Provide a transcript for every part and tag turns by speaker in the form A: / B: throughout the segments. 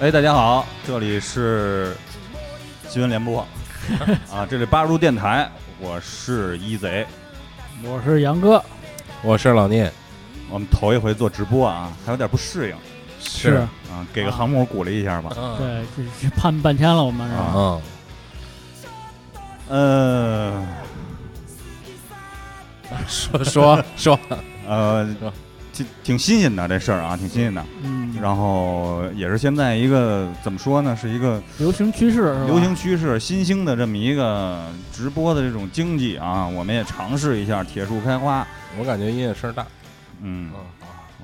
A: 哎，大家好，这里是新闻联播啊，这里八路电台，我是一贼，
B: 我是杨哥，
C: 我是老聂，
A: 我们头一回做直播啊，还有点不适应
C: 是
A: 啊，给个航母鼓励一下吧。
C: 嗯
B: 对，这这盼半天了，我们是
A: 啊
B: 吧？
C: 嗯，
A: 呃
C: 说说说，
A: 呃，挺挺新鲜的这事儿啊，挺新鲜的。
B: 嗯，
A: 然后也是现在一个怎么说呢，是一个
B: 流行趋势是吧？
A: 流行趋势、新兴的这么一个直播的这种经济啊，我们也尝试一下铁树开花。
C: 我感觉音乐声大，
A: 嗯
C: 嗯，，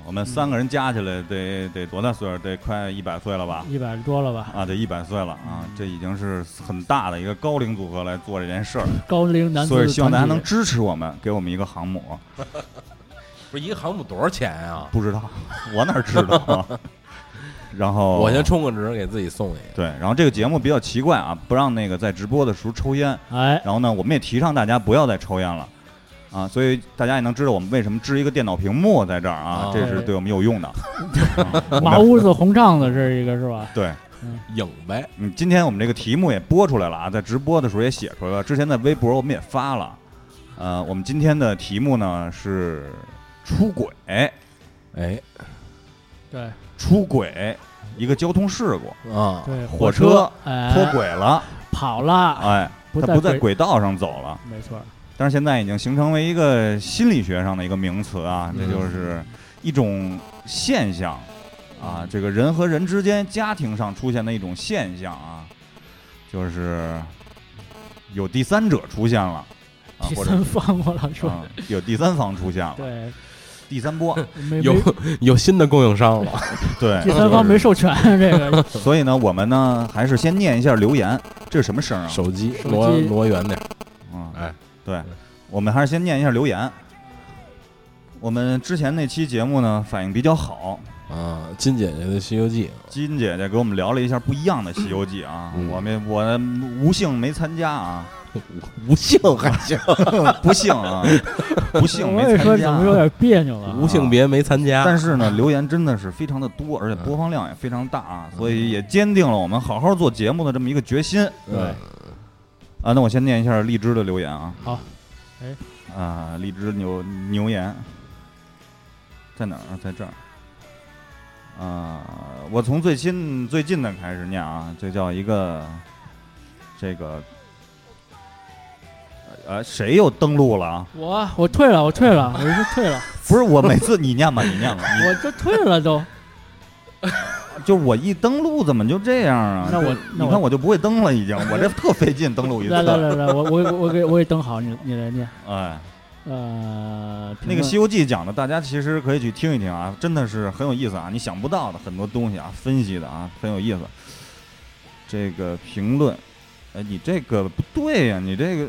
A: 我们三个人加起来得得多大岁数？得快一百岁了吧？
B: 一百多了吧？
A: 啊，得一百岁了啊
B: 嗯！
A: 这已经是很大的一个高龄组合来做这件事儿，
B: 高龄男子
A: 所以希望大家
B: 团
A: 能
B: 体
A: 支持我们，给我们一个航母。
C: 不是一个航母多少钱啊？
A: 不知道，我哪知道啊？ 然后
C: 我先充个值，给自己送一个。
A: 对，然后这个节目比较奇怪啊，不让那个在直播的时候抽烟。
B: 哎，
A: 然后呢，我们也提倡大家不要再抽烟了，啊，所以大家也能知道我们为什么支一个电脑屏幕在这儿啊，
C: 啊
A: 这是对我们有用的。啊
B: 马屋子红帐子这是一个是吧？
A: 对，
C: 影呗，
A: 嗯，今天我们这个题目也播出来了啊，在直播的时候也写出来了，之前在微博我们也发了。呃，我们今天的题目呢是出轨，
C: 哎
B: 对
A: 出轨，一个交通事故，
C: 啊，
B: 对，
A: 火
B: 车
A: 车
B: 哎
A: 脱轨了，
B: 跑了，
A: 哎，
B: 啊不
A: 它
B: 在
A: 不在
B: 轨
A: 轨道上走了。
B: 没错，
A: 但是现在已经形成为一个心理学上的一个名词啊，这
C: 嗯
A: 就是一种现象啊，这个人和人之间、家庭上出现的一种现象啊，就是有第三者出现了啊，
B: 第
A: 或者
B: 三方我老说，
A: 啊有第三方出现了，
B: 对，
A: 第三 波，
B: 没
C: 有
B: 没
C: 有新的供应商了，
A: 对
B: 第，三方没授 权这个，
A: 所以呢，我们呢还是先念一下留言，这是什么声啊？
C: 手机
B: 手
C: 挪
B: 机
C: 挪远点，
A: 嗯，
C: 哎，
A: 对，我们还是先念一下留言。我们之前那期节目呢反应比较好，
C: 啊，金姐姐的《西游记
A: 金姐姐给我们聊了一下不一样的《西游记》啊，
C: 嗯
A: 我们我无幸没参加啊，》，
C: 无性还行，
A: 不幸啊，不幸
B: 我
A: 没
B: 也说
A: 参
B: 怎么有
A: 加。
B: 点别扭了。
C: 无性别没参加，
A: 但是呢，留言真的是非常的多，而且
C: 嗯
A: 播放量也非常大啊，所以也坚定了我们好好做节目的这么一个决心
C: 嗯
A: 啊。那我先念一下荔枝的留言啊。
B: 好，哎，
A: 啊，荔枝牛牛言在哪儿啊？在这儿。啊，我从最新最近的开始念啊，这叫一个这个。呃，谁又登录了啊？
B: 我我退了，我退了，我就 退了，
A: 不是我每次你念吧，你念吧，
B: 我就退了都。
A: 你就我一登录怎么就这样啊？
B: 那我
A: 这
B: 那
A: 你看
B: 我
A: 我就不会登了，已经，我这特费劲登录一
B: 来来
A: 次。
B: 来来，我我我给我给登好，你你来念。
A: 哎，
B: 呃，
A: 那个《西游记》讲的，大家其实可以去听一听啊，真的是很有意思啊，你想不到的很多东西啊，分析的啊，很有意思。这个评论，哎，你这个不对呀、你这个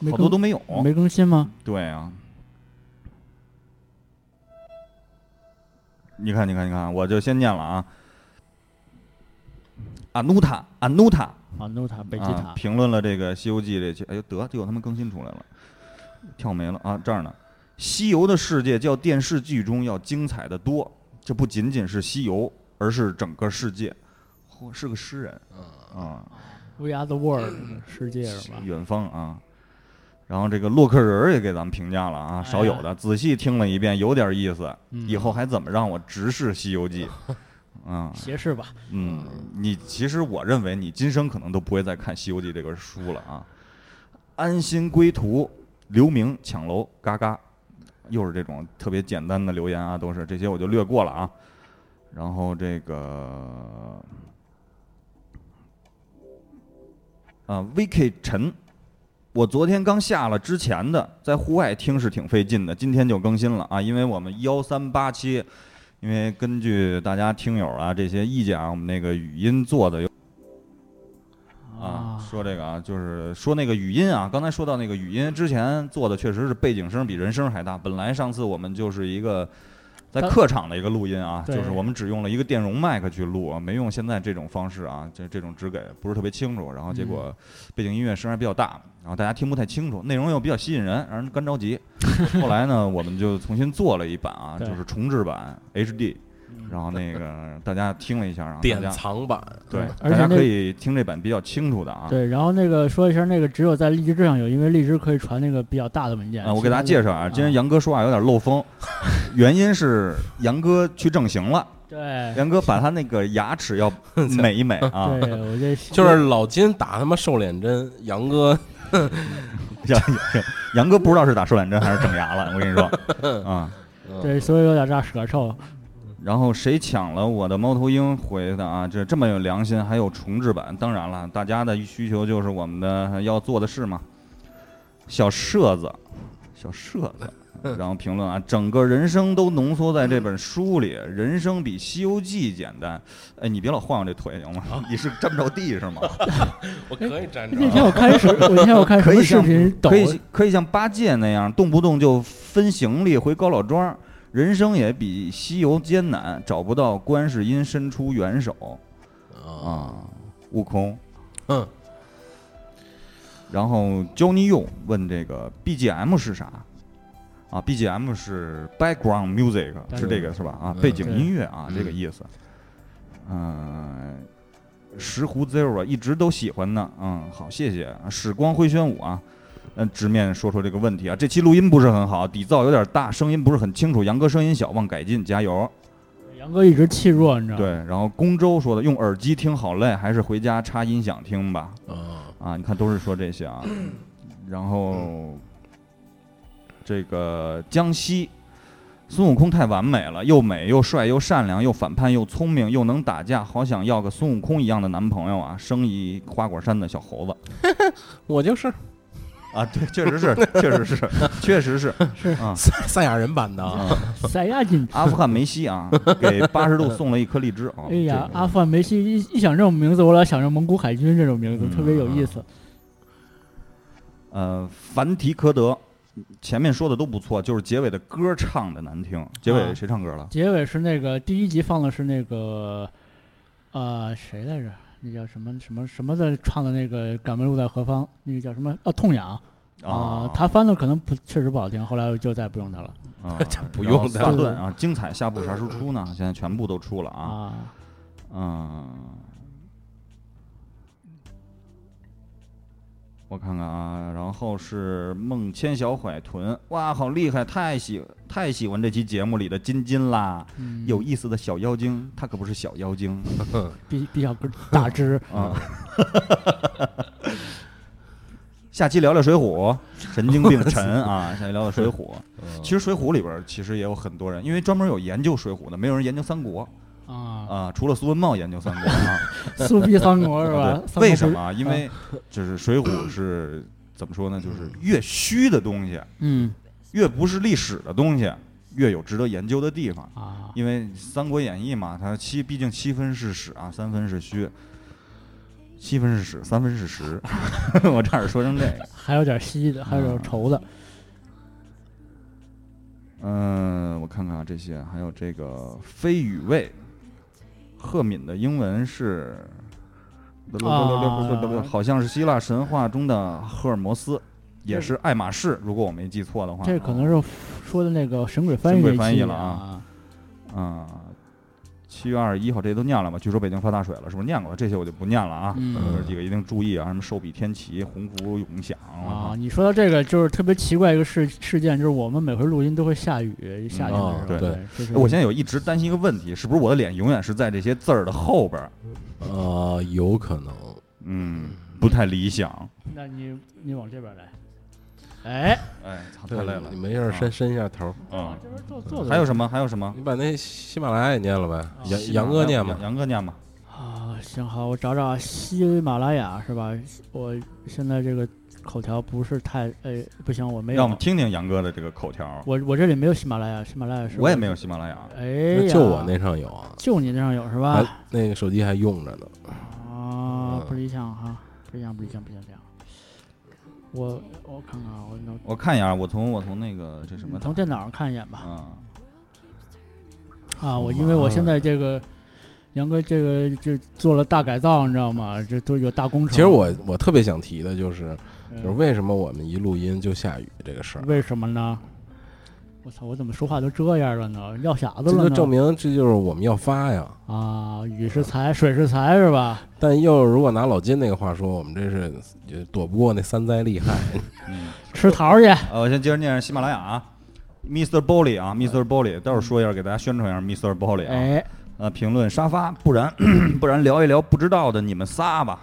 B: 没
A: 好多
B: 更
A: 都没有。
B: 没更新吗？
A: 对啊，你看，你看，你看，我就先念了啊。阿努塔，阿努塔，
B: 啊，努塔、北极
A: 啊
B: 塔，
A: 评论了这个《西游记》这期，哎呦得，这有他们更新出来了，跳没了啊，这儿呢，西游的世界较电视剧中要精彩的多，这不仅仅是西游，而是整个世界。嚯，是个诗人啊，
B: We Are the World 世界是吧？
A: 远方啊。然后这个洛克人儿也给咱们评价了啊，少有的，仔细听了一遍，有点意思。
B: 嗯
A: 以后还怎么让我直视《西游记》？ 嗯
B: 斜视吧，
A: 嗯，你其实我认为你今生可能都不会再看《西游记》这本书了啊。安心归途，刘明抢楼，嘎嘎，又是这种特别简单的留言啊，都是这些我就略过了啊。然后这个啊，Vicky 陈，我昨天刚下了之前的，在户外听是挺费劲的，今天就更新了啊，因为我们幺三八七。因为根据大家听友啊这些意见啊，我们那个语音做的有啊，说这个啊，就是说那个语音啊，刚才说到那个语音之前做的确实是背景声比人声还大。本来上次我们就是一个在
B: 但
A: 客场的一个录音啊，
B: 对
A: 就是我们只用了一个电容麦克去录啊，没用现在这种方式啊，这这种只给不是特别清楚，然后结果
B: 嗯
A: 背景音乐声还比较大，然后大家听不太清楚，内容又比较吸引人，让人 干着急。后来呢，我们就重新做了一版啊，
B: 对
A: 就是重制版 HD。
B: 嗯
A: 然后那个大家听了一下，然后大
C: 典
A: 家
C: 藏版，
A: 对，大
B: 而且
A: 家
B: 那
A: 可以听这版比较清楚的啊。
B: 对，然后那个说一声，那个只有在荔枝上有，因为荔枝可以传那个比较大的文件。
A: 啊，我给大家介绍啊，今天
B: 杨
A: 杨哥说话有点漏风， 原因是杨哥去正形了，
B: 对
A: 杨哥把他那个牙齿 要美一美啊，
B: 对，我这
C: 就是老金打他妈瘦脸针，杨哥
A: 杨 杨哥不知道是打瘦脸针还是整牙了，我跟你 说啊。
B: 对，所以有点炸舌头。
A: 嗯然后谁抢了我的猫头鹰回的啊？这这么有良心，还有重制版。当然了，大家的需求就是我们的要做的事嘛。小舍子，小舍子，
B: 嗯
A: 然后评论啊，整个人生都浓缩在这本书里，人生比《西游记》简单。哎，你别老晃悠这腿行吗？
B: 啊
A: 你是沾不着地是 吗？
C: 我可以站
B: 那天我看什，我那天我看什
A: 啊可
B: 么
A: 以
B: 视
A: 像
B: 频抖
A: 可，以可以像八戒那样，动不动就分行李回高老庄。人生也比西游艰难，找不到观世音伸出援手。
C: 啊，
A: 啊，悟空。
C: 嗯。
A: 然后 Johnny Yu 问这个 BGM 是啥？啊，BGM 是 background music，是这个是吧？啊，
C: 嗯
A: 背景音乐啊，
C: 对
A: 这个意思。嗯，石斛 Zero 啊，一直都喜欢呢。嗯，好，谢谢。时光会旋舞啊，嗯，直面说出这个问题啊。这期录音不是很好，底噪有点大，声音不是很清楚。杨哥声音小，望改进，加油。
C: 啊
B: 杨哥一直气弱，你知道吗？
A: 对，然后宫州说的用耳机听好累，还是回家插音响听吧。
C: 啊，
A: 啊，你看都是说这些啊。然后这个江西，孙悟空太完美了，又美又帅又善良又反叛又聪明又能打架，好想要个孙悟空一样的男朋友啊！生一花果山的小猴子
C: 我就是
A: 啊，对，确实是，确实是，确实 是啊。
C: 赛赛亚人版的啊，
A: 啊，
B: 塞亚进去。
A: 阿富汗梅西啊，给八十度送了一颗荔枝啊！
B: 哎呀，
A: 这个
B: 阿富汗梅西一一想这种名字，我老想着蒙古海军这种名字，
A: 嗯
B: 特别有意思。
A: 呃，凡提科德，前面说的都不错，就是结尾的歌唱的难听。结尾
B: 啊
A: 谁唱歌了？
B: 结尾是那个第一集放的是那个，呃，谁来着？那叫什么什么什么的唱的那个《赶奔路在何方》，那个叫什么？哦，痛痒啊，他翻的可能不确实不好听，后来我就再也不用它了
A: 啊
C: 这不
A: 然后
C: 用的
A: 萨顿啊，精彩下部啥时候出呢？现在全部都出了啊。
B: 啊。
A: 嗯，我看看啊，然后是孟千小海豚，哇，好厉害，太喜太喜欢这期节目里的金金啦，
B: 嗯
A: 有意思的小妖精，他可不是小妖精
C: 嗯
B: 比比较 大只，
A: 啊。下期聊聊《水浒》，神经病陈啊，下期聊聊《水浒》。
C: 嗯
A: 其实《水浒》里边儿其实也有很多人，因为专门有研究《水浒》的，没有人研究三国
B: 啊，
A: 啊、除了苏文茂研究三国啊。
B: 苏皮三国是吧
A: 对？
B: 三国
A: 为
B: 不
A: 什
B: 是
A: 么啊？因为就是《水浒》是怎么说呢？就是越虚的东西，
B: 嗯
A: 越不是历史的东西，越有值得研究的地方。
B: 啊，
A: 因为《三国演义》嘛，它七毕竟七分是史啊，三分是虚，七分是史，三分是实。 我差点说成这个。
B: 还有点稀的，还有
A: 啊
B: 点稠的，
A: 嗯，我看看啊，这些还有这个飞与卫，赫敏的英文是，
B: 啊
A: 好像是希腊神话中的赫尔墨斯，也是爱马仕，如果我没记错的话。
B: 这可能是说的那个神鬼翻
A: 神
B: 译
A: 鬼
B: 那
A: 翻译
B: 期
A: 了
B: 啊
A: 啊。啊，七月二十一号这些都念了吧？据说北京发大水了，是不是念过了？这些我就不念了啊。
B: 嗯
A: 哥几个一定注意啊，什么寿比天齐、鸿福永享
B: 啊，你说到这个，就是特别奇怪一个事事件，就是我们每回录音都会下雨，夏天的时候，
C: 嗯哦对
B: 就是
A: 哎我现在有一直担心一个问题，是不是我的脸永远是在这些字儿的后边儿？
C: 啊，有可能。
A: 嗯，不太理想。
B: 那你你往这边来，哎，啊
A: 哎，操，
C: 对
A: 太累了
C: 你。没事儿伸伸一下头。
A: 嗯
B: 往，这边坐坐坐。
A: 还有什么？还有什么？
C: 你把那喜啊马拉雅也念了呗，杨
A: 西马
C: 杨哥念吧
A: 杨。杨哥念吧。
B: 啊，行好，我找找喜马拉雅是吧？我现在这个口条不是太，哎，不行，我没
A: 让我们
B: 有，
A: 听听杨哥的这个口条。
B: 我我这里没有喜马拉雅，喜马拉雅是
A: 我也没有喜马拉雅，
B: 哎
C: 那
B: 呀，
C: 就我那上有啊，
B: 就你那上有是吧？
A: 哎
C: 还那个手机还用着呢。
B: 啊，不理想哈，不理想，不理想，不理想，不理想。我我看看啊，我能
A: 我看一眼啊，我从我从那个这什么
B: 你从电脑上看一眼吧。
A: 啊，
C: 嗯
B: 啊，我因为我现在这个杨哥这个就做了大改造，你知道吗？这都有大工程。
C: 其实我我特别想提的就是，就是
B: 嗯
C: 为什么我们一录音就下雨这个事儿，
B: 为什么呢？我操，我怎么说话都这样了呢？撂匣子
C: 这
B: 了
C: 就
B: 呢？
C: 证明这就是我们要发呀。
B: 啊，雨是财，水是财是吧？
C: 但又如果拿老金那个话说，我们这是也躲不过那三灾厉 害。
A: 嗯，
B: 吃桃儿去，
A: 呃，我先接着念喜马拉雅啊，Mr. Bolly 啊，Mr. Bolly，待会儿说一下，给大家宣传一下 Mr. Bolly 啊。
B: 哎，
A: 呃，评论沙发，不然 不然聊一聊不知道的你们仨吧。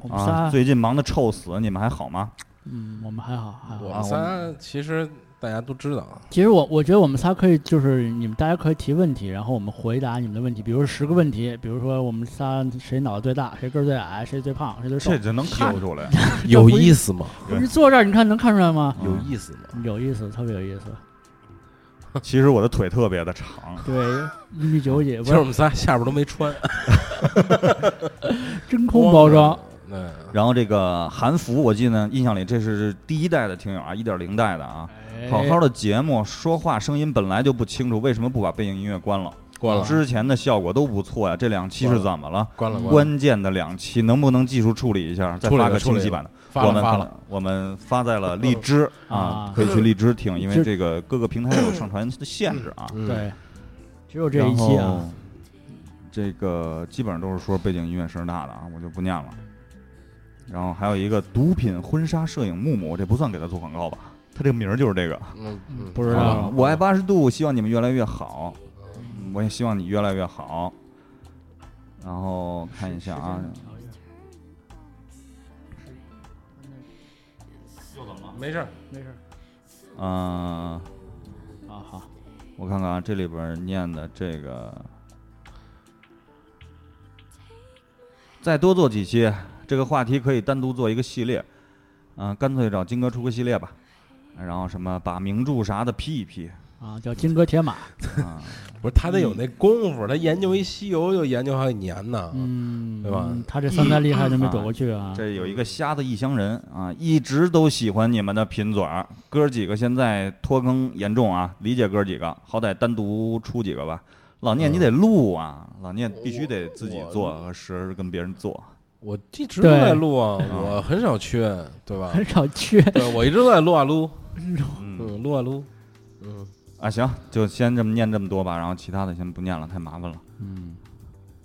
B: 我们仨，
A: 啊，最近忙得臭死，你们还好吗？
B: 嗯，我们还好，还好。
C: 我
A: 啊
C: 们仨其实大家都知道 啊，
B: 其实我我觉得我们仨可以，就是你们大家可以提问题，然后我们回答你们的问题。比如说十个问题，比如说我们仨谁脑袋最大，谁个儿最矮，谁最胖，谁最瘦
A: 这。就能看出来。
C: 有意思吗？啊
A: 对
B: 你坐这儿，你看能看出来吗？
A: 嗯
C: 有意思吗？
B: 有意思，特别有意思。
A: 其实我的腿特别的长，
B: 对，一米九几，不
C: 其实我
B: 是
C: 们仨下边都没穿，
B: 真空包装。
C: 对，
A: 然后这个韩服，我记得印象里这是第一代的听友啊，一点零代的啊。
C: 哎
B: 哎
A: 好好的节目，说话声音本来就不清楚，为什么不把背景音乐关了？
C: 关了，
A: 之前的效果都不错呀，这两期是怎么了？
C: 关了，关了，
A: 关键的两期能不能技术处理一下，再
C: 处理
A: 发
C: 了
A: 个
C: 处理
A: 清晰
C: 了
A: 版的？
C: 发
A: 我
C: 了
A: 们
C: 发
A: 可
C: 了。
A: 能我们发在了荔枝啊
B: 啊，
A: 可以去荔枝听，因为
B: 这
A: 这个各个平台有上传的限制啊。
C: 嗯，
B: 对，只有这一期
A: 然
B: 啊
A: 后。这个基本上都是说背景音乐声大的啊，我就不念了。然后还有一个毒品婚纱摄影木木，这不算给他做广告吧？他这个名儿就是这个。
C: 嗯嗯，
B: 不知道
A: 啊我爱八十度，希望你们越来越好，我也希望你越来越好。然后看一下啊，
C: 没事儿，
B: 没事
A: 嗯、
B: 啊，好，
A: 我看看啊，这里边儿念的这个，再多做几期，这个话题可以单独做一个系列，嗯、干脆找金哥出个系列吧。然后什么把名著啥的批一批
B: 啊，叫金戈铁马，
A: 啊，
C: 不是他得有那功夫，他研究一西游就研究好几年呢。
B: 嗯，
C: 对吧
B: 嗯他这三灾厉害都没躲过去啊。
A: 这有一个瞎子异乡人啊，一直都喜欢你们的贫嘴儿，哥儿几个现在拖更严重啊，理解哥儿几个，好歹单独出几个吧。老聂，你得录啊，老聂必须得自己
C: 我
A: 做和时跟别人做。
C: 我一直都
B: 对
C: 在录啊，
A: 啊
C: 我很少缺，对 吧？
B: 很少去，
C: 对，我一直都在录啊撸，
A: 嗯
C: 嗯，撸啊撸，嗯，
A: 啊，行，就先这么念这么多吧，然后其他的先不念了，太麻烦了，
B: 嗯，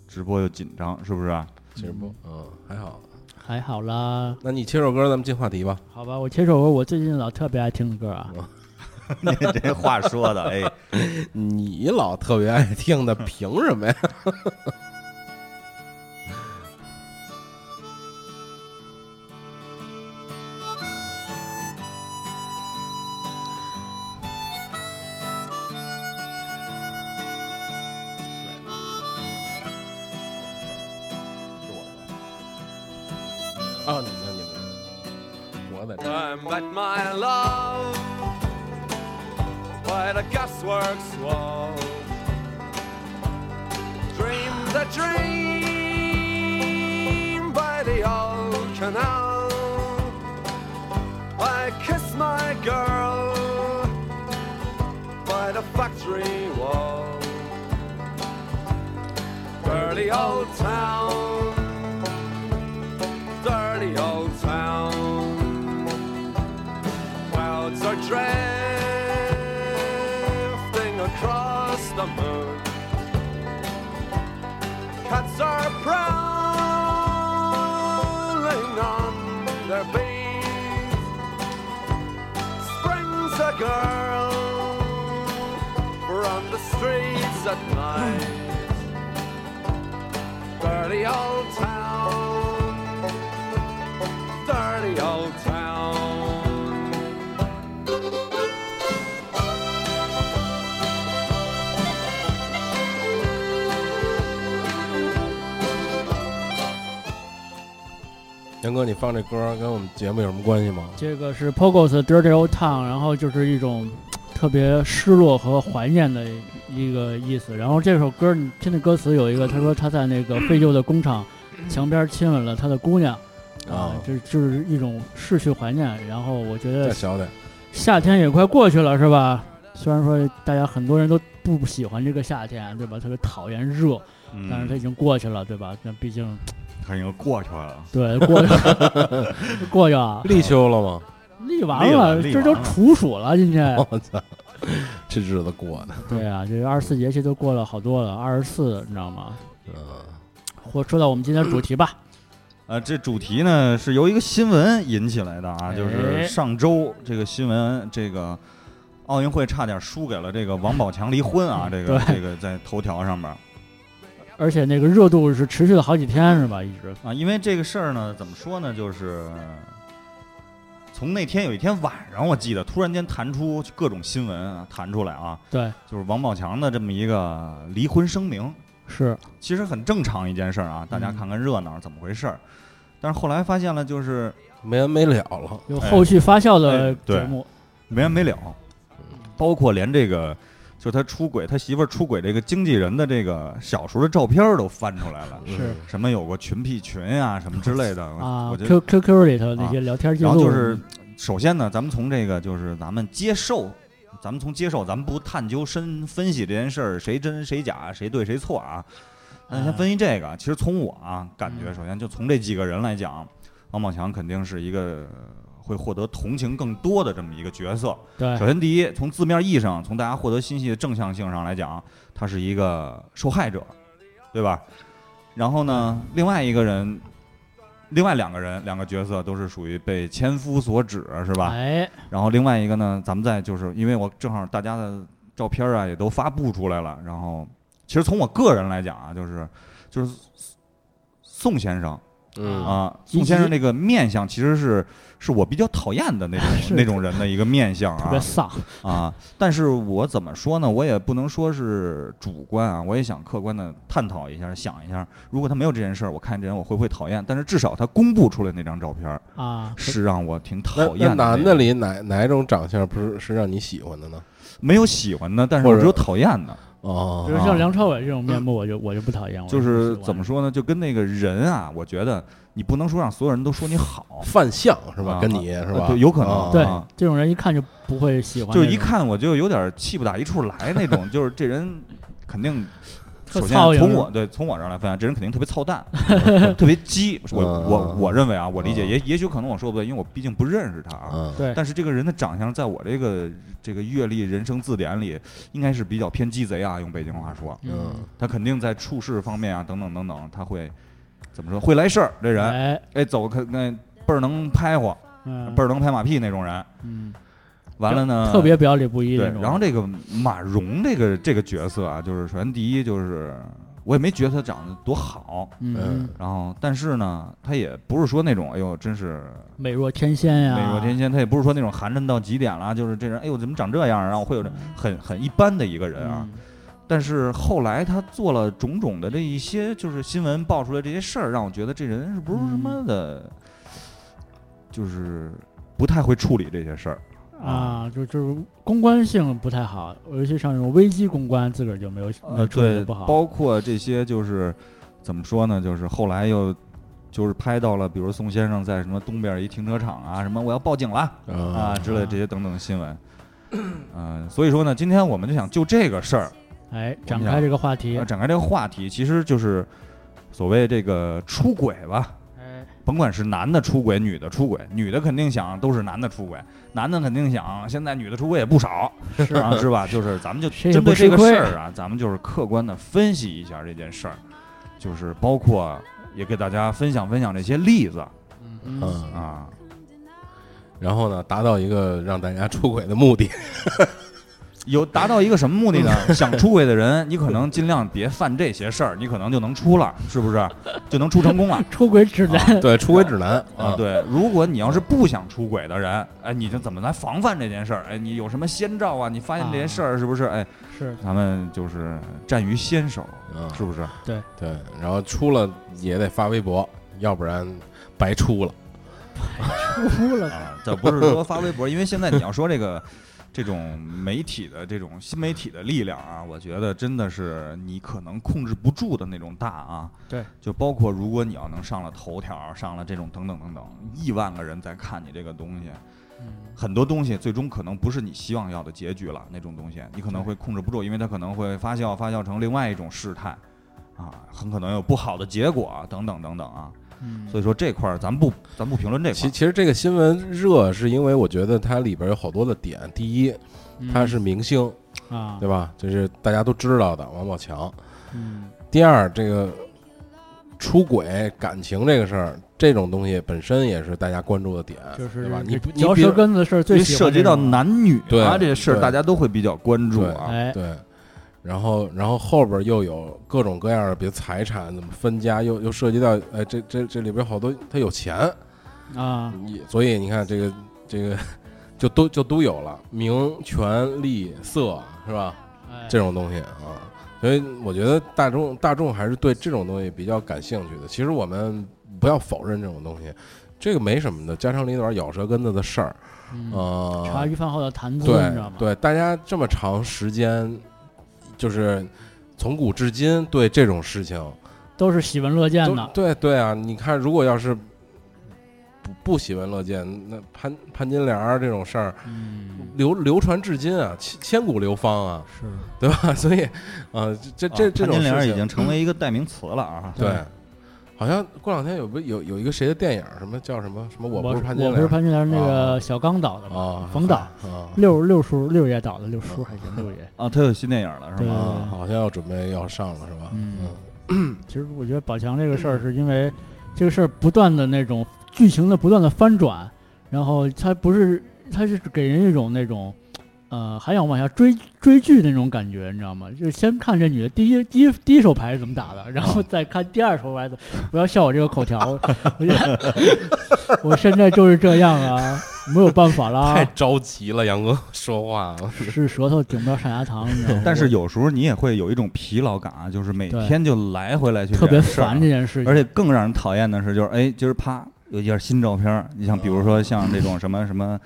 A: 直播又紧张，是不啊是？
C: 其实不，嗯，还好。
B: 还好啦。
C: 那你切首歌，咱们进话题吧。
B: 好吧，我切首歌，我最近老特别爱听的歌啊，
A: 你 这话说的，哎，
C: 你老特别爱听的，凭什么呀？啊，你们你们，我在这儿。
D: time that my love by the gasworks wall dreamed a dream by the old canal. I kissed my girl by the factory wall. Dirty old town, dirty old town clouds are drifting across the moon. Cats are prowling on their beat. Springs a girl from the streets at night. Dirty old town, dirty old town.
C: 杨哥，你放这歌跟我们节目有什么关系吗？
B: 这个是 Pogo's Dirty Old Town，然后就是一种特别失落和怀念的一个意思。然后这首歌你听的歌词有一个，他说他在那个废旧的工厂墙边亲吻了他的姑娘，啊
A: 哦
C: 啊，
B: 这就是一种逝去怀念。然后我觉
C: 再
B: 得
C: 小点，
B: 夏天也快过去了，是吧？虽然说大家很多人都不喜欢这个夏天，对吧？特别讨厌热，
A: 嗯
B: 但是它已经过去了，对吧？那毕竟
A: 他已经过去了，
B: 对过去 过去啊，
C: 立秋了吗？
B: 立完
A: 立了
B: 了，
A: 立
B: 这
A: 完
B: 都
A: 了
B: 处暑了，今天
C: 我操！这日子 过的，
B: 对啊，这二十四节气都过了好多了，二十四你知道吗？
C: 嗯，
B: 或说到我们今天的主题吧，
A: 呃，这主题呢是由一个新闻引起来的啊，
B: 哎
A: 就是上周这个新闻，这个奥运会差点输给了这个王宝强离婚啊，这个
B: 对
A: 这个在头条上面
B: 而且那个热度是持续了好几天是吧？一直
A: 啊，因为这个事儿呢，怎么说呢，就是从那天有一天晚上，我记得突然间弹出各种新闻啊，弹出来啊，
B: 对
A: 就是王宝强的这么一个离婚声明，
B: 是
A: 其实很正常一件事儿啊，大家看看热闹，怎么回事儿。但是后来发现了，就是
C: 没完没了了，
B: 有后续发酵的
A: 哎对
B: 节目，
A: 没完没了，包括连这个，就他出轨，他媳妇儿出轨这个经纪人的这个小时候的照片儿都翻出来了，
B: 是
A: 什么有过群 P 群啊，什么之类的，
B: 啊
A: 我觉得，啊
B: ，Q Q Q 里头那些聊天记
A: 然后
B: 录，
A: 就是，首先呢，咱们从这个就是咱们接受，咱们从接受，咱们不探究深分析这件事儿谁真谁假，谁对谁错啊，那先分析这个，其实从我啊感觉，
B: 嗯
A: 首先就从这几个人来讲，王宝强肯定是一个会获得同情更多的这么一个角色。
B: 对
A: 首先，第一，从字面意义上，从大家获得信息的正向性上来讲，他是一个受害者，对吧？然后呢，另外一个人，另外两个人，两个角色都是属于被千夫所指，是吧？
B: 哎，
A: 然后另外一个呢，咱们再就是因为我正好大家的照片啊也都发布出来了，然后其实从我个人来讲啊，就是就是宋先生
C: 嗯，
A: 啊，
B: 以
A: 宋
B: 及
A: 先生那个面相其实是是我比较讨厌的那种
B: 是
A: 那种人的一个面相
B: 特
A: 啊
B: 别，丧，
A: 啊，但是我怎么说呢？我也不能说是主观啊，我也想客观的探讨一下，想一下，如果他没有这件事儿，我看这人我会不会讨厌？但是至少他公布出来那张照片儿
B: 啊，
A: 是让我挺
C: 哎那
A: 讨
C: 那
A: 厌的那
C: 男
A: 种。
C: 的里哪哪种长相不是是让你喜欢的呢？
A: 没有喜欢的，但是
C: 或
A: 我
C: 者
A: 只有讨厌的。
B: 比
C: 哦，
B: 如像梁朝伟这种面目，我就我就不讨厌，我
A: 啊就是
B: 不喜欢
A: 怎么说呢？就跟那个人啊，我觉得你不能说让所有人都说你 好，
C: 犯相是吧？
A: 啊
C: 跟你是吧？
A: 对有可能
C: 啊
B: 对
A: 啊
B: 这种人一看就不会喜欢那
A: 就
B: 种，
A: 是一看我就有点气不打一处来那种，就是这人肯定。
B: 特
A: 首先
B: 操，
A: 从
B: 有
A: 我
B: 人
A: 对从我这儿来分析，这人肯定特别操蛋，特别 鸡。我我
C: 嗯
A: 我认为啊，我理解
C: 嗯
A: 也也许可能我说不对，因为我毕竟不认识他啊。
C: 嗯，
B: 对
A: 但是这个人的长相，在我这个这个阅历、人生字典里，应该是比较偏鸡贼啊。用北京话说，
C: 嗯，
A: 他肯定在处事方面啊，等等等等，他会怎么说？会来事儿。这人，
B: 哎，
A: 哎，走可那倍儿能拍火，
B: 嗯
A: 倍儿能拍马屁那种人。
B: 嗯，
A: 完了呢，
B: 特别表里不
A: 嗯
B: 一
A: 对
B: 那。种。
A: 然后这个马蓉这个这个角色啊，就是首先第一就是我也没觉得他长得多好，
B: 嗯
C: 嗯，
A: 然后，但是呢，他也不是说那种，哎呦，真是
B: 美若天仙哎呀，
A: 美若天仙，他也不是说那种寒碜到极点了，就是这人，哎呦，怎么长这样啊？然后会有这很很一般的一个人啊。
B: 嗯
A: 但是后来他做了种种的这一些，就是新闻爆出来这些事儿，让我觉得这人是不是他
B: 嗯
A: 妈的，就是不太会处理这些事儿。
B: 啊，就就是公关性不太好，尤其像这种危机公关，自个儿就没有
C: 呃
B: 没有处理
A: 呃对，
B: 得不好。
A: 包括这些就是怎么说呢？就是后来又就是拍到了，比如宋先生在什么东边一停车场啊，什么我要报警了。
B: 嗯
A: 啊
C: 啊，
A: 之类的这些等等的新闻。嗯、所以说呢，今天我们就想就这个事儿
B: 哎，
A: 我
B: 展
A: 们
B: 开
A: 想
B: 这个话题
A: 呃，展开这个话题，其实就是所谓这个出轨吧，
B: 哎，
A: 甭管是男的出轨、女的出轨，女的肯定想都是男的出轨，男的肯定想现在女的出轨也不少，
B: 是
A: 啊，是吧？就是咱们就
B: 谁也
A: 针
B: 不
A: 对这
B: 吃
A: 个
B: 亏
A: 事儿啊，咱们就是客观的分析一下这件事儿，就是包括也给大家分享分享这些例子
B: 嗯，
C: 嗯，
A: 啊。
C: 然后呢，达到一个让大家出轨的目 的，
A: 有达到一个什么目的呢？想出轨的人，你可能尽量别犯这些事儿，你可能就能出了，是不是？就能出成功了
B: 出轨
C: 啊
B: 指南，
C: 对，出轨指南
A: 啊？，对，如果你要是不想出轨的人，哎，你就怎么来防范这件事儿？哎，你有什么先兆啊？你发现这些事儿是不是？哎，
B: 是
A: 咱们就是战于先手，
C: 嗯，
A: 是不是？
C: 对，然后出了也得发微博，要不然白出了。
B: 出了，
A: 啊， 这不是说发微博，因为现在你要说这个。这种媒体的这种新媒体的力量啊，我觉得真的是你可能控制不住的那种大啊。
B: 对，
A: 就包括如果你要能上了头条，上了这种等等等等，亿万个人在看你这个东西，
B: 嗯
A: 很多东西最终可能不是你希望要的结局了。那种东西你可能会控制不住，因为它可能会发酵，发酵成另外一种事态，啊，很可能有不好的结果等等等等啊。
B: 嗯，
A: 所以说这块儿咱不咱不评论这块
C: 其
A: 儿，
C: 其实这个新闻热是因为我觉得它里边有好多的点。第一，
B: 嗯
C: 他是明星，
B: 啊，
C: 对吧？这是大家都知道的王宝强。
B: 嗯
C: 第二，这个出轨感情这个事儿，这种东西本身也是大家关注的点，
B: 就是
C: 对吧？你不你
B: 嚼
C: 比
B: 舌
C: 如
B: 根子的事儿最
A: 因为
B: 喜欢
A: 涉及
B: 这
A: 到
B: 种
A: 男女
C: 对
A: 啊这事儿，
C: 对
A: 大家都会比较关注
C: 对
A: 啊。
B: 哎，
C: 对，然后然后后边又有各种各样的，比如财产怎么分家，又又涉及到哎，这这这里边好多他有钱，
B: 啊，
C: 你所以你看这个这个 就都就都有了，名权利色是吧？
B: 哎
C: 这种东西啊，所以我觉得大众大众还是对这种东西比较感兴趣的。其实我们不要否认这种东西，这个没什么的，家长里短、咬舌根子的事儿，
B: 嗯
C: 呃，
B: 茶余饭后的谈资，你知道
C: 对
B: 吗？
C: 对，大家这么长时间，就是从古至今对这种事情
B: 都是喜闻乐见
C: 都
B: 的。
C: 对对啊，你看，如果要是不不喜闻乐见，那潘潘金莲儿这种事儿
B: 嗯，
C: 流流传至今啊，千千古流芳啊，
B: 是
C: 对吧？ 所以，呃，这这这
A: 啊
C: 这
A: 潘
C: 种
A: 金
C: 事
A: 莲已
C: 情
A: 经成为一个代名词了啊。
C: 对，好像过两天有不有有一个谁的电影儿，什么叫什么什么我不是
B: 是
C: 潘金
B: 我不
C: 莲，
B: 是潘金莲，那
C: 啊
B: 个小刚导的嘛，
C: 啊，
B: 冯导
C: 啊
B: 六六叔六爷导的，六叔还行，六爷。
A: 啊，他有新电影了是
B: 对
A: 吗？
C: 啊，好像要准备要上了是吧？
B: 嗯其实我觉得宝强这个事儿，是因为这个事儿不断的那种剧情的不断的翻转，然后它不是，它是给人一种那种，呃，还想往下追追剧那种感觉，你知道吗？就是先看这女的第一第一第一手牌是怎么打的，然后再看第二手牌的。不要笑我这个 口条，我觉得我现在就是这样啊，没有办法
C: 太
B: 啦，
C: 着急了，杨哥说话了。
B: 是舌头顶不到上牙膛，你知道吗？
A: 但是有时候你也会有一种疲劳感啊，就是每
B: 对
A: 天就来回来去，
B: 特别烦这。件事情，
A: 啊而且更让人讨厌的是，就是哎，今儿啪有一件新照片儿，你像比如
B: 哦
A: 说像这种什么什么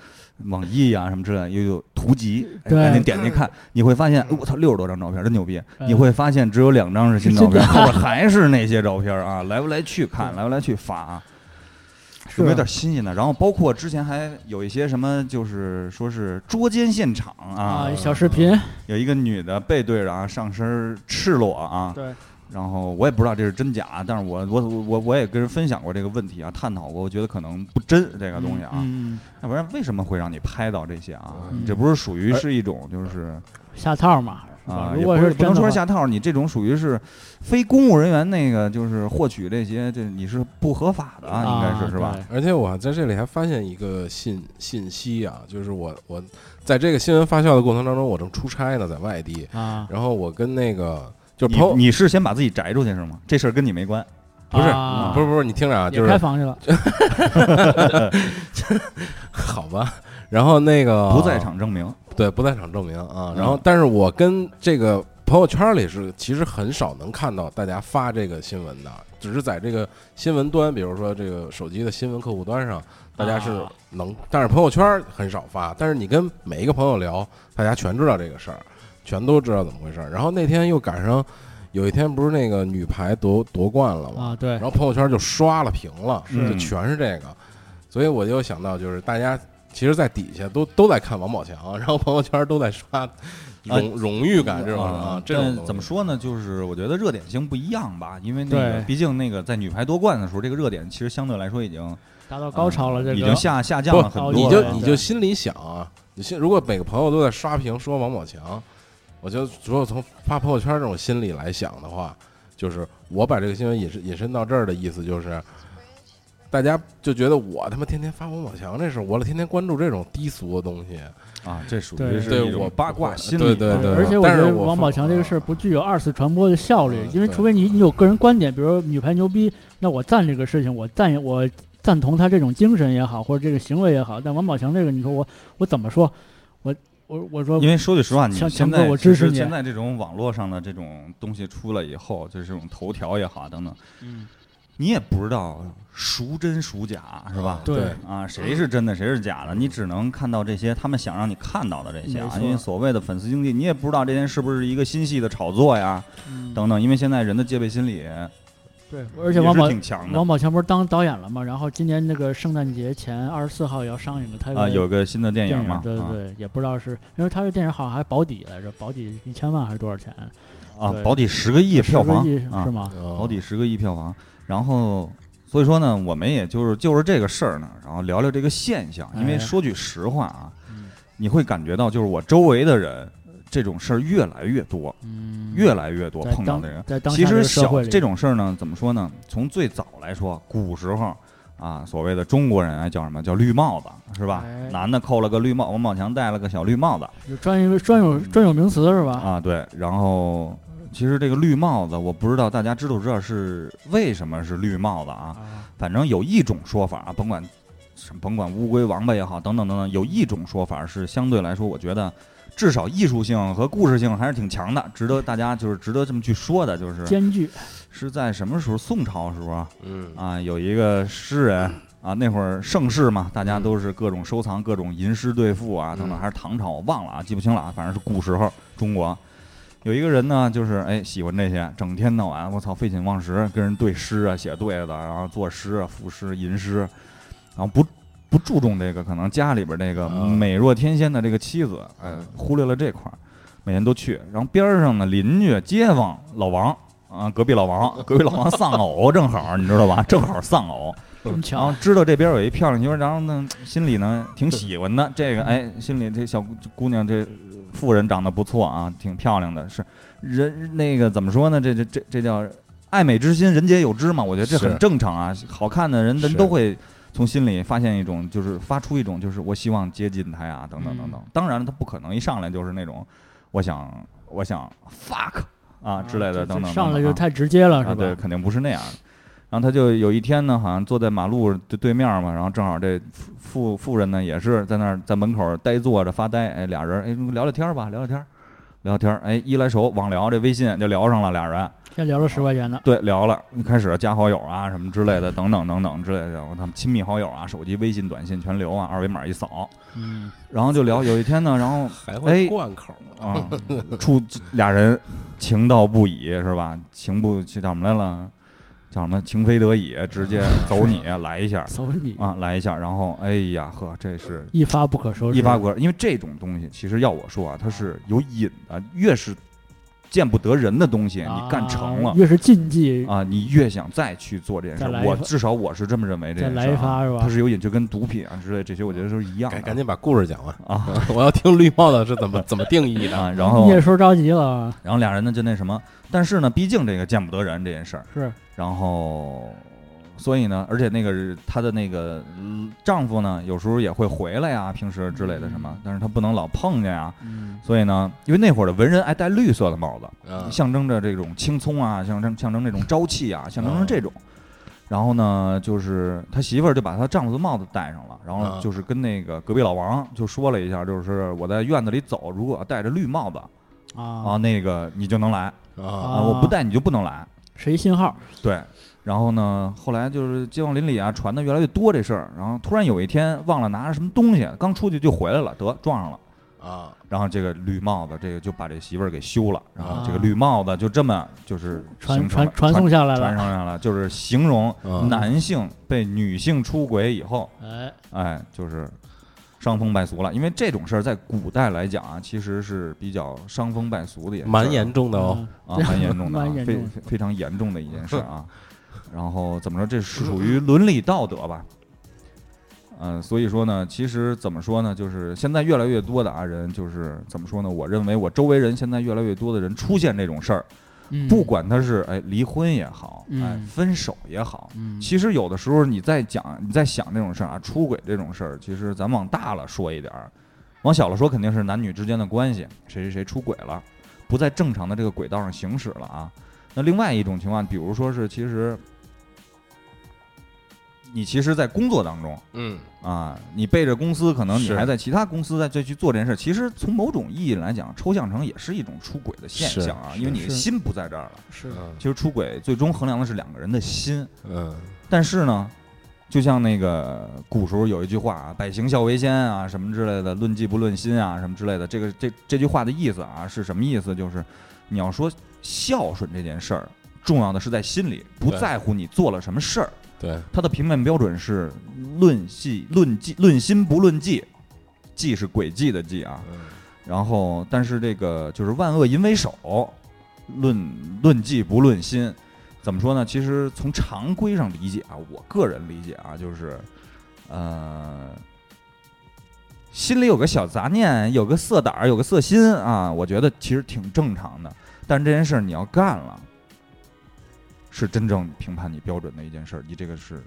A: 网易呀、什么之类的，又有图集，哎
B: 对
A: 赶紧点进去看，你会发现，哎我操，六十多张照片，真牛逼！
B: 嗯
A: 你会发现只有两张是新照片，后边还是那些照片啊，来不来去看，来不来去发啊。有没有点新鲜的？然后包括之前还有一些什么，就是说是捉奸现场啊
B: 啊，，小视频，
A: 有一个女的背对着啊，上身儿赤裸啊，
B: 对，
A: 然后我也不知道这是真假，但是我我我我也跟人分享过这个问题啊，探讨过，我觉得可能不真这个东西啊，
B: 嗯，嗯
A: 要不然为什么会让你拍到这些啊？
B: 嗯
A: 这不是属于是一种就是
B: 下套嘛，是吧
A: 啊，？
B: 哎如
A: 也
B: 果
A: 不是不
B: 真
A: 能
B: 的
A: 说
B: 话
A: 是下套，你这种属于是非公务人员那个就是获取这些，这你是不合法的啊，应该是是吧？？
C: 而且我在这里还发现一个信信息啊，就是我我在这个新闻发酵的过程当中，我正出差呢，在外地，
B: 对啊，
C: 然后我跟那个就是
A: 你
C: 朋友，
A: 你是先把自己摘出去是吗？这事儿跟你没关，
C: 不是
B: 啊
C: 不是不是，你听着啊，就
B: 也开
C: 是
B: 房 去了，
C: 好吧，然后那个
A: 不在场证明。
C: 对，不在场证明啊。
A: 嗯
C: 然后，但是我跟这个朋友圈里是其实很少能看到大家发这个新闻的，只是在这个新闻端，比如说这个手机的新闻客户端上，大家是
B: 啊
C: 能，但是朋友圈很少发。但是你跟每一个朋友聊，大家全知道这个事儿，全都知道怎么回事儿。然后那天又赶上有一天不是那个女排夺夺冠了吗？
B: 啊，对
C: 然，后朋友圈就刷了屏了，
A: 是
C: 就全是这个，所以我就想到，就是大家其实，在底下都都在看王宝强，啊然后朋友圈都在刷荣、荣誉感这种啊，这种
A: 但
C: 东西
A: 怎么？说呢？就是我觉得热点性不一样吧，因为那个
B: 对
A: 毕竟那个在女排夺冠的时候，这个热点其实相对来说已经啊
B: 达到高潮了，这个
A: 嗯已经下下降了很
B: 不
A: 多了。
C: 你就
B: 对
C: 你就心里想啊，你心如果每个朋友都在刷屏说王宝强，我就如果从发朋友圈这种心理来想的话，就是我把这个新闻引申引申到这儿的意思就是。大家就觉得我他妈天天发王宝强这事儿，我天天关注这种低俗的东西，
A: 啊，这属于
B: 对
A: 是
C: 对
A: 一种
C: 我
A: 八卦心理
C: 对
A: 啊，
C: 对对
B: 而且我
C: 但
B: 觉
C: 是
B: 得
C: 我
B: 王宝强这个事儿不具有二次传播的效率
C: 嗯，
B: 因为
C: 对
B: 除非你你有个人观点，比如说女排牛逼，那我赞这个事情，我赞我赞同他这种精神也好，或者这个行为也好。但王宝强这个，你说我我怎么说？我我我说
A: 啊因为说句实话，你
B: 强
A: 现
B: 强哥
A: 在
B: 我
A: 其
B: 支
A: 实
B: 持你
A: 现在这种网络上的这种东西出来以后，就是这种头条也好啊等等，
B: 嗯
A: 你也不知道孰真孰假，是吧？
B: 对
C: 对
A: 啊，谁是真的，谁是假的，你只能看到这些他们想让你看到的这些
B: 没
A: 啊。
B: 错
A: 因为所谓的粉丝经济，你也不知道这件是不是一个新戏的炒作呀，
B: 嗯
A: 等等。因为现在人的戒备心理
B: 对，而且王
A: 也
B: 宝
A: 是挺强的
B: 王宝强不是当导演了吗？然后今年那个圣诞节前二十四号也要上映的，他
A: 啊，有
B: 个
A: 个新的电
B: 电
A: 影嘛，啊
B: 对对对，也不知道是因为他这电影好像还保底来着，保底一千万还是多少钱？
A: 啊，啊
B: 对
A: 保底十个亿票房
B: 10个亿
A: 啊
B: 是，吗？
A: 保
C: 好
A: 底十个亿票房。然后所以说呢，我们也就是就是这个事儿呢，然后聊聊这个现象，因为
B: 哎
A: 说句实话啊，
B: 嗯
A: 你会感觉到，就是我周围的人这种事儿越来越多，
B: 嗯，
A: 越来越多
B: 在
A: 碰到
B: 当
A: 的人。
B: 在当
A: 其
B: 下
A: 实
B: 个社
A: 小
B: 会里
A: 这种事儿呢，怎么说呢？从最早来说，古时候啊，所谓的中国人啊，叫什么叫绿帽子是吧
B: 哎？
A: 男的扣了个绿帽，王宝强戴了个小绿帽子
B: 有专有专有专有名词是吧？
A: 嗯啊，对。然后其实这个绿帽子，我不知道大家知不知道是为什么是绿帽子啊？
B: 啊，
A: 反正有一种说法啊，甭管什甭管乌龟、王八也好，等等等等，有一种说法是相对来说，我觉得至少艺术性和故事性还是挺强的，值得大家就是值得这么去说的，就是
B: 艰巨，
A: 是在什么时候？宋朝时候啊
C: 嗯
A: 啊，有一个诗人啊，那会儿盛世嘛，大家都是各种收藏各种吟诗对赋啊，等等，
C: 嗯
A: 还是唐朝，我忘了啊，记不清了啊，反正是古时候中国。有一个人呢，就是哎喜欢这些，整天到晚我操废寝忘食，跟人对诗啊、写对子啊，然后作诗啊、赋诗、吟诗，然后不不注重这个，可能家里边这个
C: 啊
A: 美若天仙的这个妻子，哎，忽略了这块儿，每天都去。然后边儿上的邻居、街坊老王啊，隔壁老王，隔壁老王丧偶，正好你知道吧？正好丧偶，
B: 这
A: 然
B: 么
A: 后
B: 巧，
A: 知道这边有一漂亮媳妇儿，然后呢心里呢挺喜欢的，这个哎心里这小姑娘这妇人长得不错啊，挺漂亮的，是人那个怎么说呢？这这这这叫爱美之心，人皆有之嘛，我觉得这很
C: 是
A: 正常啊。好看的人人
C: 是
A: 都会从心里发现一种，就是发出一种就是我希望接近她呀，等等等等。当然了，他不可能一上来就是那种我想我想 fuck 啊之类的
B: 这这
A: 等等等等啊。
B: 上来就太直接了
A: 啊，
B: 是
A: 对，
B: 吧？
A: 肯定不是那样的。然后他就有一天呢，好像坐在马路对对面嘛，然后正好这妇妇妇人呢也是在那儿在门口呆坐着发呆，哎，俩人哎聊聊天儿吧，聊聊天儿，聊聊天儿，哎，一来手网聊这微信就聊上了，俩人
B: 先聊了十块钱呢，
A: 对聊了，开始加好友啊什么之类的，等等等等之类的，我他们亲密好友啊，手机、微信、短信全留啊，二维码一扫，
B: 嗯，
A: 然后就聊。有一天呢，然后
C: 还
A: 哎
C: 会贯口
A: 啊，处俩人情到不已是吧？情不叫什么来了？叫什么？情非得已，直 接走你来一下
B: 走你
A: 啊，来一下。然后哎呀呵，这是
B: 一发不可收拾，啊
A: 一发不可，因为这种东西其实要我说啊，它是有瘾的，越是见不得人的东西，
B: 啊
A: 你干成了。
B: 越是禁忌，
A: 啊，你越想再去做这件事
B: 再来
A: 儿，
B: 一
A: 我
B: 发
A: 至少我是这么认为这
B: 再
A: 件事
B: 来
A: 儿
B: 一
A: 啊
B: 发是吧
A: 它是有瘾，就跟毒品啊之类这些，我觉得都是一样的。
C: 赶哎赶紧把故事讲完，
A: 啊
C: 我要听绿帽子是怎么怎么定 义的。
A: 啊，然后
B: 你也说着急了，
A: 然后俩人呢就那什么，但是呢，毕竟这个见不得人这件事儿，
B: 是
A: 然后所以呢，而且那个她的那个嗯丈夫呢，有时候也会回来呀，平时之类的什么，但是她不能老碰见呀，
B: 嗯，
A: 所以呢，因为那会儿的文人爱戴绿色的帽子，
C: 嗯
A: 象征着这种青葱啊，象征象征这种朝气啊，象征着这种。然后呢，就是他媳妇儿就把她丈夫的帽子戴上了，然后
C: 嗯
A: 就是跟那个隔壁老王就说了一下，就是我在院子里走，如果戴着绿帽子啊，
B: 啊，
A: 那个你就能来
C: 啊
A: 啊，我不戴你就不能来。
B: 谁信号？
A: 对，然后呢，后来就是街坊邻里啊传的越来越多这事儿，然后突然有一天忘了拿着什么东西，刚出去就回来了，得撞上了。
C: 啊，
A: 然后这个绿帽子，这个就把这媳妇儿给休了，然后这个
B: 啊
A: 绿帽子就这么就是
B: 传
A: 形成了
B: 传传送下来
A: 传
B: 了，啊
A: 上来了，就是形容
C: 嗯
A: 男性被女性出轨以后，
B: 哎，
A: 哎，就是伤风败俗了。因为这种事儿在古代来讲啊，其实是比较伤风败俗的一件事儿，
C: 蛮严重的哦。
B: 嗯
A: 啊，蛮严重的、啊
B: 蛮，严
A: 非
B: 重的
A: 非非常严重的一件事儿啊。 然后怎么说，这是属于伦理道德吧？嗯、所以说呢，其实怎么说呢，就是现在越来越多的啊人，就是怎么说呢？我认为我周围人现在越来越多的人出现这种事儿，
B: 嗯
A: 不，管他是哎离婚也好，哎
B: 嗯
A: 分手也好，
B: 嗯，
A: 其实有的时候你在讲你在想这种事儿啊，出轨这种事儿，其实咱往大了说一点儿，往小了说肯定是男女之间的关系，谁谁谁出轨了，不在正常的这个轨道上行驶了啊。那另外一种情况，比如说是其实你其实，在工作当中
C: 嗯，
A: 啊，你背着公司，可能你
C: 是
A: 还在其他公司再再去做这件事儿，其实从某种意义来讲，抽象成也是一种出轨的现
C: 是
A: 象啊，
C: 是
A: 因为你的
B: 是
A: 心不在这儿了。
B: 是
A: 其实出轨最终衡量的是两个人的心。
C: 嗯
A: 但是呢，就像那个古时候有一句话啊，“百行孝为先”啊，什么之类的，“论迹不论心”啊，什么之类的。这个这这句话的意思啊，是什么意思？就是你要说孝顺这件事儿，重要的是在心里，不
C: 对
A: 在乎你做了什么事儿。
C: 对，
A: 它的评判标准是论系论迹论心不论迹，迹是轨迹的迹啊。
C: 嗯
A: 然后，但是这个就是万恶淫为首，论论迹不论心，怎么说呢？其实从常规上理解啊，我个人理解啊，就是，呃，心里有个小杂念，有个色胆儿，有个色心啊，我觉得其实挺正常的。但这件事儿你要干了，是真正评判你标准的一件事儿。你这个是，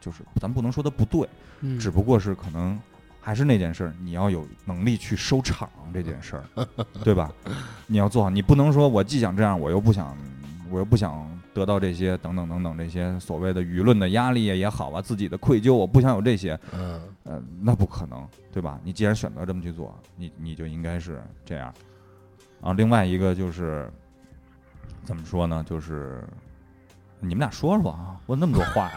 A: 就是咱不能说它不对，
B: 嗯
A: 只不过是可能还是那件事儿，你要有能力去收场这件事儿，对吧？你要做好，你不能说我既想这样，我又不想，我又不想得到这些等等等等这些所谓的舆论的压力也好啊，自己的愧疚，我不想有这些，
C: 嗯
A: 呃，那不可能，对吧？你既然选择这么去做，你你就应该是这样。啊，另外一个就是怎么说呢？就是你们俩说说啊，我那么多话呀，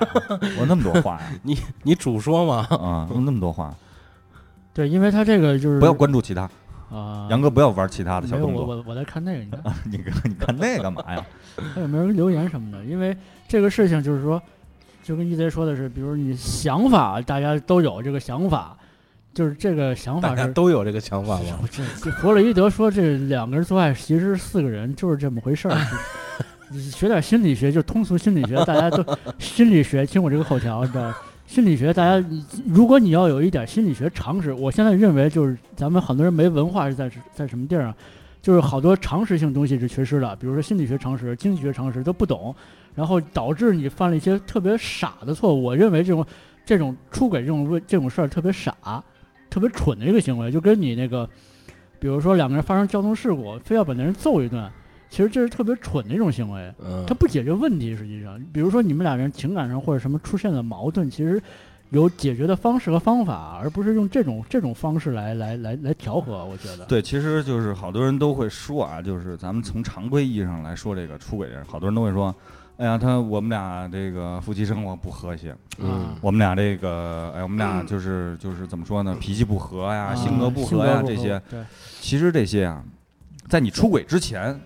A: 我那么多话呀，
C: 你你主说嘛，
A: 啊，我那么多话，
B: 对，因为他这个就是
A: 不要关注其他，
B: 啊，
A: 杨哥不要玩其他的小
B: 没有
A: 动
B: 我
A: 作。
B: 我我在看那个，你看
A: 你看你看那干 嘛呀？
B: 还有没有人留言什么的？因为这个事情就是说，就跟一贼说的是，比如你想法，大家都有这个想法，就是这个想
C: 大
B: 法
C: 家
B: 是。
C: 都有这个想法
B: 是
C: 吗？
B: 我这这弗洛伊德说，这两个人做爱其实是四个人，就是这么回事儿。你学点心理学，就通俗心理学，大家都心理学，听我这个口条，你知道吧。心理学，大家如果你要有一点心理学常识，我现在认为就是咱们很多人没文化是在在什么地儿啊？就是好多常识性东西是缺失的，比如说心理学常识、经济学常识都不懂，然后导致你犯了一些特别傻的错误。我认为这种这种出轨这种问这种事儿特别傻，特别蠢的一个行为，就跟你那个，比如说两个人发生交通事故，非要把那人揍一顿，其实这是特别蠢的一种行为。
C: 嗯
B: 它，不解决问题。实际上，比如说你们俩人情感上或者什么出现了矛盾，其实有解决的方式和方法，而不是用这种这种方式来来来来调和。我觉得，
A: 对，其实就是好多人都会说啊，就是咱们从常规意义上来说这个出轨人，好多人都会说，哎呀，他我们俩这个夫妻生活不和谐，
C: 嗯
A: 我们俩这个，哎，我们 俩就是就是怎么说呢？脾气不合呀，
B: 啊，
A: 性格不合呀，这些，
B: 对，
A: 其实这些啊，在你出轨之前，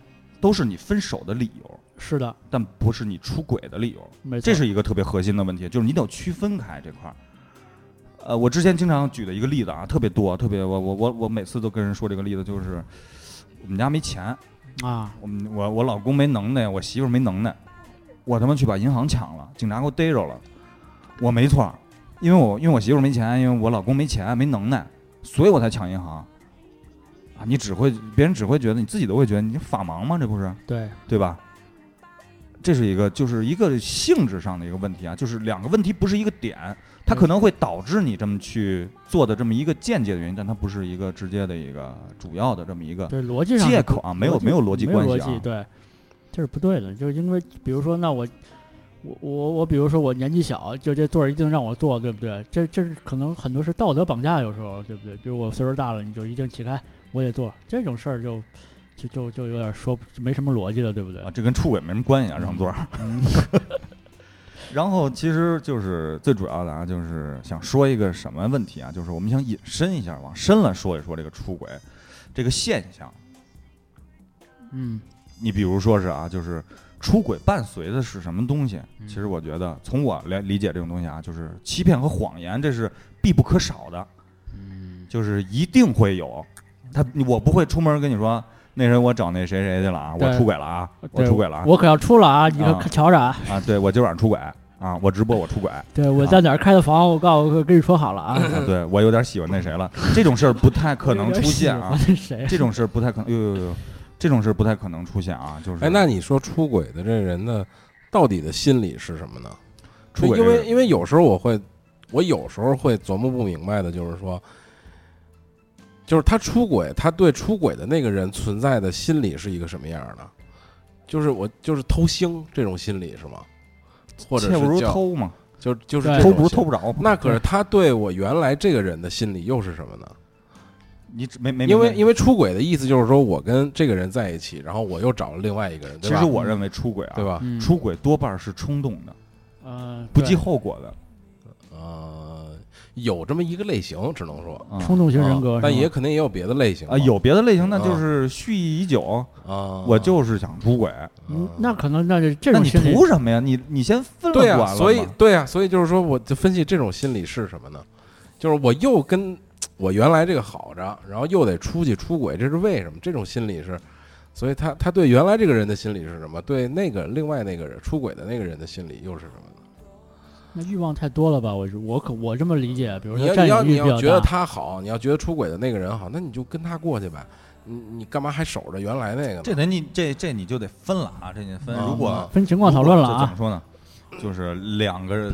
A: 都是你分手的理由，
B: 是的，
A: 但不是你出轨的理由。
B: 没错，
A: 这是一个特别核心的问题，就是你得有区分开这块儿。呃，我之前经常举的一个例子啊，特别多，特别我我我我每次都跟人说这个例子，就是我们家没钱，
B: 啊，
A: 我们我我老公没能耐，我媳妇儿没能耐，我他妈去把银行抢了，警察给我逮着了，我没错儿，因为我因为我媳妇儿没钱，因为我老公没钱没能耐，所以我才抢银行。啊，你只会别人只会觉得你自己都会觉得你法盲吗？这不是？
B: 对，
A: 对吧？这是一个，就是一个性质上的一个问题啊，就是两个问题不是一个点，它可能会导致你这么去做的这么一个间接的原因，但它不是一个直接的一个主要的这么一个。
B: 对逻辑上是
A: 借
B: 不
A: 口啊没有
B: 逻辑
A: 没有逻辑关系
B: 没有
A: 啊
B: 逻辑对，这是不对的，就是因为比如说，那我我我我比如说我年纪小，就这座儿一定让我坐，对不对？这这是可能很多是道德绑架，有时候对不对？比如我岁数大了，你就一定起开，我得坐，这种事儿就就就就有点说不没什么逻辑了，对不对
A: 啊，？这跟出轨没什么关系啊，让座儿。
B: 嗯
A: 然后其实就是最主要的啊，就是想说一个什么问题啊，就是我们想引申一下，往深了说一说这个出轨这个现象。啊
B: 嗯，
A: 你比如说是啊，就是出轨伴随的是什么东西？
B: 嗯
A: 其实我觉得，从我来理解这种东西啊，就是欺骗和谎言，这是必不可少的，
B: 嗯
A: 就是一定会有。他我不会出门跟你说，那人我找那谁谁去了啊，我
B: 对
A: 出轨了啊，我
B: 对
A: 出轨了啊，
B: 我可要出了啊，你可
A: 啊
B: 瞧着啊！
A: 啊，对我今晚上出轨啊，我直播我出轨，啊
B: 对我在哪儿开的房，我告诉我跟你说好了啊，
A: 对我有点喜欢那谁了，这种事儿不太 可能出现 啊，，
B: 谁啊？
A: 这种事儿不太可能，呦呦呦，这种事儿不太可能出现啊，就是
C: 哎，那你说出轨的这人的到底的心理是什么呢？
A: 出轨
C: 因
A: 这
C: 为
A: 个
C: 因为有时候我会，我有时候会琢磨不明白的，就是说，就是他出轨，他对出轨的那个人存在的心理是一个什么样的？就是我就是偷腥这种心理是吗？或者
A: 窃不
C: 是
A: 如
C: 叫
A: 偷嘛，
C: 就就是
B: 对
C: 这
A: 偷
C: 种
A: 不如
C: 心
A: 偷不着嘛，
C: 那可是他对我原来这个人的心理又是什么呢？
A: 你只没没
C: 因为
A: 为。
C: 因为出轨的意思就是说我跟这个人在一起，然后我又找了另外一个人，对
A: 其
C: 吧
A: 实我认为出轨啊，
C: 对吧？
B: 嗯
A: 出轨多半是冲动的，
B: 呃
A: 不
B: 对
A: 计后果的。
C: 呃，有这么一个类型，只能说，
A: 啊
B: 冲动型人格
C: 啊
B: 是吗，
C: 但也肯定也有别的类型
A: 啊，
C: 嘛
A: 有别的类型，那就
C: 啊
A: 是蓄意已久，
C: 啊，
A: 我就是想出轨。
B: 嗯，那可能那就这
A: 那
B: 种
A: 你
B: 心理
A: 图什么呀？你你先分了
C: 对
A: 管
C: 呀、
A: 了
C: 所以
A: 嘛
C: 对呀、所以就是说，我就分析这种心理是什么呢？就是我又跟我原来这个好着，然后又得出去出轨，这是为什么？这种心理是，所以他他对原来这个人的心理是什么？对那个另外那个人出轨的那个人的心理又是什么呢？
B: 那欲望太多了吧？我是我可我这么理
A: 啊
B: 解，比如
C: 你
B: 说
C: 要
B: 占
C: 你要
B: 有
C: 你
B: 欲比
C: 要
B: 较
C: 觉得
B: 大，
C: 他好，你要觉得出轨的那个人好，那你就跟他过去呗。你你干嘛还守着原来那个呢？
A: 这得你这这你就得分了啊，这你分。
C: 啊
A: 如果
B: 分情况讨论了
A: 这怎么
B: 啊。
A: 说呢？就是两个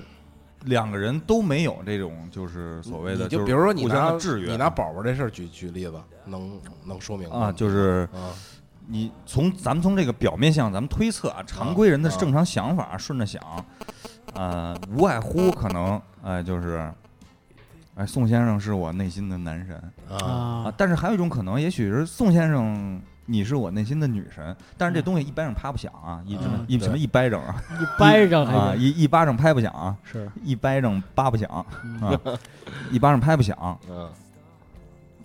A: 两个人都没有这种就是所谓的
C: 你就是比如说你
A: 互相
C: 拿
A: 的制约，
C: 你拿宝宝这事儿举举例子，能能说明
A: 啊，
C: 吗？
A: 就是
C: 啊，
A: 你从咱们从这个表面上，咱们推测啊，常规人的正常想法，顺着想，呃，无外乎可能，哎、就是，哎，宋先生是我内心的男神
C: 啊
A: 啊
B: 啊，，
A: 但是还有一种可能，也许是宋先生。你是我内心的女神，但是这
B: 嗯
A: 东西一巴掌拍不响啊，一什么
B: 嗯哎
A: 一什么
C: 对
A: 一掰掌啊，
B: 一掰着
A: 啊
B: 还是
A: 一一巴掌拍不响啊，
B: 是，
A: 一掰掌扒不响
B: 嗯
A: 啊，一巴掌拍不响。
C: 嗯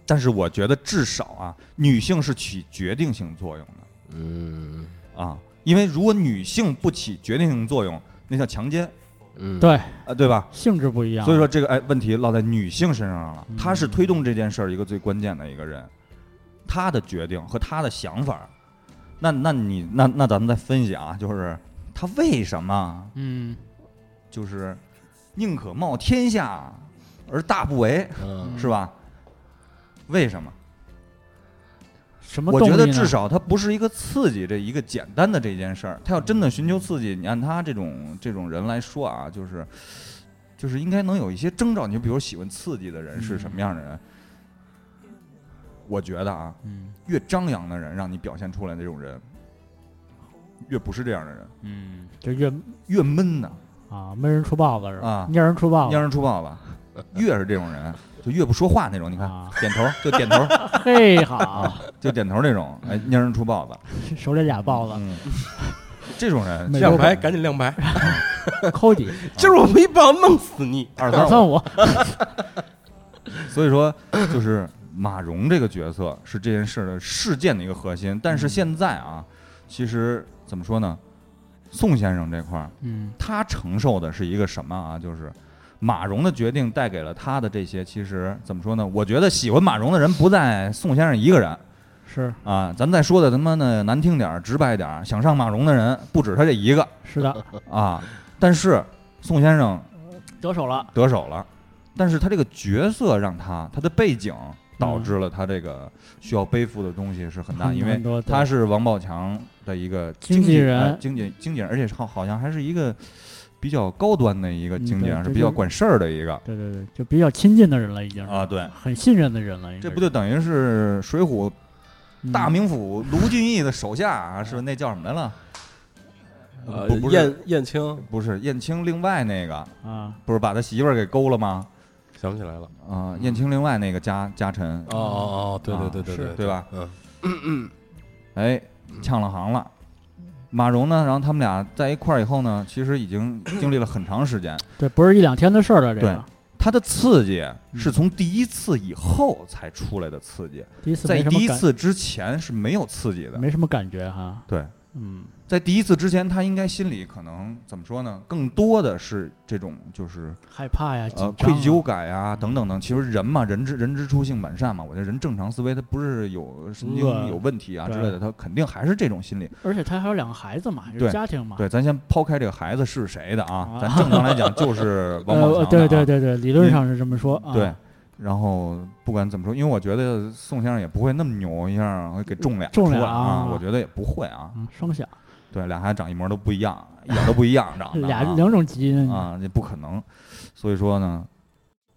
A: 但是我觉得至少啊，女性是起决定性作用的。
C: 嗯
A: 啊，因为如果女性不起决定性作用，那叫强奸
C: 嗯，
B: 对，
A: 啊、对吧？
B: 性质不一样。
A: 所以说这个哎问题落在女性身上了，
B: 嗯
A: 她是推动这件事儿一个最关键的一个人，她的决定和她的想法儿。那那你那那咱们再分析啊，就是她为什么
B: 嗯，
A: 就是宁可冒天下而大不为，
C: 嗯
A: 是吧？为什么？
B: 什么
A: 我
B: 动
A: 觉得
B: 力呢
A: 至少它不是一个刺激这一个简单的这件事儿，他要真的寻求刺激，你按他这种这种人来说啊，就是就是应该能有一些征兆。你就比如喜欢刺激的人是什么样的人？我觉得啊，
B: 嗯
A: 越张扬的人让你表现出来的这种人，越不是这样的人，
B: 嗯，就越
A: 越闷呐，
B: 啊闷人出豹子是吧？
A: 啊
B: 蔫人出豹子
A: 蔫，人出豹子，越是这种人就越不说话那种。你看，
B: 啊，
A: 点头就点头
B: 嘿好，
A: 就点头那种，哎，蔫人出豹子，
B: 手里俩豹子，
A: 嗯，这种人
B: 美
C: 亮
B: 国
C: 牌赶紧亮牌，
B: 抠底，
C: 今儿我没棒弄死你！
A: 二
B: 二
A: 三
B: 三五，
A: 所以说，就是马蓉这个角色是这件事的事件的一个核心。但是现在啊，其实怎么说呢？宋先生这块儿，
B: 嗯
A: 他承受的是一个什么啊？就是马蓉的决定带给了他的这些，其实怎么说呢？我觉得喜欢马蓉的人不在宋先生一个人
B: 是
A: 啊。咱再说的他妈的难听点儿、直白点儿，想上马蓉的人不止他这一个
B: 是的，
A: 啊。但是宋先生
B: 得手了，
A: 得手了，但是他这个角色让他他的背景导致了他这个需要背负的东西是很大，
B: 很
A: 因为
B: 嗯很多
A: 他是王宝强的一个
B: 经纪
A: 纪
B: 人
A: 哎经纪经纪人，而且是好好像还是一个比较高端的一个
B: 嗯
A: 经纪人，
B: 对
A: 是
B: 这
A: 比较
B: 就
A: 管事儿的一个
B: 对对对，就比较亲近的人了，已经，
A: 啊，对，
B: 很信任的人了，应该
A: 这
B: 是
A: 不就等于是《水浒》
B: 嗯
A: 大名府卢俊义的手下啊，是那叫什么来了？
C: 呃
A: 不不，是
C: 燕燕青
A: 不是燕啊青，另外那个
B: 啊
A: 不是把他媳妇儿给勾了吗？
C: 想不起来了。
A: 啊、燕青另外那个嘉嘉诚
C: 哦哦哦，对对对对对
A: 啊是对吧？
C: 嗯
A: 哎，呛了行了。马蓉呢，然后他们俩在一块儿以后呢，其实已经经历了很长时间。
B: 对，不是一两天的事儿了，这
A: 对
B: 个，
A: 他的刺激是从第一次以后才出来的刺激，
B: 第一次
A: 在
B: 没什
A: 第
B: 么
A: 一
B: 感，
A: 次之前是没有刺激的。
B: 没什么感觉哈，
A: 对，
B: 嗯
A: 在第一次之前，他应该心里可能怎么说呢？更多的是这种就是
B: 害怕呀，紧
A: 呃
B: 张啊
A: 愧疚，感呀、等等等。其实人嘛，人之人之初性本善嘛，我觉得人正常思维他不是有神经
B: 恶
A: 有问题啊之
B: 对
A: 类的，他肯定还是这种心理。
B: 而且他还有两个孩子嘛，有
A: 对
B: 家庭嘛，
A: 对，咱先抛开这个孩子是谁的啊，
B: 啊
A: 咱正常来讲 就是王宝强的
B: 呃，
A: 啊、
B: 对对对对，理论
A: 你
B: 上是这么说啊，
A: 对，然后不管怎么说，因为我觉得宋先生也不会那么牛一下会给种俩
B: 种俩
A: 出来啊
B: 啊
A: 我觉得也不会啊。
B: 嗯，双响，
A: 对，俩孩子长一模都不一样，一点都不一样长得
B: 俩
A: 啊
B: 两种基因，
A: 啊，这不可能。所以说呢，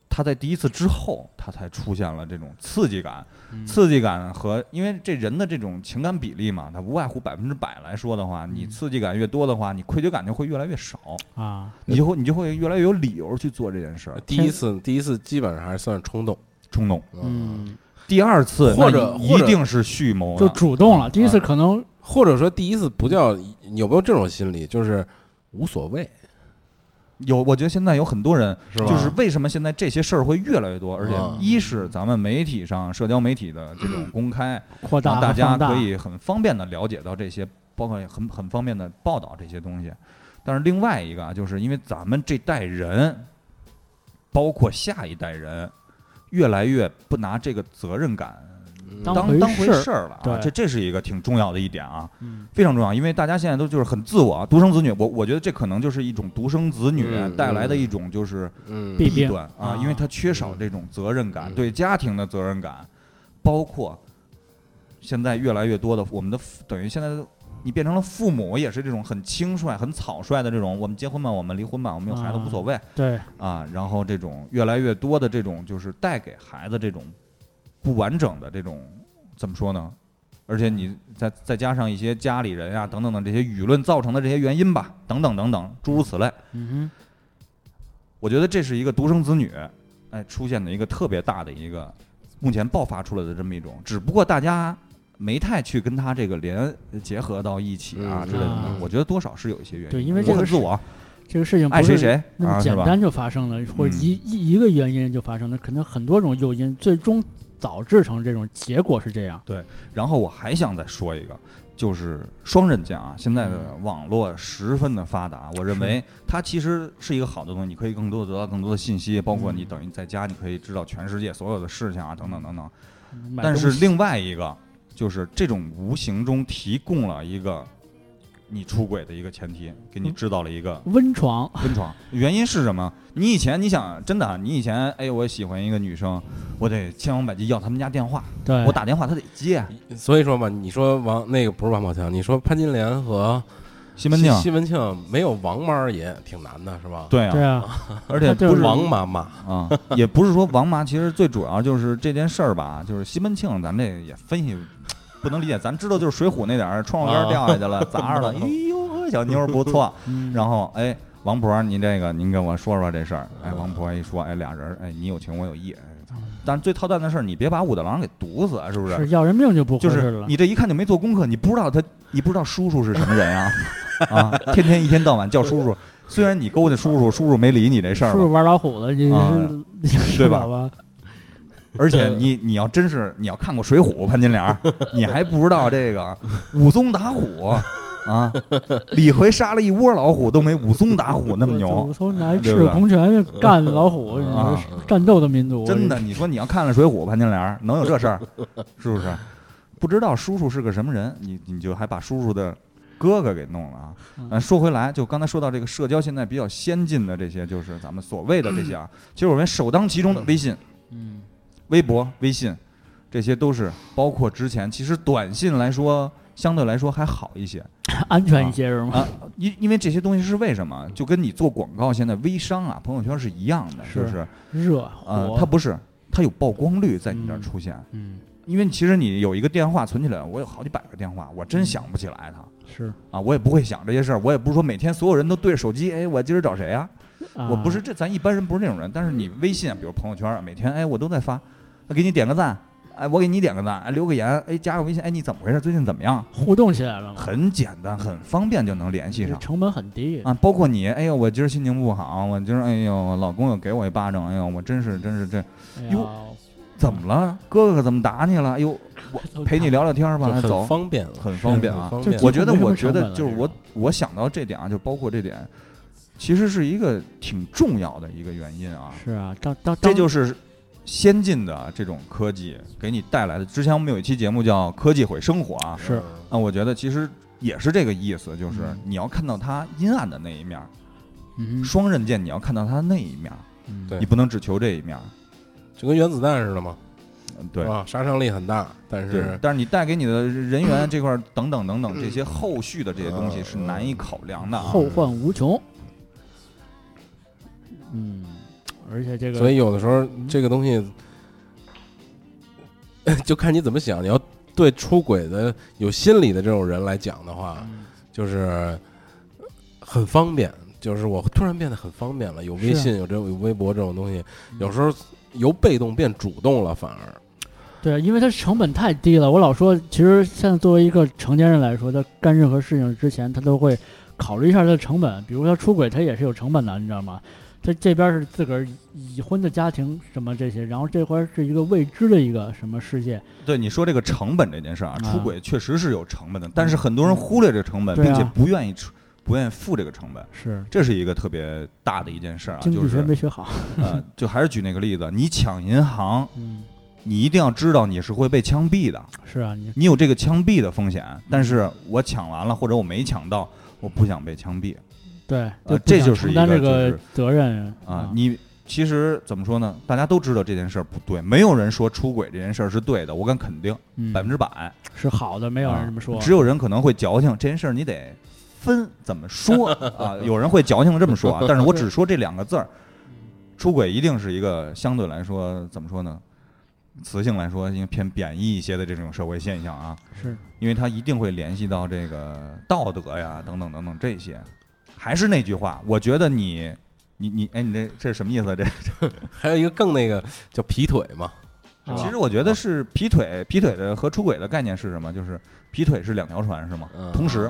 A: 他在第一次之后，他才出现了这种刺激感，
B: 嗯
A: 刺激感和因为这人的这种情感比例嘛，它无外乎百分之百来说的话，你
B: 嗯
A: 刺激感越多的话，你愧疚感就会越来越少。
B: 啊，
A: 你就会你就会越来越有理由去做这件事儿，
C: 第一次第一次基本上还是算是冲动，
A: 冲动。
B: 嗯，
A: 第二次
C: 或者
A: 那
C: 或
A: 一
C: 者
A: 定是蓄谋啊
B: 就
A: 的，
B: 主动
A: 嗯
B: 了，第一次可能
C: 或者说第一次不叫你有没有这种心理，就是无所谓，
A: 有我觉得现在有很多人，
C: 是吧？
A: 就是为什么现在这些事儿会越来越多，而且
C: 嗯
A: 一是咱们媒体上社交媒体的这种公开，
C: 嗯
B: 扩大
A: 让
B: 和
A: 大家
B: 放大
A: 可以很方便的了解到这些，包括很很方便的报道这些东西。但是另外一个啊，就是因为咱们这代人，包括下一代人，越来越不拿这个责任感
C: 嗯
B: 当
A: 当当回
B: 事儿，
A: 事儿了啊
B: 对，
A: 这这是一个挺重要的一点啊，
B: 嗯
A: 非常重要，因为大家现在都就是很自我啊，独生子女，我我觉得这可能就是一种独生子女
C: 嗯
A: 带来的一种就是
C: 嗯
B: 必
A: 弊
B: 病
A: 端啊
B: 啊，
A: 因为他缺少这种责任感，
C: 嗯
A: 对家庭的责任感，包括现在越来越多的我们的父等于现在的你变成了父母，也是这种很轻率、很草率的这种，我们结婚吧，我们离婚吧，我们有孩子
B: 啊
A: 无所谓
B: 对，
A: 啊，然后这种越来越多的这种就是带给孩子这种不完整的这种怎么说呢？而且你再再加上一些家里人呀、啊等等的这些舆论造成的这些原因吧，等等等等，诸如此类。
B: 嗯
A: 我觉得这是一个独生子女，哎，出现的一个特别大的一个，目前爆发出来的这么一种，只不过大家没太去跟他这个联结合到一起啊
C: 嗯
A: 之类的
B: 啊。
A: 我觉得多少是有一些原因。
B: 对因为
A: 我
B: 这
A: 很
B: 个
A: 自
B: 是
A: 我，
B: 哼，这个事情
A: 爱
B: 不
A: 谁
B: 是
A: 谁
B: 那么
A: 啊，
B: 简
A: 是吧？
B: 单就发生了，或者
A: 嗯
B: 一一一个原因就发生了，可能很多种诱因，最终导致成这种结果是这样。
A: 然后我还想再说一个，就是双刃剑啊，现在的
B: 嗯
A: 网络十分的发达，我认为它其实是一个好的东西，你可以更多地得到更多的信息，包括你
B: 嗯
A: 等于在家你可以知道全世界所有的事情啊，等等等等。
B: 嗯买
A: 但
B: 东
A: 是
B: 西
A: 另外一个就是这种无形中提供了一个你出轨的一个前提，给你
B: 嗯
A: 制造了一个
B: 温床，
A: 温床。原因是什么？ 你以前你想真的啊，你以前哎，我喜欢一个女生，我得千方百计要他们家电话，
B: 对
A: 我打电话她得接。啊
B: 哎
C: 所以说嘛，你说王那个不是王宝强，你说潘金莲和
A: 西门庆，
C: 西门庆没有王妈儿也挺难的，是吧？，
A: 对
B: 对
A: 啊，
B: 啊，
A: 而且
B: 他就是
A: 不是
C: 王妈妈，
A: 啊，也不是说王妈，其实最主要就是这件事儿吧，就是西门庆，咱这也分析不能理解，咱知道就是《水浒》那点儿窗户根儿掉下去了，砸着了，哎呦，小妞儿不错。
B: 嗯
A: 然后哎，王婆，您这个您跟我说说这事儿。哎，王婆一说，哎，俩人，哎，你有情我有意。哎操但是最操蛋的事儿，你别把武大郎给毒死，啊是不是？
B: 是要人命就不
A: 就
B: 合适
A: 是
B: 了。
A: 你这一看就没做功课，你不知道他，你不知道叔叔是什么人啊 啊！天天一天到晚叫叔叔，虽然你勾搭叔叔，叔叔没理你这事儿
B: 叔
A: 吧，
B: 叔玩老虎了，你
A: 啊
B: 是你是
A: 对吧
B: 吧？
A: 而且你你要真是你要看过《水浒》，潘金莲儿，你还不知道这个武松打虎啊，李逵杀了一窝老虎都没武松打虎那么牛啊
B: 我。从拿
A: 对
B: 赤
A: 不对
B: 手空拳干老虎，你
A: 啊
B: 说是战斗的民族，
A: 真的，你说你要看了《水浒》，潘金莲儿能有这事儿，是不是？不知道叔叔是个什么人，你你就还把叔叔的哥哥给弄了啊？呃，
B: 嗯
A: 说回来，就刚才说到这个社交现在比较先进的这些，就是咱们所谓的这些啊，其实我们首当其冲的微信、
B: 嗯，
A: 微博、微信，这些都是包括之前，其实短信来说相对来说还好一些，
B: 安全一些是吗？
A: 啊，因因为这些东西是为什么？就跟你做广告现在微商啊、朋友圈是一样的，
B: 是
A: 就是
B: 热
A: 呃
B: 火，，
A: 它不是它有曝光率在你这儿
B: 嗯
A: 出现。
B: 嗯
A: 因为其实你有一个电话存起来，我有好几百个电话，我
B: 嗯
A: 真想不起来它
B: 是，
A: 啊，我也不会想这些事儿，我也不是说每天所有人都对着手机，哎，我今儿找谁啊？我不是
B: 啊
A: 这，咱一般人不是那种人，但是你微信啊，比如朋友圈啊，每天哎我都在发，给你点个赞，哎我给你点个赞，哎留个言，哎加个微信，哎你怎么回事？最近怎么样？
B: 互动起来了嘛，
A: 很简单，很方便就能联系
B: 这
A: 上。
B: 成本很低，
A: 啊，包括你，哎呦，我今儿心情不好，我今儿，哎呦，我老公又给我一巴掌，哎呦，我真是，真是，这
B: 哎呀
A: 哟怎么了？哥哥怎么打你了？哎呦， 我陪你聊聊天儿吧，哎
C: 就
A: 走
C: 很，方便了，
A: 很方便啊
C: 很方
B: 就
C: 便
A: 我觉得，
B: 没什么
A: 我觉
B: 成
A: 得
B: 本了
A: 就是
B: 这
A: 我
B: 种，
A: 我想到这点啊，就包括这点，其实是一个挺重要的一个原因啊。
B: 是啊，当当
A: 这就是是先进的这种科技给你带来的。之前我们有一期节目叫《科技毁生活》啊，
B: 是
C: 嗯
A: 那我觉得其实也是这个意思，就是
B: 嗯
A: 你要看到它阴暗的那一面儿，
B: 嗯
A: 双刃剑你要看到它那一面儿，
B: 嗯
C: 对
A: 你不能只求这一面儿。
C: 就跟原子弹似的嘛，
A: 嗯对
C: 是，吧？杀伤力很大，但
A: 对
C: 是。
A: 但是你带给你的人员这块儿等等等等这些后续的这些东西是难以考量的啊。
B: 嗯呃后患无穷，嗯，而且这个
C: 所以有的时候这个东西 就看你怎么想。你要对出轨的有心理的这种人来讲的话，
B: 嗯
C: 就是很方便。就是我突然变得很方便了，有微
A: 啊
C: 信，有这种有微博这种东西，有时候由被动变主动了，反而
B: 对，因为它成本太低了。我老说，其实现在作为一个成年人来说，他干任何事情之前，他都会考虑一下他的成本。比如他出轨，他也是有成本的，你知道吗？他这边是自个儿已婚的家庭什么这些，然后这块儿是一个未知的一个什么世界，
A: 对你说这个成本这件事儿啊，
B: 啊
A: 出轨确实是有成本的，但是很多人忽略这个成本，
B: 对啊
A: 并且不愿意出，不愿意付这个成本，
B: 是
A: 这是一个特别大的一件事儿啊。
B: 经
A: 就
B: 济学
A: 是
B: 没学好。
A: 呃，就还是举那个例子，你抢银行
B: 嗯，
A: 你一定要知道你是会被枪毙的，
B: 是啊，你
A: 你有这个枪毙的风险。但是我抢完了，或者我没抢到，我不想被枪毙
B: 对，
A: 呃
B: 不
A: 这
B: 想
A: 就是
B: 承
A: 一
B: 担
A: 个
B: 这
A: 就
B: 个
A: 是
B: 责任
A: 啊。你其实怎么说呢？大家都知道这件事儿不对，没有人说出轨这件事儿是对的，我敢肯定，百分
B: 之
A: 之百。
B: 嗯是好的，没有人
A: 啊
B: 这么说，
A: 只有人可能会矫情，这件事儿你得分怎么说啊。有人会矫情的这么说 啊，但是我只说这两个字儿，
B: 嗯
A: 出轨一定是一个相对来说怎么说呢？词性来说，因为偏贬义一些的这种社会现象啊，
B: 是
A: 因为它一定会联系到这个道德呀，等等等等这些。还是那句话，我觉得你，你你，哎，你这这是什么意思啊？这
C: 还有一个更那个叫劈腿嘛，
B: 啊
A: 其实我觉得是劈腿，劈腿的和出轨的概念是什么？就是劈腿是两条船是吗？
C: 嗯
A: 同时，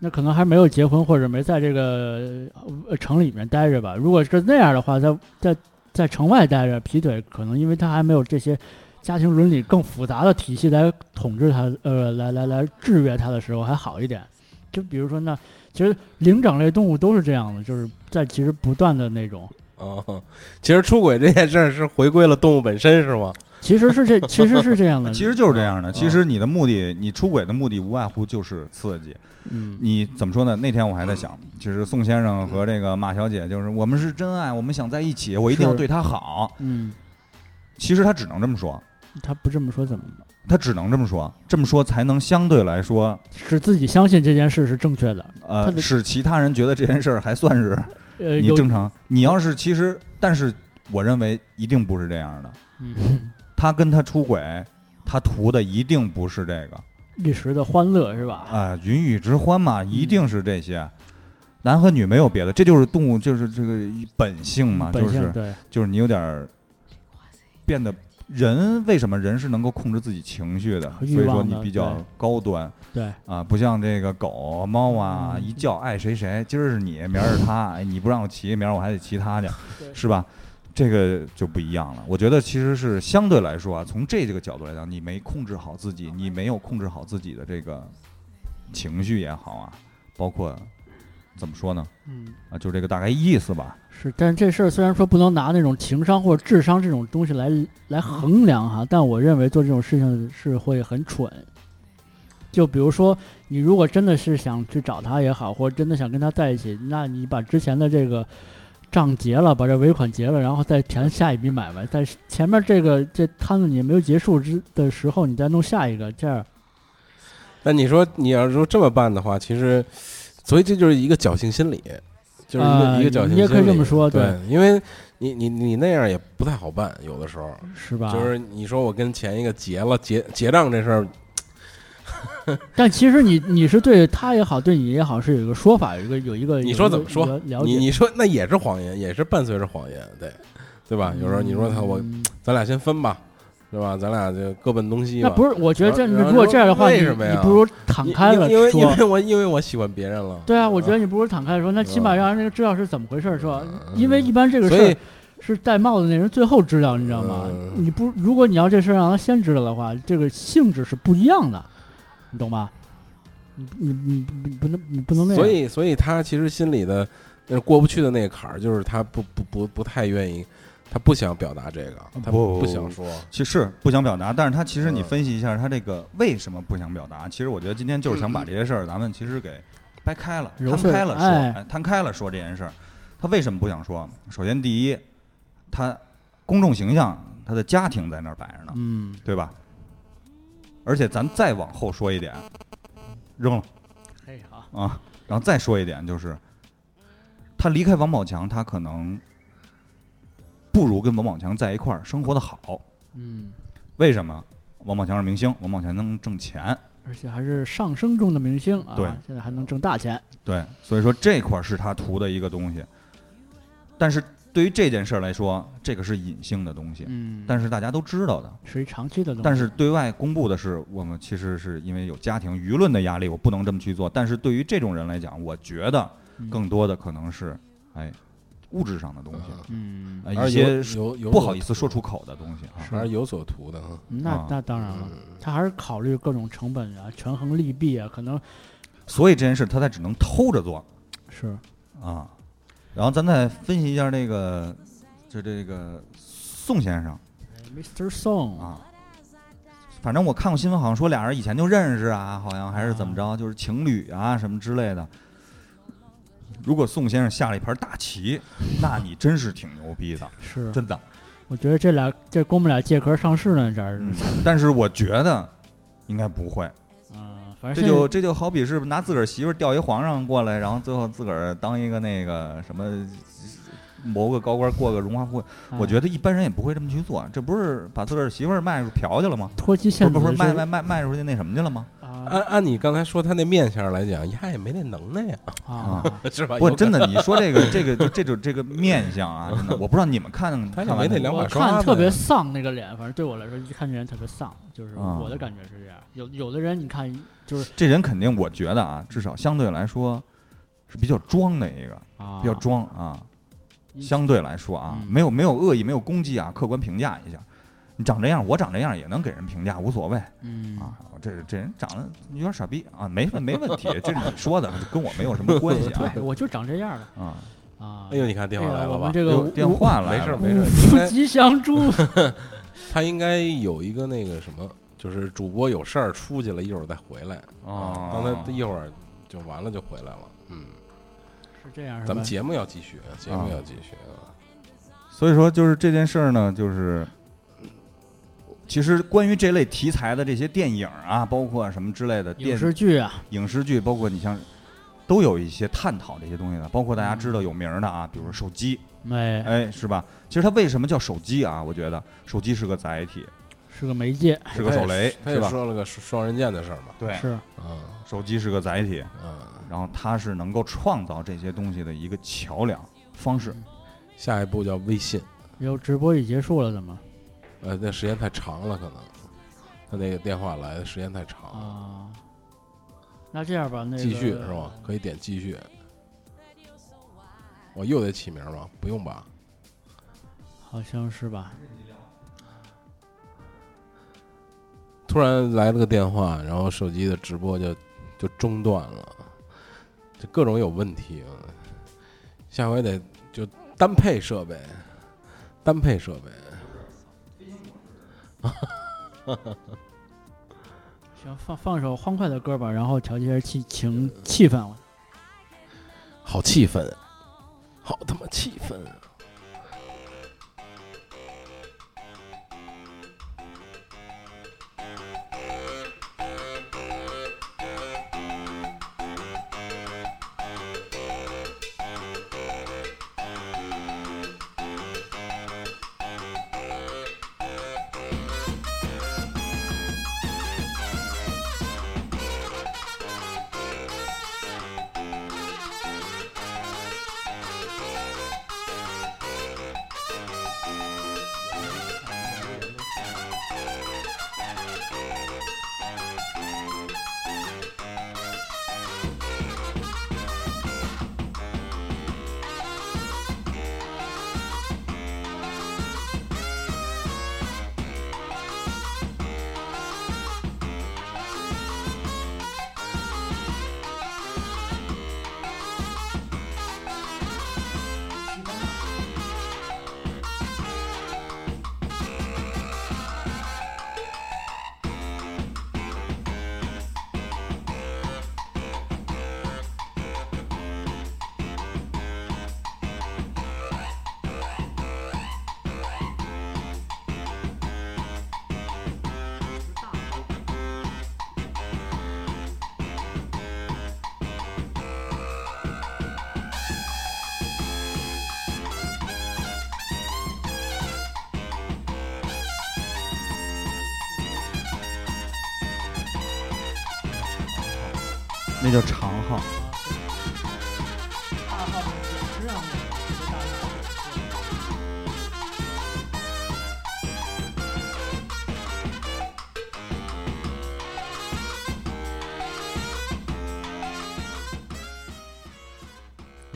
B: 那可能还没有结婚，或者没在这个呃城里面待着吧。如果是那样的话，在在在城外待着，劈腿可能因为他还没有这些家庭伦理更复杂的体系来统治他，呃，来来来制约他的时候还好一点。就比如说那，其实灵长类动物都是这样的，就是在其实不断的那种，
C: 哦，其实出轨这件事儿是回归了动物本身，是吗？
B: 其实 是这其实是这样的，
A: 其实就是这样的。
C: 嗯
A: 其实你的目的，你出轨的目的无外乎就是刺激。
B: 嗯，
A: 你怎么说呢？那天我还在想，其实宋先生和这个马小姐，就是我们是真爱，我们想在一起，我一定要
B: 是
A: 对她好。
B: 嗯，
A: 其实他只能这么说，
B: 他不这么说怎么办？
A: 他只能这么说，这么说才能相对来说，
B: 使自己相信这件事是正确的，他
A: 呃，
B: 的
A: 使其他人觉得这件事儿还算是
B: 呃，
A: 你
B: 有
A: 正常。你要是其实，但是我认为一定不是这样的。
B: 嗯
A: 他跟他出轨，他图的一定不是这个。
B: 一时的欢乐是吧？
A: 啊，云雨之欢嘛，一定是这些。男和女没有别的，这就是动物，就是这个本性嘛，
B: 本
A: 啊就
B: 性
A: 是
B: 对。
A: 就是你有点儿变得人为什么人是能够控制自己情绪的，
B: 欲
A: 所以说
B: 望
A: 你
B: 的
A: 比较高端
B: 对，
A: 啊，不像这个狗猫啊，
B: 嗯
A: 一叫爱谁谁，今儿是你，明儿是 他，哎，你不让我骑，明儿我还得骑他去，
B: 对
A: 是吧？这个就不一样了。我觉得其实是相对来说啊，从这这个角度来讲，你没控制好自己，你没有控制好自己的这个情绪也好啊，包括怎么说呢？
B: 嗯，
A: 啊，就这个大概意思吧。
B: 是，但是这事儿虽然说不能拿那种情商或者智商这种东西来来衡量哈，但我认为做这种事情是会很蠢。就比如说，你如果真的是想去找他也好，或者真的想跟他在一起，那你把之前的这个账结了，把这尾款结了，然后再谈下一笔买卖。在前面这个这摊子你没有结束之的时候，你再弄下一个，这样
C: 那你说你要说这么办的话，其实，所以这就是一个侥幸心理，就是一个、
B: 啊
C: 一个侥幸心理。
B: 你也可以这么说
C: 对，
B: 对
C: 因为你你你那样也不太好办，有的时候
B: 是吧？
C: 就是你说我跟前一个结了结结账这事儿，
B: 但其实你你是对他也好，对你也好，是有一个说法，有一个有一个
C: 你说怎么说
B: 有一个了解
C: 你你说那也是谎言，也是伴随着谎言，对对吧？啊有时候你说他我
B: 嗯
C: 咱俩先分吧，是吧？咱俩就各奔东西吧。
B: 那不是，我觉得这
C: 哎然后
B: 如果这样的话，
C: 然
B: 你
C: 后为什么呀
B: 你不如敞开了
C: 因为因为
B: 说。
C: 我因为我喜欢别人了。
B: 对啊，我觉得你不如敞开了说，那起码让人家知道是怎么回事儿，是吧？因为一般这个事
C: 嗯所以
B: 儿是戴帽子那人最后知道，你知道吗？
C: 嗯
B: 你不，如果你要这事儿让他先知道的话，这个性质是不一样的，你懂吧？你你你你不能你不能那样。
C: 所以，所以他其实心里的那过不去的那个坎儿，就是他不不不不太愿意，他不想表达这个，他
A: 不
C: 不想说。
A: 其实是不想表达，但是他其实你
C: 嗯
A: 分析一下他这个为什么不想表达，其实我觉得今天就是想把这些事儿咱们其实给掰开了、
B: 揉
A: 摊
B: 碎
A: 开
B: 了
A: 了说，
B: 哎
A: 哎摊开了说这件事儿，他为什么不想说？首先第一，他公众形象，他的家庭在那儿摆着呢，
B: 嗯，
A: 对吧？而且咱再往后说一点，扔了
B: 嘿好，
A: 啊，然后再说一点就是，他离开王宝强，他可能不如跟王宝强在一块儿生活的好。
B: 嗯，
A: 为什么？王宝强是明星，王宝强能挣钱，
B: 而且还是上升中的明星啊，
A: 对
B: 现在还能挣大钱。
A: 对，所以说这块儿是他图的一个东西。但是对于这件事儿来说，这个是隐性的东西，
B: 嗯，
A: 但是大家都知道的。
B: 是一长期
C: 嗯
B: 的东西。
A: 但是对外公布的是，我们其实是因为有家庭舆论的压力，我不能这么去做。但是对于这种人来讲，我觉得
B: 嗯
A: 更多的可能是，哎，物质上的东西，
B: 嗯，
A: 呃
C: 而
A: 一些
C: 有有
A: 不好意思说出，口的东西啊。
C: 而有所图的啊。嗯
B: 那
A: 啊
B: 那当然了，他还是考虑各种成本啊，权衡利弊啊，可能
A: 所以这件事他才只能偷着做。
B: 是
A: 啊，然后咱再分析一下那个，就这个宋先生，
B: Mr. Song
A: 啊。反正我看过新闻，好像说俩人以前就认识啊，好像还是怎么着，就是情侣啊什么之类的。如果宋先生下了一盘大棋，那你真是挺牛逼的，
B: 是，
A: 真的。
B: 我觉得这俩这哥们俩借壳上市呢，这儿，
A: 嗯，但是我觉得应该不会。
B: 嗯，反正
A: 这
B: 现在
A: 就这就好比是拿自个儿媳妇儿调一皇上过来，然后最后自个儿当一个那个什么谋个高官过个荣华富贵，我觉
B: 哎
A: 得一般人也不会这么去做。这不是把自个儿媳妇儿卖出嫖去了 吗？
B: 脱妻
A: 不
B: 献
A: 是
B: 子
A: 不是
B: 是
A: 卖卖卖卖出去那什么去了吗？
B: 啊
C: 按按你刚才说他那面相来讲，呀也没那能耐呀，
B: 啊，
C: 是吧？
A: 不，
C: 有可
A: 真
C: 能
A: 的，你说这 个这个就这种这个面相啊，真的，我不知道你们看
C: 他
A: 看
C: 就
A: 完
C: 没那
A: 没
C: 两
B: 我
C: 把刷
B: 看
C: 子。
B: 特别丧那个脸，反正对我来说，一看这人特别丧，就是
A: 啊
B: 我的感觉是这样。有有的人你看就是
A: 这人肯定，我觉得啊，至少相对来说是比较装的一个，
B: 啊，
A: 比较装啊。
B: 嗯
A: 相对来说啊，
B: 嗯
A: 没有没有恶意，没有攻击啊，客观评价一下。你长这样，我长这样也能给人评价，无所谓
B: 嗯
A: 啊。这这人长得有点傻逼啊，没问没问题，这是你说的， 跟我没有什么关系啊
B: 对，我就长这样了
A: 啊。
B: 啊。
C: 哎呦，，你看电话来
B: 我
C: 了吧
B: 们？这个
A: 有
B: 五
A: 电话来
C: 没事
A: 了，
C: 没事，应
B: 五
C: 该
B: 吉 祥猪
C: 他应该有一个那个什么，就是主播有事儿出去了，一会儿再回来。
A: 哦
C: 刚才一会儿就完了就回来了。嗯，
B: 是这样是吧？
C: 咱们节目要继续，节目要继续啊。
A: 所以说，就是这件事儿呢，就是其实关于这类题材的这些电影啊，包括什么之类的
B: 影
A: 电
B: 视剧啊，
A: 影视剧，包括你像都有一些探讨这些东西的，包括大家知道有名儿的啊，比如说手机，
B: 哎，
A: 哎，是吧？其实它为什么叫手机啊？我觉得手机是个载体，
B: 是个媒介，
A: 是个手雷，
C: 他
A: 是
C: 也
A: 吧？
C: 说了个双双刃剑的事儿嘛。
A: 对，
B: 是
C: 嗯
A: 手机是个载体，
C: 嗯，
A: 然后它是能够创造这些东西的一个桥梁方式。
C: 下一步叫微信。
B: 有直播已结束了的吗？
C: 呃，那时间太长了，可能他那个电话来的时间太长了。
B: 啊，那这样吧，那个
C: 哦继续是吧？？可以点继续。我又得起名吗？不用吧？
B: 好像是吧？
C: 突然来了个电话，然后手机的直播就就中断了，这各种有问题啊。下回得就单配设备，单配设备。
B: 行，放放首欢快的歌吧，然后调节一下气情气氛。
C: 好气氛，好他妈气氛啊！
A: 那叫长号。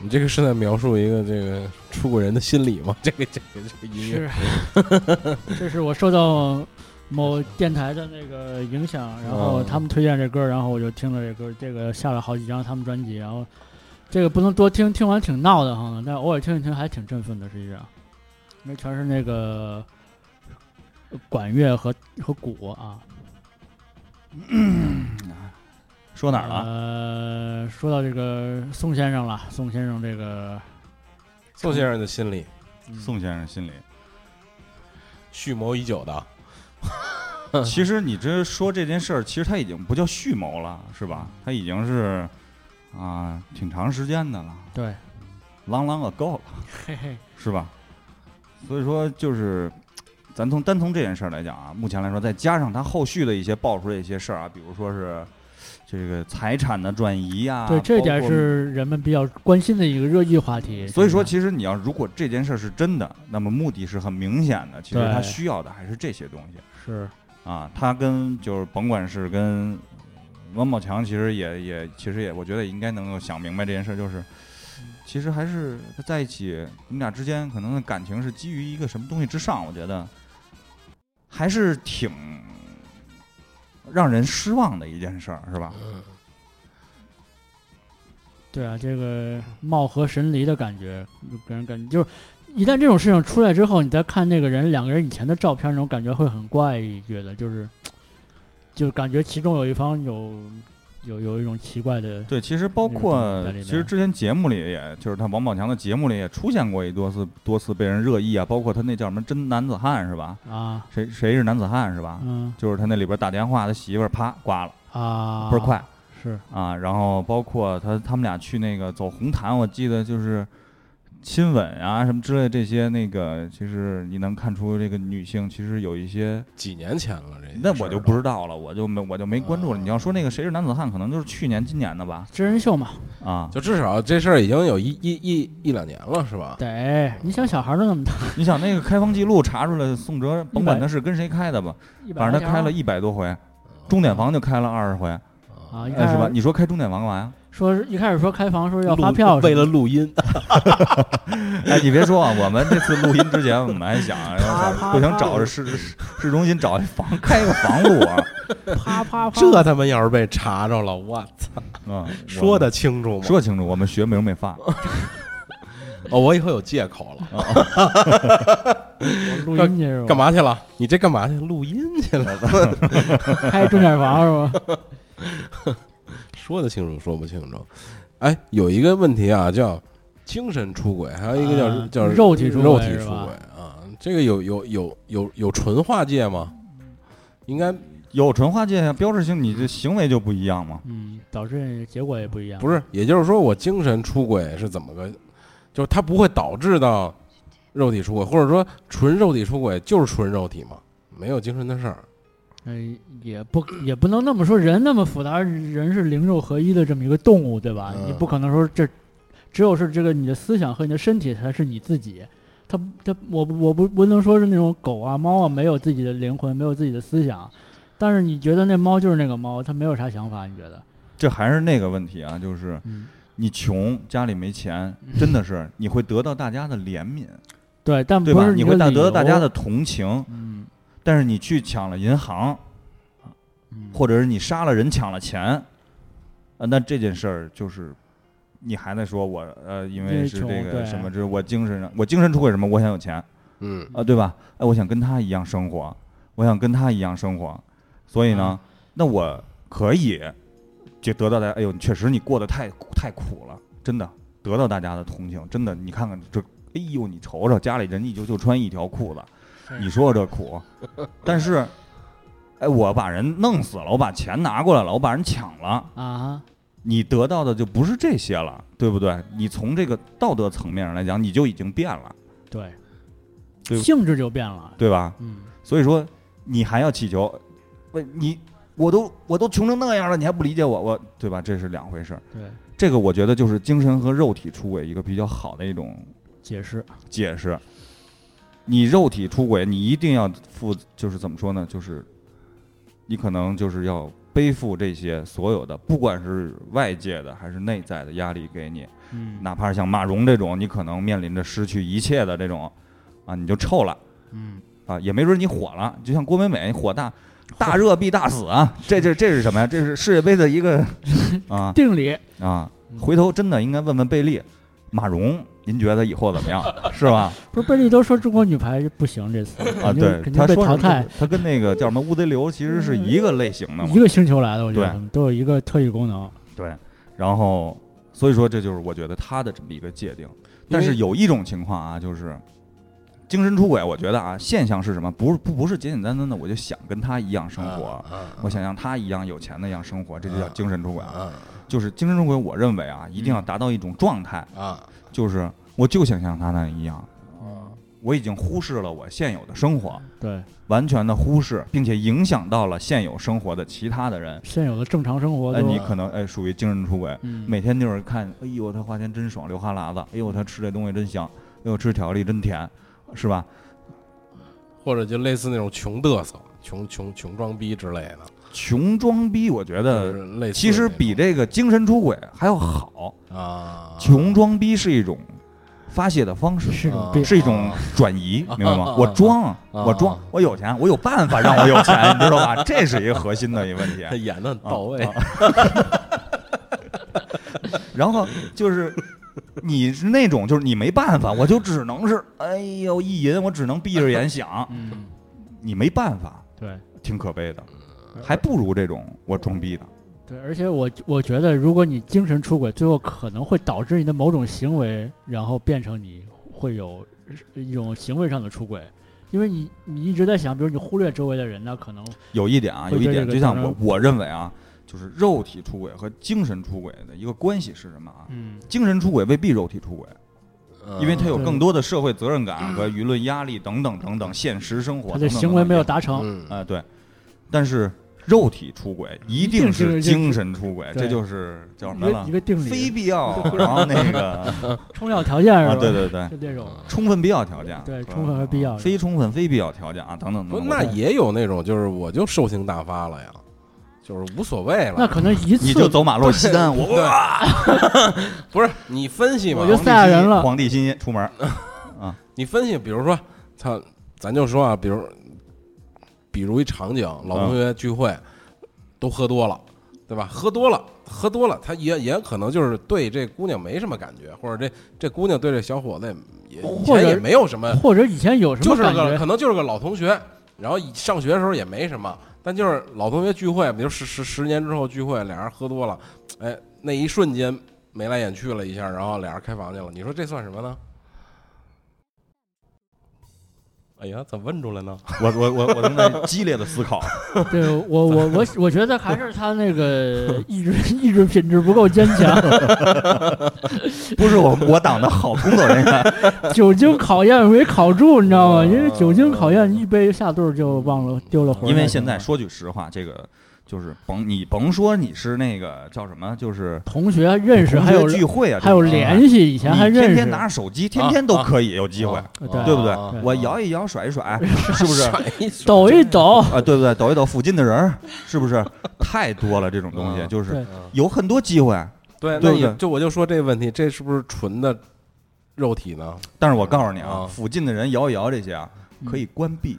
C: 你这个是在描述一个这个出国人的心理吗？ 这个这个这个音乐
B: 是，这是 我受到某电台的那个影
A: 啊
B: 响，然后
C: 嗯
B: 他们推荐这歌，然后我就听了这歌，这个下了好几张他们专辑，然后这个不能多听，听完挺闹的哈，但偶尔听一听还挺振奋的，实际上，因为全是那个管乐和和鼓啊。
A: 说哪儿啊了？
B: 呃，说到这个宋先生了，宋先生这个
C: 宋先生的心里
A: 宋先生心里，
C: 蓄谋已久的，
A: 其实你这说这件事儿，其实他已经不叫蓄谋了，是吧？他已经是啊，挺长时间的了
B: 对，
A: ，long long ago 了，
B: 嘿嘿，
A: 是吧？所以说，就是咱从单从这件事儿来讲啊，目前来说，再加上他后续的一些爆出的一些事儿啊，比如说是这个财产的转移啊，
B: 对，这
A: 包
B: 点
A: 括
B: 是人们比较关心的一个热议话题。
A: 所以说，
B: 真的
A: 其实你要如果这件事是真的，那么目的是很明显的。其实
B: 对
A: 他需要的还是这些东西
B: 是
A: 啊。他跟就是甭管是跟王宝强，其实也也其实也，我觉得应该能够想明白这件事，就是其实还是在一起，你们俩之间可能的感情是基于一个什么东西之上，我觉得还是挺让人失望的一件事儿，是吧？
C: 嗯
B: 对啊，这个貌合神离的感觉，给人感觉就是，一旦这种事情出来之后，你再看那个人两个人以前的照片，那种感觉会很怪异，觉得就是，就是感觉其中有一方有有有一种奇怪的，
A: 对，其实包
B: 那个
A: 括
B: 东西在里
A: 其实
B: 面
A: 之前节目里也，就是他王宝强的节目里也出现过一多次多次被人热议啊，包括他那叫什么真男子汉是吧？
B: 啊，
A: 谁谁是男子汉是吧？
B: 嗯
A: 就是他那里边打电话，他媳妇儿啪挂了，
B: 啊，
A: 倍儿快
B: 是
A: 啊。然后包括他他们俩去那个走红毯，我记得就是亲吻啊什么之类这些那个，其实你能看出这个女性其实有一些，
C: 几年前了这。
A: 那我就不知道了，我就没我就没关注了。你要说那个谁是男子汉，可能就是去年今年的吧？
B: 真人秀嘛，
A: 啊，
C: 就至少这事儿已经有一一一一两年了，是吧？
B: 得，你想小孩儿都那么大，
A: 你想那个开房记录查出来，宋哲甭管他是跟谁开的吧，
B: 一百
A: 反正
B: 来
A: 他
B: 条
A: 开了一百多回，钟点房就开了二十回，
B: 啊，一
A: 呃
B: 开
A: 是吧？
B: 始
A: 你说开钟点房干嘛呀？
B: 说一开始说开房说要发
C: 录
B: 票什么的，
C: 为了录音，
A: 哎，你别说啊，我们这次录音之前，我们还想
B: 啪啪
A: 不行
B: 啪
A: 找着市市市中心找一房开个房录 啊，
B: 啪啪啪，
C: 这他妈要是被查着了，我操，
A: 嗯，
C: 说得清楚吗？
A: 说清楚，我们学美容美 发，
C: 哦，我以后有借口了。
A: 啊
B: 我录音去是吧？
C: 干嘛去了？你这干嘛去？录音去了？
B: 开钟点房是吧？
C: 说得清楚，说不清楚。哎，有一个问题啊，叫精神出轨，还有一个叫、
B: 啊
C: 叫
B: 肉体出轨
C: 肉体
B: 是
C: 出
B: 吧
C: 轨啊。这个有有有有有纯化界吗？应该
B: 嗯
A: 有纯化界啊标志性，你这行为就不一样嘛。
B: 嗯，导致结果也不一样。
C: 不是，也就是说，我精神出轨是怎么个？就是它不会导致到肉体出轨，或者说纯肉体出轨就是纯肉体嘛，没有精神的事儿。
B: 嗯，也不也不能那么说，人那么复杂，人是灵肉合一的这么一个动物，对吧？
C: 嗯
B: 你不可能说这只有是这个你的思想和你的身体才是你自己。它它我不我不不能说是那种狗啊猫啊没有自己的灵魂，没有自己的思想。但是你觉得那猫就是那个猫，它没有啥想法，你觉得？
A: 这还是那个问题啊，就是
B: 嗯，
A: 你穷，家里没钱，真的 是你会得到大家的怜悯，
B: 对，但
A: 对
B: 不
A: 吧？
B: 是
A: 你
B: 一
A: 会
B: 个
A: 得
B: 理
A: 到大家
B: 由
A: 的。同情，
B: 嗯
A: 但是你去抢了银行，
B: 嗯，
A: 或者是你杀了人抢了钱，呃，那这件事儿就是你还在说我呃，因
B: 因
A: 为
B: 为
A: 是
B: 穷
A: 这个
B: 对
A: 什么，这我精神上我精神出轨什么，我想有钱啊、
C: 嗯，
A: 呃对吧？哎、我想跟他一样生活，我想跟他一样生活，所以呢，那我可以就得到大家，哎呦，确实你过得太苦太苦了，真的得到大家的同情，真的，你看看这。哎呦，你瞅瞅，家里人一就就穿一条裤子，你说这苦，但是，哎，我把人弄死了，我把钱拿过来了，我把人抢了，
B: 啊哈，
A: 你得到的就不是这些了，对不对？你从这个道德层面上来讲，你就已经变了，
B: 对，
A: 对
B: 性质就变了。
A: 对吧？
B: 嗯，
A: 所以说，你还要祈求，不，你我都我都穷成那样了，你还不理解我，我对吧？这是两回事儿。
B: 对，
A: 这个我觉得就是精神和肉体出轨一个比较好的一种
B: 解释。
A: 解释。你肉体出轨，你一定要负，就是怎么说呢？就是你可能就是要背负这些所有的，不管是外界的还是内在的压力给你，
B: 嗯，
A: 哪怕是像马蓉这种，你可能面临着失去一切的这种，啊，你就臭了
B: 嗯，
A: 啊，也没准你火了，就像郭美美火大，大热必大死啊，这这这是什么呀？ 这是世界杯的一个啊
B: 定理。
A: 啊，回头真的应该问问贝利，马蓉，您觉得以后怎么样？是 吧？
B: 不是贝利都说中国女排不行，这次
A: 啊，
B: 肯定
A: 对
B: 肯，定
A: 他
B: 被
A: 说
B: 淘
A: 什么
B: 汰，嗯
A: 他跟那个叫什么乌贼流其实是一个类型的嘛
B: 一。个星球来的，我觉
A: 对
B: 得都有一个特异功能。
A: 对，然后所以说这就是我觉得他的这么一个界定。但是有一种情况啊，就是精神出轨，我觉得啊现象是什么？不是不不是简简单单的我就想跟他一样生活，
C: 啊
A: 我想像他一样有钱那样生活，这就叫
C: 啊
A: 精神出轨。
C: 啊
A: 就是精神出轨，我认为啊，一定要达到一种状态，
C: 啊
A: 就是我就想像他那一样，
B: 嗯，
A: 我已经忽视了我现有的生活，
B: 对，
A: 完全的忽视，并且影响到了现有生活的其他的人。
B: 现有的正常生活
A: 哎，
B: 都
A: 你可能哎属于精神出轨，
B: 嗯
A: 每天就是看，哎呦他花钱真爽，流哈喇子，哎呦他吃这东西真香，哎呦吃巧克力真甜，是吧？
C: 或者就类似那种穷嘚瑟、穷穷穷装逼之类的，
A: 穷装逼，我觉
C: 就
A: 得
C: 是类似
A: 其实
C: 那
A: 比
C: 种
A: 这个精神出轨还要好。
C: 啊
A: 穷装逼是一种发泄的方式，
B: 是种
C: 啊
B: 病，
A: 嗯是一种转移，明白吗？我装啊，
C: 啊
A: 我装
C: 啊，
A: 我有钱，我有办法让我有钱，你知道吧？这是一个核心的一个问题。
C: 他 演的到位
A: 啊然后就是你是那种，就是你没办法，我就只能是，哎呦意淫，我只能闭着眼想，
B: 嗯，
A: 你没办法，
B: 对
A: 挺可悲的，还不如这种我装逼的。
B: 对，而且我我觉得，如果你精神出轨，最后可能会导致你的某种行为，然后变成你会有一种行为上的出轨。因为你你一直在想，比如你忽略周围的人，那可能
A: 有一点啊，有
B: 会对
A: 一点，
B: 这个
A: 就像
B: 造
A: 我
B: 成
A: 我认为啊，就是肉体出轨和精神出轨的一个关系是什么啊？
B: 嗯
A: 精神出轨未必肉体出轨，
C: 嗯
A: 因为他有
B: 对嗯
A: 更多的社会责任感和舆论压力等等等等，现实生活
B: 他
A: 等
B: 的
A: 等等等
B: 行为没有
A: 也
B: 达成，
C: 嗯
A: 哎，对，但是肉体出轨一定是
B: 一定是
A: 精神出轨，
B: 对
A: 这就是叫什
B: 一
A: 么
B: 个
A: 了
B: 一？个定
A: 非
B: 理，
A: 必 要，然后那个
B: 充要条件是吧？
A: 啊，对对对，
B: 就这
C: 嗯
B: 种，
A: 充分必要条件，
B: 对
A: 是吧
B: 充分和必要
A: 非充分非必要条件啊，等等
C: 不
A: 等等。
C: 那
A: 我
C: 也有那种就是我就兽性大发了呀，就是无所谓了。
B: 那可能一次
A: 你就走马路西单，我
C: 对
A: 哇
C: 不是你分析嘛
B: 我？就吓人了
A: 皇帝新衣出门儿，
C: 你分析，比如说，他，咱就说啊，比如，比如一场景，老同学聚会，都喝多了，对吧？喝多了，喝多了，他也也可能就是对这姑娘没什么感觉，或者这这姑娘对这小伙子也也以
B: 或
C: 前
B: 者
C: 也没有什么，
B: 或者以前有什
C: 就
B: 么
C: 是
B: 感
C: 个
B: 觉，
C: 可能就是个老同学，然后以上学的时候也没什么，但就是老同学聚会，比如十十十年之后聚会，俩人喝多了，哎，那一瞬间眉来眼去了一下，然后俩人开房去了，你说这算什么呢？哎呀，咋问出来呢？
A: 我我我我正在激烈的思 考，
B: 对我我我我觉得还是他那个 意志意志品质不够坚强，
A: 不是我我党的好工作人员，
B: 酒精考验没考住，你知
A: 呃
B: 道吗？因为酒精考验
C: 嗯
B: 一杯下肚就忘了丢了魂儿了。
A: 因为现在说句实话，这个就是甭你甭说你是那个叫什么，就是
B: 同学认识
A: 同
B: 还有
A: 学聚会啊，
B: 还有
A: 这种啊
B: 联系，以前还
A: 你
B: 认
A: 天
B: 识，
A: 天拿着手机，天天都可以有机会，
B: 对
A: 对不对
C: 啊
A: 我摇一摇，甩一甩，是不是？
C: 甩一甩
B: 抖一 抖，
A: 啊，对不对？抖一抖附近的人儿，是不是？太多了，这种东西
C: 嗯
A: 就是
B: 对
A: 有很多机会。
C: 对，
A: 对
C: 那
A: 不
C: 你
A: 对
C: 就我就说这个问题，这是不是纯的肉体呢？
A: 但是我告诉你啊，
C: 嗯
A: 附近的人摇一摇这些啊，可以关闭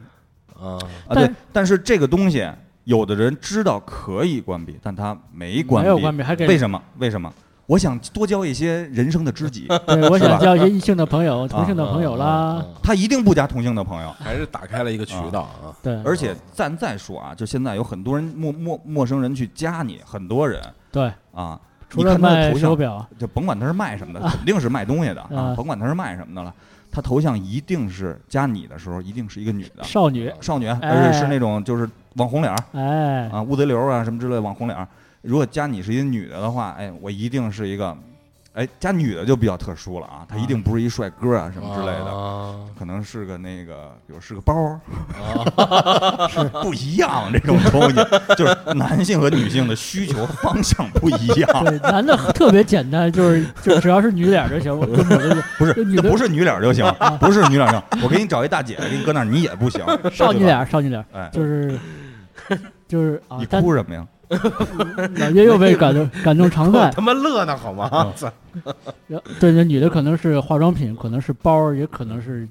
A: 啊。
C: 啊，
B: 但
A: 对，但是这个东西，有的人知道可以关闭，但他没关
B: 没有关
A: 闭。
B: 闭，还给
A: 为什么？为什么？我想多交一些人生的知 己，
B: 对，我
A: 是吧
B: 想交一些异性的朋友、同性的朋友
C: 啊
B: 啦，，
C: 啊
A: 他一定不加同性的朋
B: 哎
A: 友。
C: 还是打开了一个渠道啊。
B: 对
A: 而且咱再说啊，就现在有很多人陌陌陌生人去加你，很多人
B: 对，
A: 啊，
B: 除
A: 你
B: 了
A: 看他
B: 卖
A: 的头
B: 手
A: 像，啊
B: 表，
A: 就甭管他是卖什 么的，肯定是卖东西的啊
B: 啊，
A: 甭管他是卖什么的了，他头像一定是加你的时候，一定是一个女的
B: 少女，
A: 少女，啊而
B: 哎
A: 且是那种就是网红脸儿
B: 哎，
A: 啊，乌贼流啊什么之类的网红脸儿。如果加你是一个女的的话，哎，我一定是一个，哎，加女的就比较特殊了啊，他一定不是一帅哥啊什么之类的。
C: 的，
A: 可能是个那个，比如是个包儿，
C: 啊
A: 不一样这种东西，就是男性和女性的需求方向不一 样。
B: 对，男的特别简单，就是就只要是女脸儿就行，我跟女的
A: 不是
B: 就，女
A: 这
B: 的啊
A: 不是女脸儿就行，不是女脸儿就行。我给你找一大姐，给你搁那儿，你也不行。
B: 少女
A: 对吧
B: 脸，儿，少女脸儿，
A: 哎，
B: 就是就是啊
A: 你，
B: 但
A: 哭什么呀？
B: 老岳又被感动感动常 在。
C: 他妈乐呢好
B: 嗯
C: 吗？
B: 然后对，那女的可能是化妆品，可能是包儿，也可能是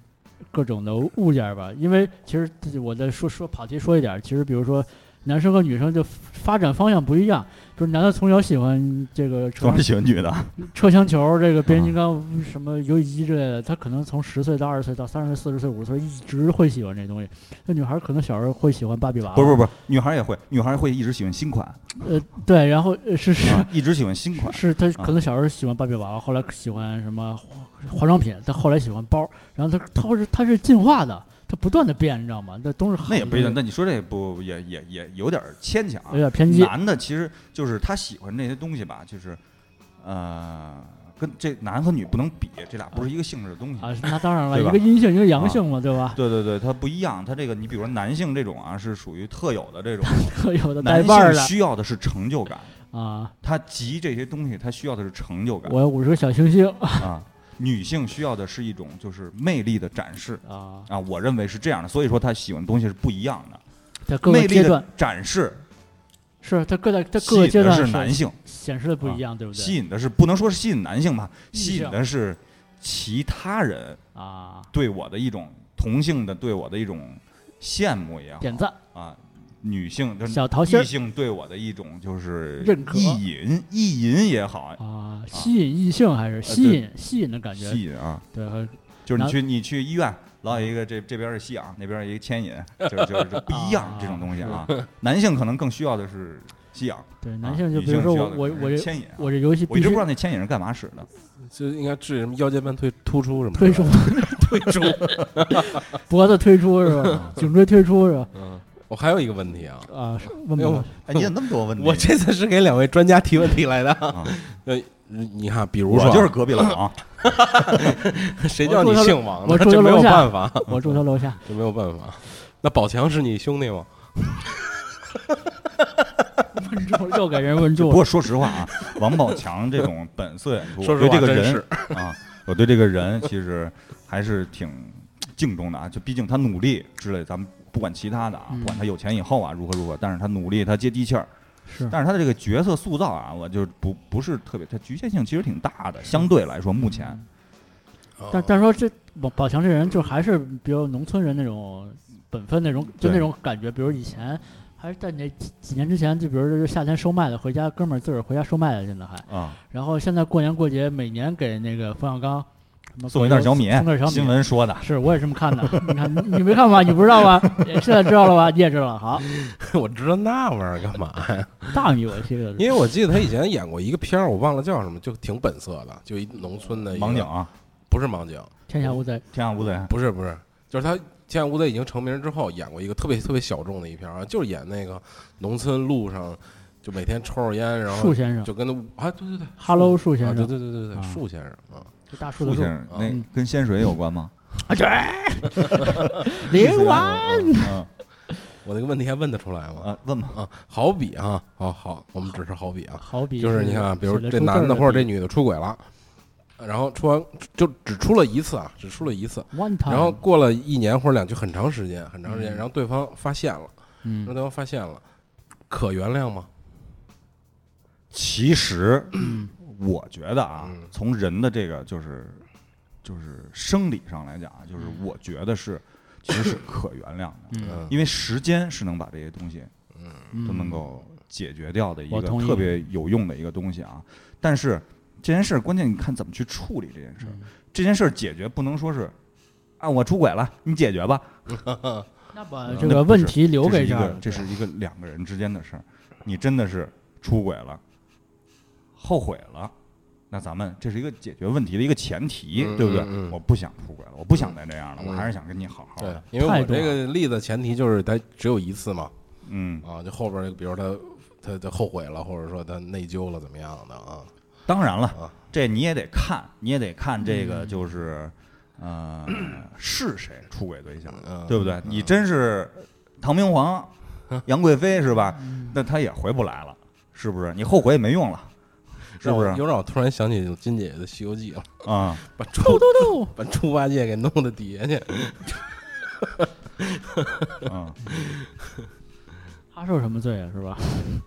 B: 各种的物件儿吧。因为其实自己我再说说跑题说一点儿，其实比如说男生和女生就发展方向不一样。就是男的从小喜欢这个车
A: 专门喜欢女的，
B: 啊车厢球、这个
A: 啊
B: 变形金刚、什么游戏机之类的，他可能从十岁到二十岁到三十岁、四十岁、五十岁一直会喜欢这东西。那女孩可能小时候会喜欢芭比娃娃，
A: 不是不是不是，女孩也会，女孩会一直喜欢新款，
B: 呃对，然后呃是是
A: 啊一直喜欢新款，
B: 是他可能小时候喜欢芭比娃娃，后来喜欢什么化化妆品，他后来喜欢包，然后他他是他是进化的，他不断的变，你知道吗？那都是好
A: 那也不一定。
B: 的
A: 那你说这不也也也有点牵强啊
B: 有？点偏激，
A: 男的其实就是他喜欢这些东西吧，就是呃，跟这男和女不能比，这俩不是一个性质的东西。
B: 啊，那当然了，
A: 对吧
B: 一个阴性，一个阳性嘛，对吧？
A: 对对对，它不一样。它这个，你比如说男性这种啊，是属于特有的这 种，
B: 特有的带
A: 啊男
B: 把儿
A: 性
B: 的
A: 需要的是成就感，
B: 啊，
A: 他集这些东西，他需要的是成就感
B: 我有五十个小星星
A: 啊。女性需要的是一种就是魅力的展示
B: 啊，
A: 啊，我认为是这样的。所以说，他喜欢的东西是不一样的。
B: 在各
A: 魅
B: 个
A: 力
B: 阶段
A: 的展示
B: 是他各在他
A: 吸
B: 各个
A: 引
B: 阶
A: 的
B: 段
A: 是男性，
B: 显示的不一样，对不
A: 啊吸
B: 对？
A: 引的是不能说是吸引男性吧，
B: 异
A: 吸引
B: 性
A: 的是其他人
B: 啊，
A: 对我的一种同性的对我的一种羡慕也好
B: 点赞，
A: 啊，女性就是
B: 小桃心儿
A: 异性对我的一种就是
B: 认可
A: 意淫，意淫也好，
B: 啊，吸引异性还是吸
A: 对
B: 引吸引的感觉？
A: 吸引啊，
B: 对，和
A: 就是你
B: 男
A: 去你去医院，老有一个这这边是吸氧，那边有一个牵引，就是就是就不一样
B: 啊
A: 这种东西啊。男性可能更需要的是吸氧，
B: 对
A: 啊
B: 男性就
A: 女
B: 比如说
A: 需
B: 我
A: 要的
B: 我
A: 可能
B: 我
A: 是
B: 这
A: 牵引啊，
B: 我这游戏
A: 我一
B: 必
A: 直
B: 须
A: 不知道那牵引是干嘛使的，
C: 就应该治什么腰间盘突突出什么
B: 推出推出脖子推出是 吧？颈椎推出是吧？
C: 嗯， 我还有一个问题啊，
B: 啊，是问
C: 哎 呦
B: 吧
A: 哎，你有那么多问题？
C: 我这次是给两位专家提问题 来的
A: 啊。
C: 呃，你看，比如
A: 我
C: 说啊，
A: 就是隔壁老 王，
C: 谁叫你姓王呢？
B: 我住他
C: 这没有
B: 楼下
C: 办法，
B: 我住他 楼下，
C: 这没有办法。那宝强是你兄弟吗？
B: 问住了又给人问
A: 不
B: 住了
A: 过说实话啊， 王宝强这种本色 演出，
C: 说
A: 我
C: 实
A: 对
C: 话
A: 这个
C: 真
A: 人
C: 是
A: 啊，我对这个人其实还是挺敬重的啊。就毕竟他努力之类，咱们不管其他的啊，
B: 嗯
A: 不管他有钱以后啊如何如何，但是他努力，他接地气儿。
B: 是
A: 但是他的这个角色塑造啊，我就不不是特别，他局限性其实挺大的，相对来说目前。
B: 嗯但但说这宝宝强这人就还是比如农村人那种本分那种，就
A: 对
B: 那种感觉。比如以前还是在那几几年之前，就比如说夏天收麦的，回家哥们儿自个儿回家收麦的，现在还。
A: 啊，
B: 然后现在过年过节每年给那个冯小刚什么
A: 送一袋小米
B: 送袋小，米
A: 新闻说的，
B: 是我也这么看的。 你看你你没看吧？你不知 道吧？现在知道了吧？你也知道了。好，
C: 我知道那玩意儿干嘛呀？
B: 大米我记得
C: 因为我记得他以前演过一个片儿，我忘了叫什么，就挺本色的，就一农村的一个
A: 盲井，啊，
C: 不是盲井，
B: 天下无贼
A: 天下无贼，
C: 不是不是，就是他《天下无贼》已经成名之后，演过一个特别特别小众的一片儿啊，就是演那个农村路上，就每天抽着烟，然后
B: 树先生
C: 就跟那啊，对对对
A: 嗯
B: ，Hello 树先
C: 啊，对
B: 生，
C: 对对对对，
B: 啊
C: 树先生啊，
B: 就大树啊
A: 陆
B: 的
A: 先
B: 树，
A: 生那
B: 嗯
A: 跟仙水有关吗？
B: 灵
A: 啊
B: 丸
A: 丸
C: 我那个问题还问得出来吗？
A: 啊，嗯问吧，
C: 啊，好比啊，好好，我们只是好比啊，
B: 好比
C: 就是你看啊，比如
B: 写得
C: 这
B: 出字
C: 男
B: 儿
C: 的
B: 的
C: 或者这
B: 比
C: 女的出轨了，然后出完就只出了一次啊，只出了一次，
B: one time，
C: 然后过了一年或者两，就很长时间，很长时间，
B: 嗯
C: 然后对方发现了，
B: 嗯
C: 让对方发现了，可原谅吗？
A: 其实，我觉得啊
C: 嗯，
A: 从人的这个就是就是生理上来讲啊，就是我觉得是其实是可原谅的，
B: 嗯
A: 因为时间是能把这些东西
B: 嗯
A: 都能够解决掉的一
B: 我
A: 个
B: 同意
A: 特别有用的一个东西啊。但是这件事儿，关键你看怎么去处理这件事
B: 嗯
A: 儿。这件事儿解决不能说是啊，我出轨了，你解决吧，
B: 那把
A: 嗯
B: 这
A: 那
B: 个
A: 不是
B: 问题留
A: 这
B: 给
A: 是一
B: 这儿
A: 个
B: 了，
A: 这是一个两个人之间的事儿。你真的是出轨了，后悔了，那咱们这是一个解决问题的一个前提，
C: 嗯
A: 对不对？
C: 嗯嗯
A: 我不想出轨了，我不想再这样了，
C: 嗯
A: 我还是想跟你好好
C: 对
A: 的。，
C: 因为
B: 态
C: 我
B: 度
C: 这个例子前提就是他只有一次嘛，
A: 嗯，
C: 啊，就后边儿比如他他他后悔了，或者说他内疚了怎么样的啊，
A: 当然了
C: 啊，嗯
A: 这你也得看，你也得看这个就是， 呃，是谁出轨对象，
C: 嗯，
A: 对不对？你真是唐明皇、杨贵妃是吧？
C: 嗯
A: 那他也回不来了，是不是？你后悔也没用了，是
C: 让
A: 不
C: 我
A: 是？
C: 又让我突然想起金姐姐的《西游记》了，
A: 啊、
C: 把猪把猪八戒给弄到底下去，
A: 嗯
B: 他受什么罪啊？是吧？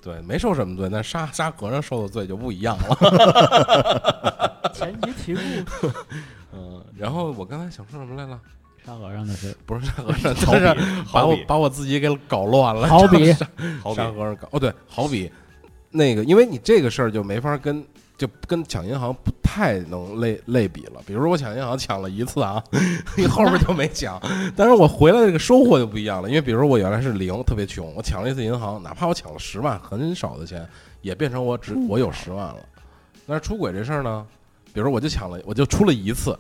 C: 对，没受什么罪，但杀杀和尚受的罪就不一样 了。
B: 前提提供
C: 嗯，然后我刚才想说什么来了？
B: 沙和尚的事，
C: 不是杀和 尚，
A: 好
C: 但
A: 比
C: 是把
A: 好
C: 我
A: 比
C: 把我自己给搞乱了。
B: 好比
C: 杀
A: 好比
C: 和尚搞哦，对，好比那个，因为你这个事儿就没法跟就跟抢银行不太能类类比了。比如说我抢银行抢了一次啊， 你后边就没抢，但是我回来这个收获就不一样了。因为比如说我原来是零，特别穷，我抢了一次银行，哪怕我抢了十万，很少的钱，也变成我只我有十万了。但是出轨这事儿呢，比如说我就抢了，我就出了一次，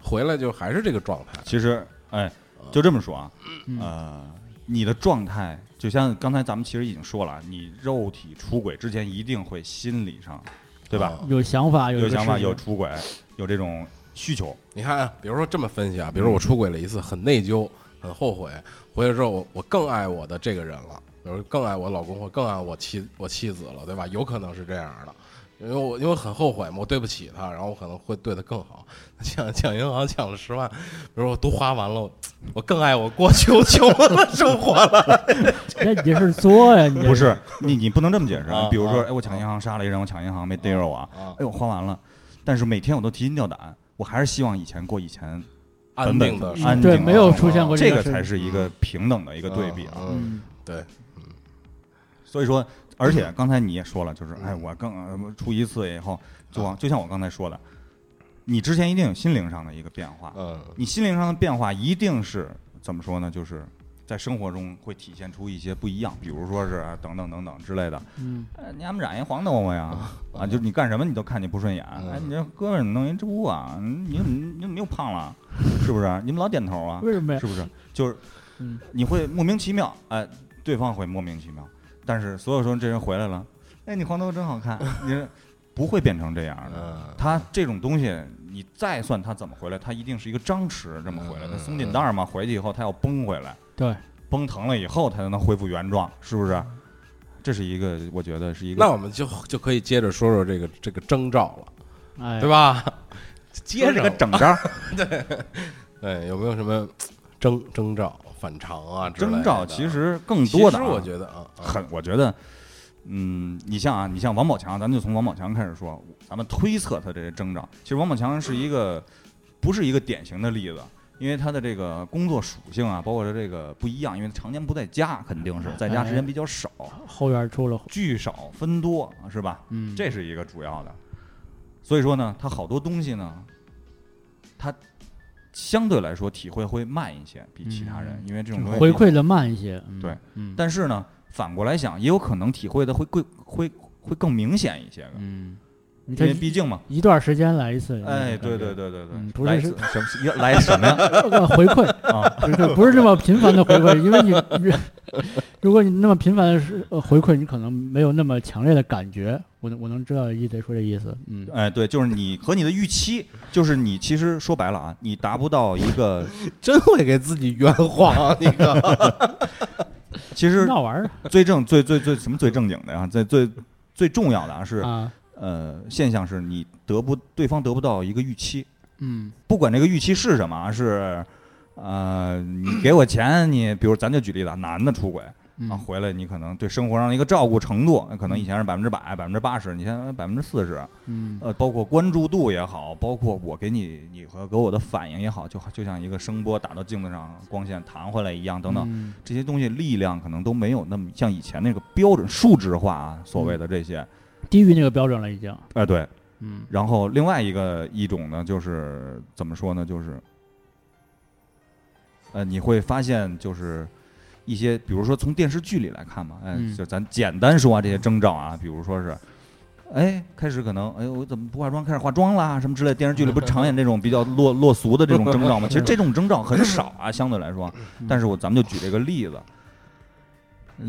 C: 回来就还是这个状态。
A: 其实，哎，就这么说啊，
B: 嗯
A: 呃，你的状态就像刚才咱们其实已经说了，你肉体出轨之前一定会心理上，对吧？
C: 啊
B: 有想法，有
A: 有
B: 一个
A: 想法，
B: 事情
A: 有出轨，有这种需求，
C: 你看啊，比如说这么分析啊，比如说我出轨了一次，很内疚，很后悔，回去之后我我更爱我的这个人了，比如更爱我老公或更爱我妻我妻子了，对吧？有可能是这样的，因为我因为我很后悔嘛，我对不起他，然后我可能会对他更好。 抢抢银行抢了十万，比如说我都花完了，我我更爱我过去穷的生活了。
B: 那你这是作呀？你这
A: 不是你你不能这么解释啊
C: 啊。
A: 比如说，
C: 啊
A: 哎，我抢银行杀了一人，我抢银行没逮着我啊，
C: 啊
A: 哎，我花完了，但是每天我都提心吊胆，我还是希望以前过以前，
C: 安
A: 本
C: 定的
A: 安静
B: 对，
A: 啊
B: 没有出现过
A: 这
B: 个
A: 个
B: 事
A: 才
B: 情。
A: 是一个平等的一个对比啊。
C: 嗯，
B: 嗯，
C: 对，
A: 所以说，而且刚才你也说了，就是哎，我更呃出一次以后，就往就像我刚才说的，你之前一定有心灵上的一个变化，
C: 嗯
A: 你心灵上的变化一定是怎么说呢？就是在生活中会体现出一些不一样，比如说是啊等等等等之类的。
B: 嗯，
A: 哎你还没染一黄豆腐呀？啊，就是你干什么你都看你不顺眼。
C: 嗯
A: 哎，你这胳膊怎么弄一猪啊？你怎么你怎么又胖了？是不是？你们老点头啊？
B: 为什么呀？
A: 是不是？就是
B: 嗯，
A: 你会莫名其妙，哎，对方会莫名其妙，但是所有时候这人回来了，哎，你黄豆真好 看，你是不会变成这样的。
C: 嗯，
A: 他这种东西，你再算他怎么回来，他一定是一个张弛这么回来，
C: 嗯
A: 他松紧带儿嘛，回去以后他要绷回来，
B: 对，
A: 绷疼了以后他才能恢复原状，是不是？这是一个，我觉得是一个。
C: 嗯那我们就就可以接着说说这个这个征兆了。
B: 哎，
C: 对吧？接
A: 这
C: 着
A: 个整招 儿，
C: 对，哎有没有什么征征兆、反常啊之类的？
A: 征兆其实更
C: 其
A: 多的、
C: 实
A: 啊，
C: 我觉得啊，啊
A: 很，我觉得，嗯，你像啊，你像王宝强，咱们就从王宝强开始说，咱们推测他这些征兆。其实王宝强是一个不是一个典型的例子，因为他的这个工作属性啊，包括他这个不一样，因为常年不在家，肯定是在家时间比较少，
B: 后院出了，
A: 聚少分多，是吧？
B: 嗯，
A: 这是一个主要的。所以说呢，他好多东西呢，他相对来说体会会慢一些，比其他人，因为这种东西
B: 回馈的慢一些。嗯
A: 对，
B: 嗯，
A: 但是呢，反过来想，也有可能体会的会更会会更明显一些的，
B: 嗯，你
A: 因
B: 这
A: 为毕竟嘛，
B: 一段时间来一次，
A: 哎，对对对对
B: 嗯
A: 对，
B: 不
A: 来
B: 是
A: 一次什么要来什么呀？
B: 呃，回馈
A: 啊
B: 回馈不是这么频繁的回馈，因为你你如果你那么频繁的是呃回馈，你可能没有那么强烈的感觉。我能我能知道一贼说这意思，嗯，
A: 哎，对，就是你和你的预期，就是你其实说白了啊，你达不到一个，
C: 真会给自己圆谎啊， 你个
A: 其实
B: 闹玩儿
A: 最正最最最什么最正经的呀、最最最重要的啊是
B: 啊，
A: 呃现象是你得不对方得不到一个预期，
B: 嗯
A: 不管这个预期是什么啊，是呃你给我钱，你比如咱就举例子啊，男的出轨。啊，
B: 嗯
A: 回来你可能对生活上的一个照顾程度，可能以前是百分之百、百分之八十，你现在百分之四十，
B: 嗯
A: 呃，包括关注度也好，包括我给你你和给我的反应也好，就就像一个声波打到镜子上，光线弹回来一样，等等，
B: 嗯
A: 这些东西力量可能都没有那么像以前那个标准数值化啊，所
B: 嗯
A: 谓的这些，
B: 低于那个标准了已经，
A: 哎、对。
B: 嗯
A: 然后另外一个一种呢，就是怎么说呢，就是，呃，你会发现就是一些，比如说从电视剧里来看嘛，哎，
B: 嗯
A: 就咱简单说啊，这些征兆啊，比如说是，哎，开始可能，哎，我怎么不化妆，开始化妆啦，什么之类的，电视剧里不常演这种比较落落俗的这种征 兆吗？其实这种征兆很少啊，相对来说，
B: 嗯
A: 但是我咱们就举这个例子，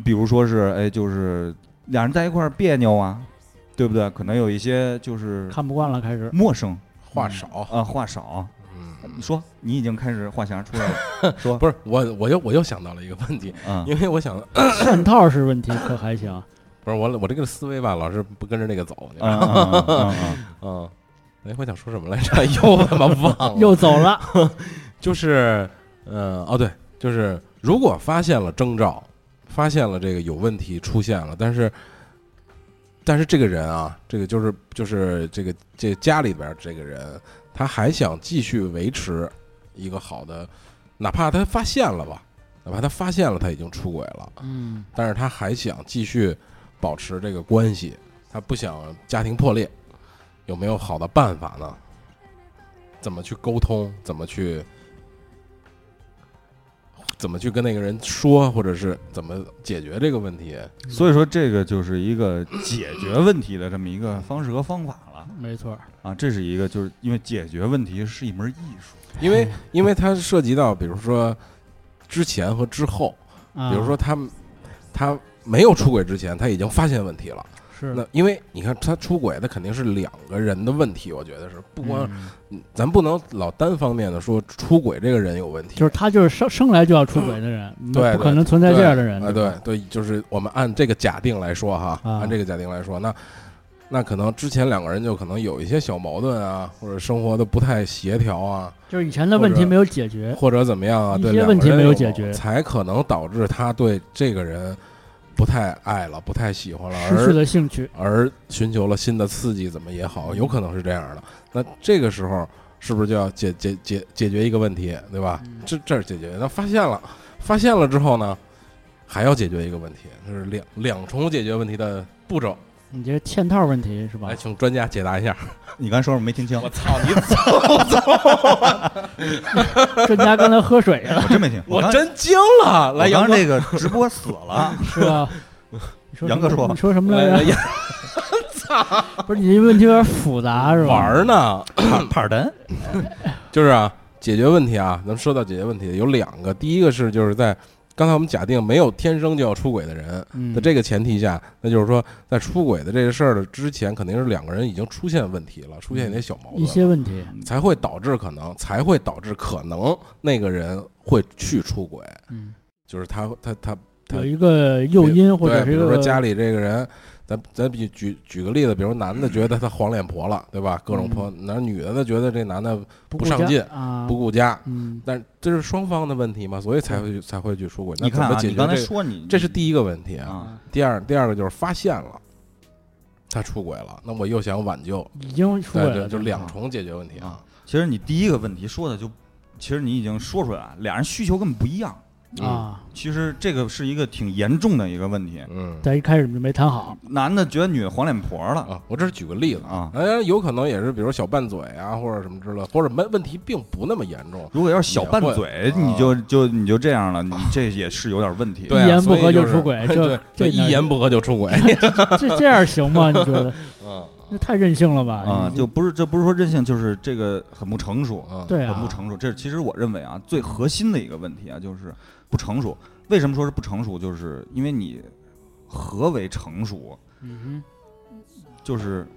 A: 比如说是，哎，就是俩人在一块儿别扭啊。对不对？可能有一些就是
C: 嗯
B: 看不惯了开始，
A: 陌生
C: 话少。
A: 啊，话少。
C: 嗯，
A: 你说你已经开始画匣出来 了，说
C: 不是我，我又我又想到了一个问题，
A: 嗯，
C: 因为我想，
B: 嵌套式问题可还
C: 哦
B: 行，
C: 不是我我这个思维吧，老是不跟着那个走，你知
A: 嗯
C: 道吗
A: 嗯嗯 嗯嗯
C: 嗯，哎，我想说什么来着？ 又他妈忘了，
B: 又走 了，
C: 就是，呃，哦对，就是如果发现了征兆，发现了这个有问题出现了，但是，但是这个人啊，这个就是就是这个这家里边儿这个人，他还想继续维持一个好的，哪怕他发现了吧，哪怕他发现了他已经出轨了，
B: 嗯
C: 但是他还想继续保持这个关系？他不想家庭破裂，有没有好的办法呢？怎么去沟通？怎么去？怎么去跟那个人说，或者是怎么解决这个问题？
A: 所以说这个就是一个解决问题的这么一个方式和方法了
B: 没错儿，
A: 啊，这是一个就是因为解决问题是一门艺术，
C: 因 为因为它涉及到，比如说之前和之后，
B: 啊
C: 比如说他他没有出轨之前，他已经发现问题了。
B: 是
C: 那因为你看他出轨，那肯定是两个人的问题，我觉得是不光
B: 嗯
C: 咱不能老单方面的说出轨这个人有问题，
B: 就是他就是生生来就要出轨的 人，那
C: 对
B: 不可能存在这样的人
C: 啊，对对，就是我们按这个假定来说哈，
B: 啊
C: 按这个假定来说，那那可能之前两个人就可能有一些小矛盾啊，或者生活的不太协调啊，
B: 就是以前的问
C: 或
B: 题
C: 者
B: 没有解决，
C: 或者怎么样啊，
B: 哎一
C: 对
B: 些
C: 两个
B: 问题
C: 人
B: 没有
C: 有
B: 解
C: 矛
B: 决
C: 才可能导致他对这个人不太爱了，不太喜欢了，
B: 失去
C: 而
B: 了兴趣，
C: 而寻求了新的刺激，怎么也好，有可能是这样的。那这个时候是不是就要解解解解决一个问题，对吧？
B: 嗯
C: 这这是解决。那发现了，发现了之后呢，还要解决一个问题，这是两两重解决问题的步骤。
B: 你这嵌套问题是吧
C: 来，？请专家解答一下。
A: 你刚说什么没听清？
C: 操你！
B: 专家刚才喝水 了，
A: 我真没听，
C: 我
A: 刚
C: 真惊了！来，
A: 我
C: 杨
A: 刚
C: 哥，
A: 这个直播死 了，
B: 是吧？你说
A: 杨哥
B: 什么
A: 说吧
B: 你说什么
C: 来
B: 来着？
C: 来杨
B: 不是你这问题有点复杂是吧？
C: 玩儿呢，
A: 帕尔丹
C: 就是啊，解决问题啊，咱们说到解决问题有两个，第一个是就是在刚才我们假定没有天生就要出轨的人，
B: 嗯
C: 在这个前提下，那就是说，在出轨的这个事儿的之前，肯定是两个人已经出现问题了，出现一些小矛
B: 嗯一
C: 盾，
B: 些问题，
C: 才会导致可能，才会导致可能那个人会去出轨，
B: 嗯，
C: 就是他他他他
B: 有一个诱因或者
C: 对，
B: 是
C: 比
B: 一
C: 如
B: 个
C: 说家里这个人，咱咱比举举个例子，比如男的觉得他黄脸婆了，对吧？各种婆，
B: 嗯
C: 那女的呢觉得这男的
B: 不
C: 不
B: 顾
C: 上
B: 家
C: 进
B: 啊，
C: 不顾家，
B: 嗯，
C: 但是这是双方的问题嘛，所以才会去才会去出轨。那
A: 你
C: 怎
A: 看
C: 么
A: 啊，
C: 解
A: 你
C: 决
A: 刚才
C: 这个
A: 说你
C: 这是第一个问题啊。
A: 啊，
C: 第二第二个就是发现了他出轨了，那我又想挽救，
B: 已经出轨
C: 对
B: 了，
C: 对，就
B: 对
C: 两重解决问题啊。
A: 其实你第一个问题说的就，其实你已经说出来了，俩人需求根本不一样。
C: 嗯
B: 啊，
A: 其实这个是一个挺严重的一个问题，
C: 嗯
B: 在一开始就没谈好，
A: 男的觉得女的黄脸婆了
C: 啊，我这是举个例子啊，
A: 啊。
C: 哎，有可能也是比如小拌嘴啊，或者什么之类，或者问问题并不那么严重。
A: 如果要是小拌
C: 也
A: 嘴，
C: 会啊
A: 你就就你就这样了，你这也是有点问题。
C: 对啊
B: 一言不合
C: 所以就，
B: 就是出轨
C: 对
B: 这，这
C: 一言不合就 出轨。
B: 这这样行 吗？你觉得
C: 嗯
B: 那太任性了吧？
A: 啊，
B: 你
A: 就不是这不是说任性，就是这个很不成熟，
C: 嗯，
B: 对
A: 很
B: 啊
A: 不，成熟。这其实我认为啊，最核心的一个问题啊，就是不成熟。为什么说是不成熟？就是因为你何为成熟？
B: 嗯
A: 就是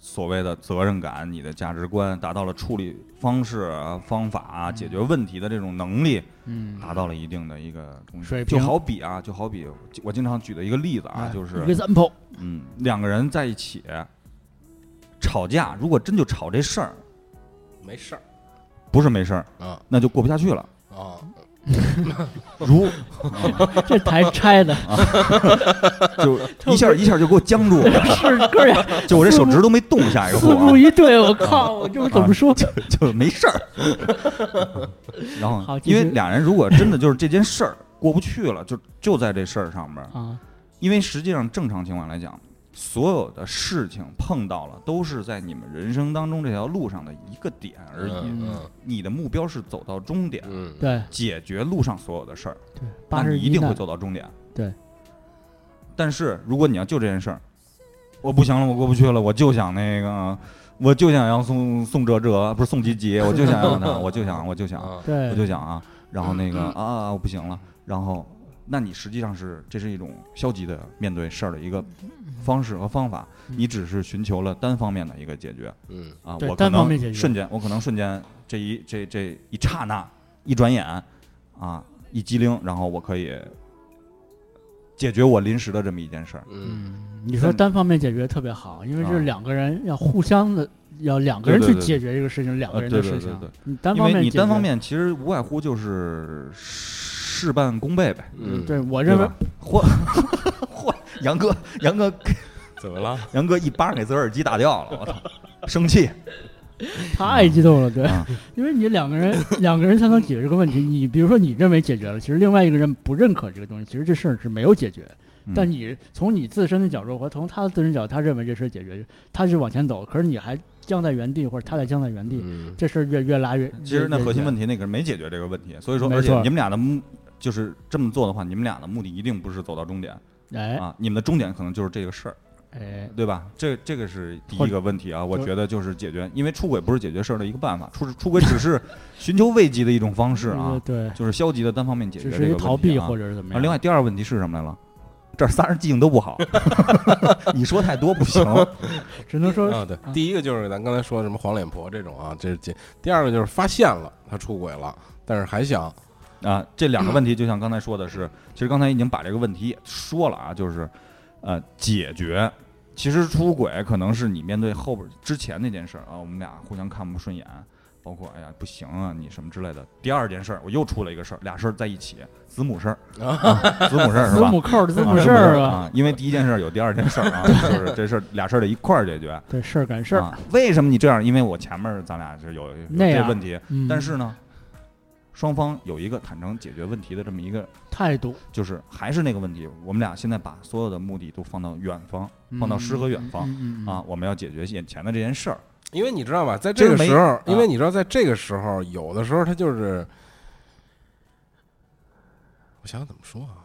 A: 所谓的责任感、你的价值观达到了处理方式啊、方法啊、解决问题的这种能力
B: 哼嗯，
A: 达到了一定的一个东西
B: 水平
A: 就好比啊，就好比我经常举的一个例子啊，就是
B: 哎一个 example，
A: 嗯，两个人在一起吵架，如果真就吵这事儿，
C: 没事儿
A: 不是没事儿，
C: 啊
A: 那就过不下去 了。
C: 啊，
A: 如嗯
B: 这台拆 的
A: 就 一下一下就给我僵住了，
B: 是哥呀，
A: 就我这手指都没动下一个步
B: 四
A: 啊
B: 目，一对，我靠，我这怎么说？
A: 就没事儿。 然后
B: 好，继
A: 因
B: 续
A: 为俩人如果真的就是这件事儿过不去了，就就在这事儿上面儿，
B: 啊，
A: 因为实际上正常情况来讲，所有的事情碰到了都是在你们人生当中这条路上的一个点而已。
C: 嗯
A: 你的目标是走到终点，
C: 嗯，嗯，
B: 对
A: 解决路上所有的事儿，
B: 对，
A: 那
B: 八
A: 你
B: 十
A: 一定会走到终点。
B: 对。
A: 但是如果你要就这件事儿，我不行了，我过不去了，我就想那个，我就想要宋宋哲哲，不是宋吉吉，我就想要他，我就想，我就想，
C: 啊
A: 我
B: 对
A: 就想啊，然后那
B: 嗯
A: 个啊啊，啊我不行了，然后那你实际上是这是一种消极的面对事儿的一个方式和方法，
B: 嗯
A: 你只是寻求了单方面的一个解决
C: 嗯
A: 啊，
B: 对
A: 我可
B: 单方面解
A: 能
B: 决
A: 瞬间，我可能瞬间这一这这一刹那，一转眼啊，一激灵，然后我可以解决我临时的这么一件事儿，
C: 嗯，
B: 嗯，你说单方面解决特别好，因为这
A: 啊
B: 是两个人要互相的，要两个人
A: 对
B: 去
A: 对对
B: 解决这个事情，两个
A: 呃
B: 人
A: 对
B: 的
A: 对
B: 事
A: 对
B: 情
A: 对，
B: 你单
A: 因
B: 方
A: 为
B: 面
A: 你
B: 解
A: 单
B: 决
A: 方面其实无外乎就是事半功倍呗，
C: 嗯
B: 对，我
A: 对
B: 啊认为
A: 吧？嚯嚯，杨哥，杨哥
C: 怎么了？
A: 杨哥一巴掌给自个儿耳机打掉了，我操，生气。
B: 太激动了，对
A: 啊，
B: 因为你两个人两个人才能解决这个问题。你比如说你认为解决了，其实另外一个人不认可这个东西，其实这事儿是没有解决。
A: 嗯
B: 但你从你自身的角度或从他的自身角度，他认为这事儿解决，他是往前走，可是你还僵在原地，或者他在僵在原地，
C: 嗯，
B: 这事儿越越拉越。
A: 其实那核心问
B: 题
A: 题那个没解决这个问题，所以说，
B: 没
A: 而且
B: 错
A: 你们俩的目就是这么做的话，你们俩的目的一定不是走到终点
B: 哎
A: 啊，你们的终点可能就是这个事儿，
B: 哎，
A: 对吧？这这个是第
B: 或
A: 一个问题啊，我
B: 就是
A: 觉得就是解决，因为出轨不是解决事儿的一个办法，出出轨只是寻求慰藉的一种方式啊，
B: 对，
A: 就是消极的单方面解决
B: 只
A: 这
B: 是
A: 个
B: 一
A: 问题、
B: 个
A: 啊、
B: 逃避或者是怎么
A: 啊，
B: 样。
A: 另外第二个问题是什么来了？这仨人记性都不好，你说太多不行。
B: 只能说
A: 呃
C: 啊，对，第一个就是咱刚才说的什么黄脸婆这种啊，这是第第二个就是发现了他出轨了，但是还想
A: 啊，这两个问题就像刚才说的是，其实刚才已经把这个问题也说了啊，就是呃解决。其实出轨可能是你面对后边之前那件事儿啊，我们俩互相看不顺眼，包括哎呀不行啊你什么之类的。第二件事儿我又出了一个事儿，俩事儿在一起，子母事儿，啊、子母事儿是
B: 字
A: 吧？
B: 母扣儿的字
A: 啊
B: 母事儿
A: 儿
B: 吧，
A: 啊，因为第一件事儿有第二件事儿啊，就是这事儿俩事儿得一块儿解决。
B: 对事儿赶事儿。
A: 啊。为什么你这样？因为我前面儿咱俩是有有
B: 那
A: 这
B: 样
A: 问题，
B: 嗯
A: 但是呢，双方有一个坦诚解决问题的这么一个，
B: 嗯态度
A: 就是还是那个问题，我们俩现在把所有的目的都放到远方，放到诗和远方
B: 嗯嗯嗯嗯
A: 啊，我们要解决眼前的这件事儿。
C: 因为你知道吧，在
A: 这
C: 这
A: 个
C: 个
A: 没
C: 时候，因
A: 啊
C: 为你知道，在这个时候，有的时候他就是，我想想怎么说啊，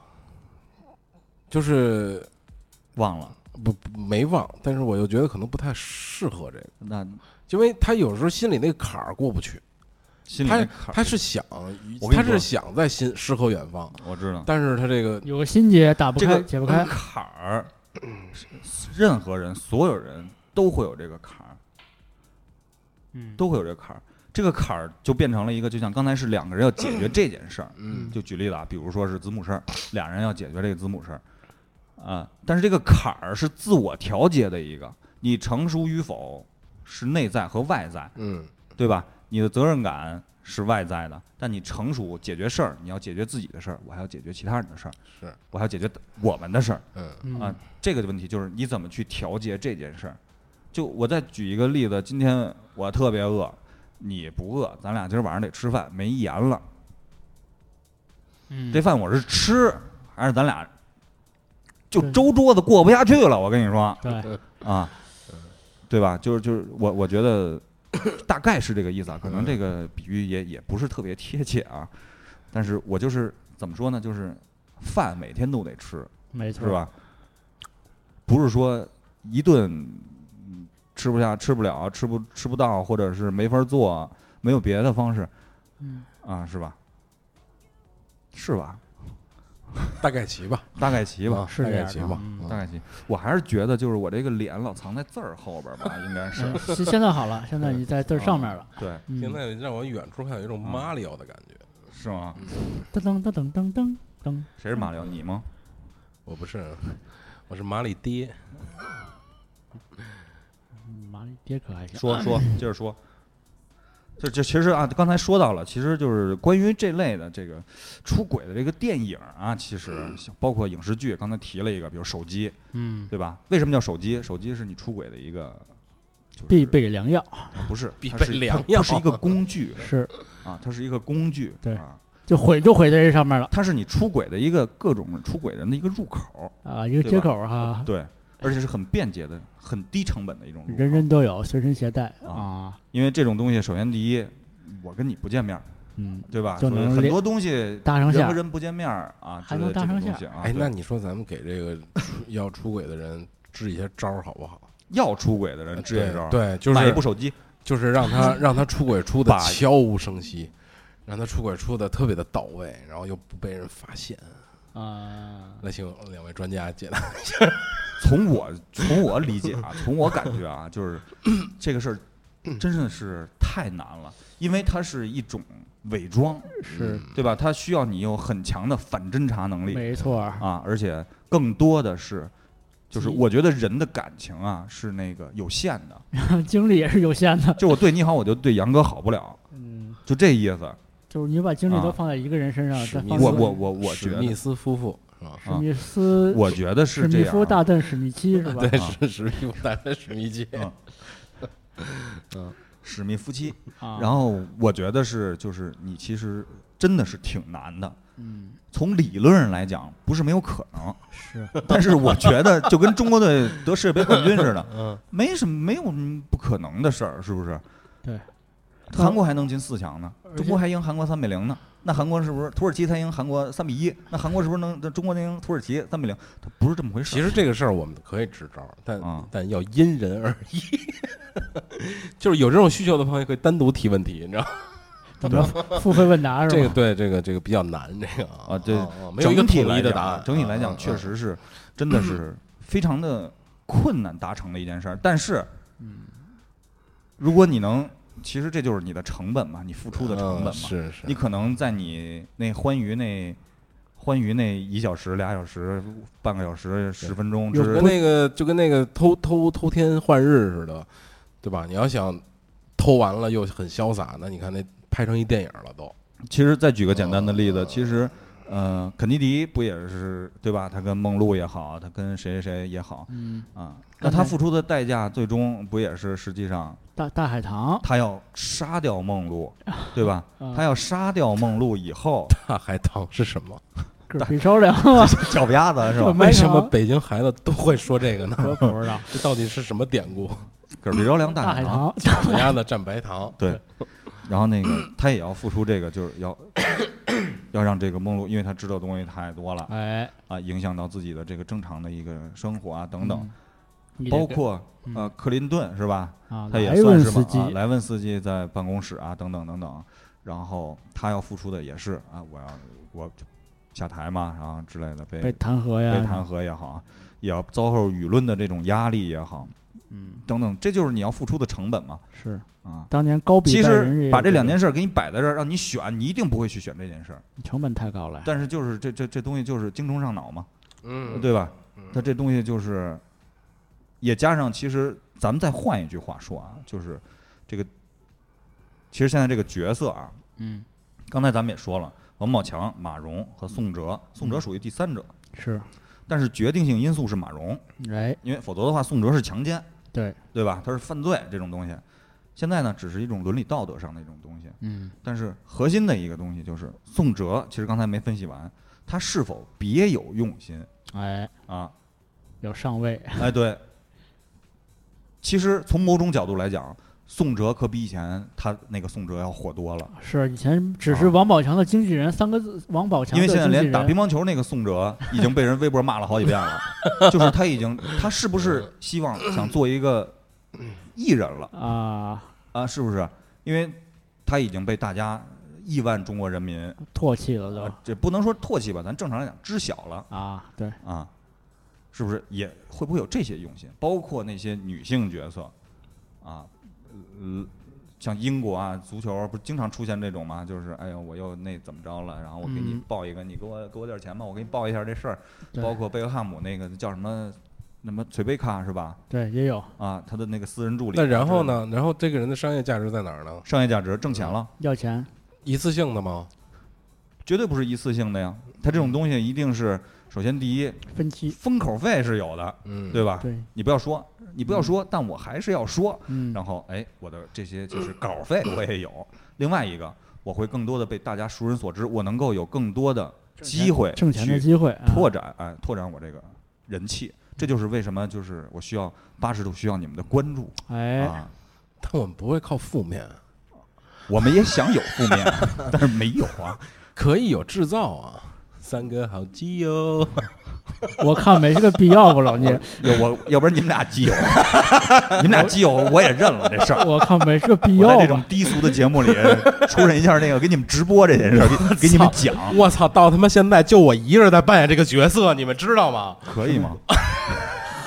C: 就是
A: 忘了，
C: 不不没忘，但是我又觉得可能不太适合这个，
A: 那
C: 因为他有时候心里那个坎儿过不去，
A: 心里
C: 他
A: 那坎
C: 他
A: 儿，
C: 是想
A: 我跟你，
C: 他
A: 说
C: 是想在心诗和远方，
A: 我知道
C: 但是他这个
B: 有个心结打不
C: 这个
B: 开，解不开。
A: 坎儿，是任何人，所有人都会有这个坎儿，
B: 嗯，
A: 都会有这个坎儿。这个坎儿就变成了一个，就像刚才是两个人要解决这件事儿，
C: 嗯
A: 就举例子啊，比如说是子母事儿，俩人要解决这个子母事儿，啊，但是这个坎儿是自我调节的一个，你成熟与否是内在和外在，
C: 嗯
A: 对吧？你的责任感是外在的，但你成熟解决事儿，你要解决自己的事儿，我还要解决其他人的事儿，
C: 是
A: 我还要解决我们的事儿
C: 嗯
B: 嗯
A: 啊。这个问题就是你怎么去调节这件事儿。就我再举一个例子，今天我特别饿，你不饿，咱俩今儿晚上得吃饭，没盐了。
B: 嗯
A: 这饭我是吃，还是咱俩就
B: 对
A: 周桌子过不下去了？我跟你说
B: 对，
A: 啊，对吧？就是就是我我觉得大概是这个意思啊，可能这个比喻也也不是特别贴切啊，但是我就是怎么说呢？就是饭每天都得吃，
B: 没错，
A: 是？吧？不是说一顿嗯吃不下、吃不了、吃不吃不到，或者是没法做，没有别的方式
B: 嗯，
A: 啊，是吧？是吧？
C: 大概齐吧，
A: 大概齐吧
C: 啊。
B: 是
C: 大
B: 这
C: 概
B: 样
C: 齐
B: 的
C: 吧，
B: 嗯
A: 大
C: 嗯
A: 概齐，我还是觉得就是我这个脸老藏在字儿后边儿吧，应该 是
B: 嗯现现在好了，现在你在字儿上 面了。
A: 对，
B: 嗯
C: 现在让我远处看有一种
A: 嗯
C: 马里奥的感觉，
A: 是吗？
C: 嗯
B: 噔噔噔噔噔噔噔，
A: 谁是马里奥？你
C: 嗯
A: 吗？
C: 我不是，我是马里爹，
B: 嗯马里爹可还行。
A: 说说，接着说。就就其实啊，刚才说到了，其实就是关于这类的这个出轨的这个电影啊，其实
C: 嗯
A: 像包括影视剧，刚才提了一个，比如手机，
B: 嗯，
A: 对吧？为什么叫手机？手机是你出轨的一个，就是
B: 必备良药
A: 不是
C: 必
A: 它
C: 备
A: 是它
C: 良
A: 它是一个工具
B: 是，
A: 啊，它是一个工具，
B: 对
A: 啊，
B: 就毁就毁在这上面了
A: 它是你出轨的一个各种出轨人的一个入口，
B: 啊，一个
A: 对
B: 接
A: 吧
B: 口哈，
A: 对，而且是很便捷的、很低成本的一种入口。
B: 人人都有，随身携带啊
A: 啊，因为这种东西，首先第一，我跟你不见面儿，
B: 嗯，
A: 对吧？
B: 就
A: 所以
B: 能
A: 很
B: 连
A: 多东西
B: 搭上
A: 人
B: 线
A: 和人不见面儿啊，
B: 还
A: 之类
B: 能搭
A: 的这种
B: 上线
A: 东西啊。
C: 哎，
A: 对
C: 那你说咱们给这个出要出轨的人支一些招儿好不好？
A: 要出轨的人支援
C: 呃对
A: 招儿，
C: 对，就
A: 买一
C: 是
A: 部手机，
C: 就是让他让他出轨出的
A: 把
C: 悄无声息，让他出轨出的特别的到位，然后又不被人发现。
B: 啊，
C: 来，请两位专家解答。
A: 从我从我理解啊，从我感觉啊，就是这个事儿真的是太难了，因为它是一种伪装，
B: 是
A: 对吧？它需要你有很强的反侦查能力
B: 没错 儿，
A: 啊，而且更多的是，就是
B: 急
A: 我觉得人的感情啊是那个有限的，
B: 精力也是有限 的，
A: 就我对你好，我就对杨哥好不了，
B: 嗯，
A: 就这意思。
B: 就是你把精力
A: 啊
B: 都放在一个人身上，
C: 史
B: 再
C: 密
B: 放
C: 斯
A: 我
B: 在
A: 我我我觉
C: 史
A: 得
C: 密斯夫妇是吧？
B: 史密斯，
A: 我觉得是
B: 史
A: 这
B: 密
A: 样
B: 夫
A: 啊。
B: 大 邓史密七是吧？
C: 对，
A: 啊
C: 是史密夫，但是史密切。
A: 史密夫妻。
B: 啊，
A: 然后我觉得是，就是你其实真的是挺难的。
B: 嗯
A: 从理论上来讲，不是没有可能，
B: 是，
A: 但是我觉得就跟中国队得世界杯冠军似的，
C: 嗯，
A: 没什么没有什么不可能的事儿，是不是？
B: 对，
A: 韩国还能进四强呢，
B: 而且
A: 中国还赢韩国三比零呢。那韩国是不是土耳其才赢韩国三比一？那韩国是不是能那中国能赢土耳其三比零？它不是这么回事儿。
C: 其实这个事儿我们可以支招，但
A: 啊
C: 但要因人而异。 就是有这种需求的朋友可以单独提问题，你知道吗？
B: 怎么着付费问答是吧？
C: 这个对这个这个比较难，这个
A: 啊对
C: 没有一个
A: 整体
C: 统
A: 来
C: 一的
A: 讲
C: 答
A: 啊
C: 案。
A: 整体来
C: 啊
A: 讲，
C: 啊
A: 确实是真的是 非常的困难达成的一件事儿。但是，
C: 嗯
A: 如果你能，其实这就是你的成本嘛，你付出的成本嘛。
C: 嗯是是，
A: 你可能在你那欢愉那欢愉那一小时、俩小时、半个小时、十分钟
B: 有
A: 之
C: 跟那个就跟那个偷偷偷天换日似的，对吧？你要想偷完了又很潇洒，那你看那拍成一电影了都。，
A: 其实再举个简单的例子，其实，呃，肯尼迪不也是对吧？他跟梦露也好，他跟谁谁谁也好
B: 嗯，
A: 啊，那他付出的代价最终不也是实际上
B: 大大海棠，
A: 他要杀掉梦露，对吧？
B: 啊
A: 他要杀掉梦露以 后
C: 大海棠是什么？
B: 嗝屁 着凉啊，
A: 脚丫子是
B: 我
A: 吧？
B: 们
C: 为什么北京孩子都会说这个呢？啊
B: 我不知道。
C: 这到底是什么典 故？
A: 嗝屁着凉大
B: 海
A: 海
B: 棠，
C: 我家的蘸白糖，
A: 对， 然后那个他也要付出这个，就是要 要让这个梦露，因为他知道东西太多 了
B: 哎，
A: 啊，影响到自己的这个正常的一个生活啊等等，
B: 嗯，
A: 包括
B: 嗯
A: 呃克林顿是吧？
B: 啊，
A: 他也
B: 莱
A: 算
B: 文
A: 是
B: 斯
A: 嘛
B: 基
A: 啊，莱文斯基在办公室啊，等等等等，然后他要付出的也是啊，我要我下台嘛，然后之类的被
B: 被弹劾呀，
A: 被弹劾也好，也要遭受舆论的这种压力也好，
B: 嗯，
A: 等等，这就是你要付出的成本嘛
B: 是
A: 啊。
B: 当年高比
A: 其
B: 拜仁
A: 实
B: 也
A: 把
B: 有
A: 这两件事儿给你摆在这儿，让你选，你一定不会去选这件事儿。
C: 哎
B: 成本太高了，
A: 但是就是这这这东西就是精虫上脑嘛，
C: 嗯，
A: 对吧？那这东西就是，也加上，其实咱们再换一句话说啊，就是这个，其实现在这个角色啊，
B: 嗯，
A: 刚才咱们也说了，王宝强、马蓉和宋哲，宋
B: 嗯
A: 哲属于第三者，
B: 是，
A: 但是决定性因素是马蓉，
B: 哎，
A: 因为否则的话，宋哲是强奸，
B: 对，
A: 对吧？他是犯罪这种东西。现在呢，只是一种伦理道德上的一种东西，
B: 嗯，
A: 但是核心的一个东西就是宋哲，其实刚才没分析完，他是否别有用心
B: 哎，
A: 啊？
B: 有上位，
A: 哎，对。其实从某种角度来讲，宋哲可比以前他那个宋哲要火多了，
B: 是以前只是
A: 啊
B: 王宝强的经纪人三个字，王宝强
A: 因
B: 的
A: 为
B: 经
A: 现
B: 纪
A: 在连
B: 人，
A: 打乒乓球那个宋哲已经被人微博骂了好几遍了，就是他已经他是不是希望想做一个艺人了
B: 啊
A: 啊？是不是？因为他已经被大家亿万中国人民，
B: 唾弃了
A: 呃
B: 都
A: 这不能说唾弃吧，咱正常来讲知晓了。
B: 啊，对，
A: 啊，是不是也会不会有这些用心？包括那些女性角色啊，呃，像英国啊，足球不是经常出现这种吗？就是哎呀，我又那怎么着了，然后我给你
B: 嗯
A: 报一个，你给我给我点钱吧，我给你报一下这事儿。
B: 对
A: 包括贝克汉姆那个叫什么，什么崔贝卡是吧？
B: 对也有
A: 啊，他的那个私人助理。
C: 那然后？呢？然后这个人的商业价值在哪儿呢？
A: 商业价值挣钱了，
B: 要钱，
C: 一次性的吗？
A: 绝对不是一次性的呀。他这种东西一定是，首先第一，
B: 分期，
A: 封口费是有的，
C: 嗯，
A: 对吧？
B: 对，
A: 你不要说，你不要说，但我还是要说，
B: 嗯，
A: 然后哎，我的这些就是稿费我也有。另外一个，我会更多的被大家熟人所知，我能够有更多的机会
B: 挣钱的
A: 去
B: 机会，啊
A: 拓展，哎，拓展我这个人气。这就是为什么就是我需要八十度需要你们的关注
B: 哎，
A: 啊。
C: 但我们不会靠负面，
A: 我们也想有负 面，但是没有啊。
C: 可以有制造啊。三哥好基友，
B: 我看没这个必要吧，老聂，
A: 要我要不然你们俩基友， 你们俩基友我也认了这事儿。
B: 我看没这个必
A: 我在
B: 要
A: 这种
B: 吧，
A: 低俗的节目里出任一下那个给你们直播这件事儿，给给你们讲，
C: 我操！到他妈现在就我一个人在扮演这个角色，你们知道吗？
A: 可以吗？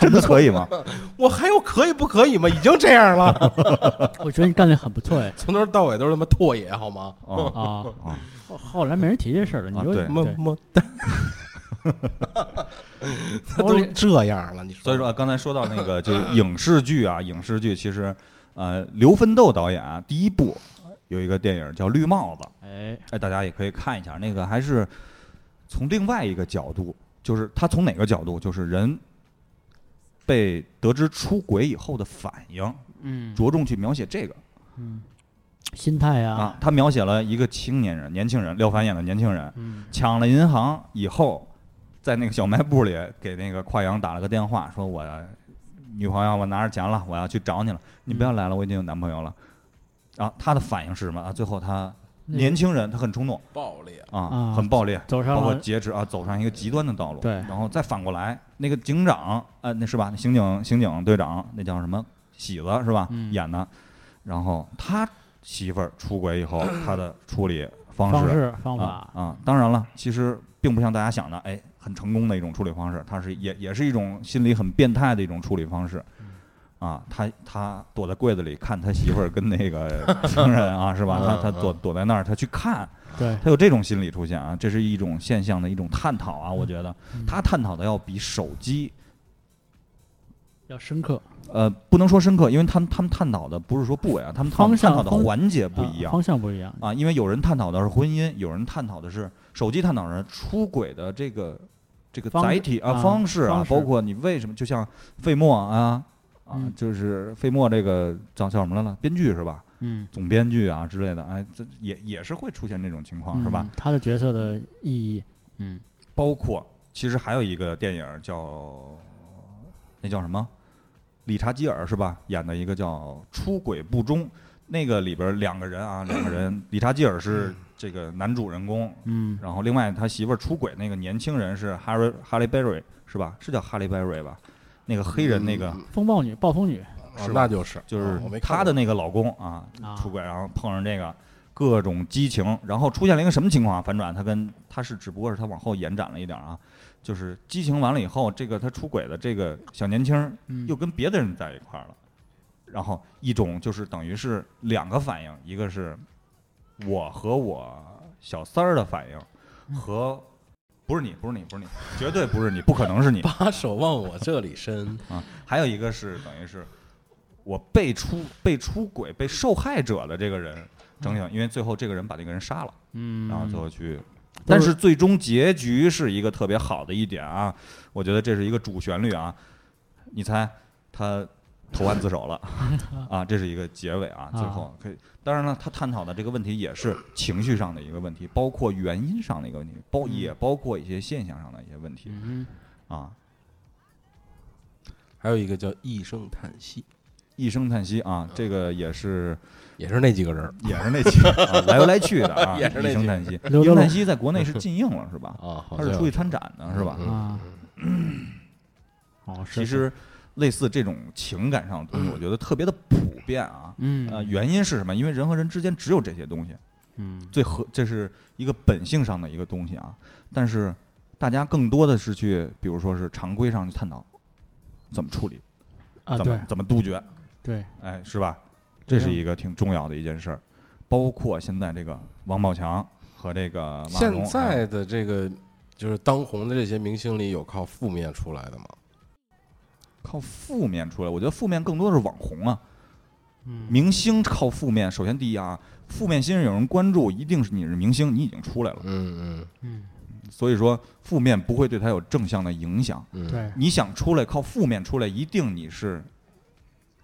A: 真的可以吗？
C: 我还有可以不可以吗？已经这样了，
B: 我觉得你干的很不 错哎，
C: 从头到尾都是他妈拓野好吗？
A: 啊
B: 啊，
A: 啊！
B: 后后来没人提这事儿了，你
A: 啊
B: 说
A: 对
C: 么
B: 对
C: 么哒，他都这样了，你说？
A: 所以说，啊刚才说到那个就是影视剧啊，影视剧其实，呃，刘奋斗导演啊，第一部有一个电影叫《绿帽子》，
B: 哎，
A: 哎，大家也可以看一下。那个还是从另外一个角度，就是他从哪个角度，就是人被得知出轨以后的反应，
B: 嗯，
A: 着重去描写这个。
B: 嗯，心态呀、
A: 啊，他描写了一个青年人、年轻人，廖凡演的年轻人
B: 嗯，
A: 抢了银行以后，在那个小卖部里给那个跨洋打了个电话，说我女朋友我拿着钱了，我要去找
B: 嗯
A: 你了，你不要来了，我已经有男朋友了。啊，他的反应是什么啊？最后他
B: 那
A: 年轻人他很冲动
C: 暴烈，
A: 啊，
B: 嗯啊
A: 很暴烈，
B: 走上
A: 包括
B: 了
A: 劫持啊，走上一个极端的道路。
B: 对
A: 然后再反过来，那个警长，呃，那是吧？刑警刑警队长，那叫什么喜子是吧？
B: 嗯
A: 演的。然后他媳妇儿出轨以 后，他的处理方式
B: 方式方法。
A: 啊啊，当然了，其实并不像大家想的，哎，很成功的一种处理方式，它是也也是一种心理很变态的一种处理方式。
B: 嗯
A: 啊，他他躲在柜子里看他媳妇儿跟那个情人啊，是吧？他他躲躲在那儿，他去看，
B: 对，
A: 他有这种心理出现啊，这是一种现象的一种探讨啊，我觉得
B: 嗯
A: 他探讨的要比手机，
B: 要深刻，
A: 呃，不能说深刻，因为他们他们探讨的不是说部位啊，他们探
B: 方向
A: 探讨的
B: 方
A: 环节不一
B: 啊
A: 样
B: 方向不一样。
A: 啊，因为有人探讨的是婚姻，有人探讨的是手机探讨的是出轨的这个这个
B: 方
A: 载体啊
B: 啊
A: 方式啊
B: 方，式
A: 包括你为什么，就像费莫啊啊
B: 嗯，
A: 就是费莫这个叫叫什么来了，编剧是吧？
B: 嗯，
A: 总编剧啊之类的，哎，这也也是会出现这种情啊况是吧？
B: 嗯？他的角色的意义，嗯，
A: 包括其实还有一个电影叫那叫什么，理查基尔是吧？演的一个叫《出轨不忠》，那个里边两个人啊，两个 人，理查基尔是这个男主人公，
B: 嗯，
A: 然后另外他媳妇儿出轨那个年轻人是哈瑞哈利贝瑞是吧？是叫哈利贝瑞吧？那个黑人那个。
B: 风暴女、暴风女
C: 啊
A: 是吧
C: 那就是
A: 就是
C: 嗯啊我没看
A: 她的
C: 过
A: 那个老公啊，
B: 啊，
A: 出轨，然后碰上这个各种激情，然后出现了一个什么情况啊？反转，他跟他是只不过是他往后延展了一点啊，就是激情完了以后，这个他出轨的这个小年轻儿
B: 嗯，
A: 又跟别的人在一块儿了，然后一种就是等于是两个反应，一个是我和我小三儿的反应，和不是你，不是你，不是你，绝对不是你，不可能是 你
C: 把手往我这里伸，
A: 啊，还有一个是等于是我被出被出轨被受害者的这个人整醒，因为最后这个人把那个人杀了，
B: 嗯，
A: 然后最后去。但是最终结局是一个特别好的一点啊，我觉得这是一个主旋律啊。你猜他投案自首 了啊？这是一个结尾啊。最后可以，当然了，他探讨的这个问题也是情绪上的一个问题，包括原因上的一个问题，包
C: 嗯
A: 也包括一些现象上的一些问题
B: 嗯
A: 啊。
C: 还有一个叫一声叹息，
A: 一声叹息啊，这个也是
C: 也是那几个人儿
A: 也是那 期啊，来来去的啊，
C: 也是那
A: 一
C: 期
A: 声叹息。
B: 刘
A: 一声
B: 德
A: 叹
B: 龙
A: 息在国内是禁映了是 吧？
C: 啊，好
A: 它是
C: 像
A: 出去参展的是吧？
C: 嗯
B: 啊， 哦，是
A: 嗯其，实类似这种情感上的东西，我觉得特别的普遍啊。
B: 嗯
A: 呃，原因是什么？因为人和人之间只有这些东西，
B: 嗯
A: 最和这是一个本性上的一个东西啊。但是大家更多的是去，比如说是常规上去探讨怎么处理，
B: 啊，
A: 怎
B: 对
A: 么怎么杜绝，
B: 对，
A: 哎，是吧？这是
B: 对
A: 一个挺重要的一件事儿，包括现在这个王宝强和这个马
C: 现
A: 龙哎
C: 在的这个就是当红的这些明星里，有靠负面出来的吗？
A: 靠负面出来，我觉得负面更多的是网红啊，
B: 嗯
A: 明星靠负面。首先第一啊，负面新人有人关注，一定是你是明星，你已经出来了，
C: 嗯
B: 嗯，
A: 所以说负面不会对他有正向的影响。
C: 嗯嗯，
B: 对，
A: 你想出来靠负面出来，一定你是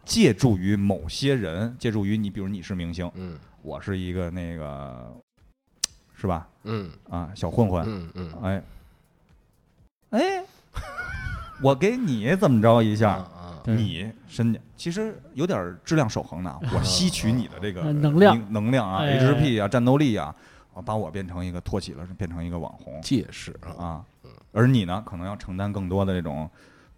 A: 借助于某些人，借助于你，比如你是明星，
C: 嗯
A: 我是一个那个，是吧？
C: 嗯
A: 啊，小混混，
C: 嗯嗯，
A: 哎，哎， 我给你怎么着一
C: 这
A: 下？
C: 啊，
B: 对
A: 你身价其实有点儿质量守恒的 啊，我吸取你的这个
B: 能量
A: 明能量啊
B: 哎
A: ，HP 啊，战斗力啊，啊把我变成一个托起了，变成一个网红
C: 借势啊，
A: 啊，而你呢，可能要承担更多的这种，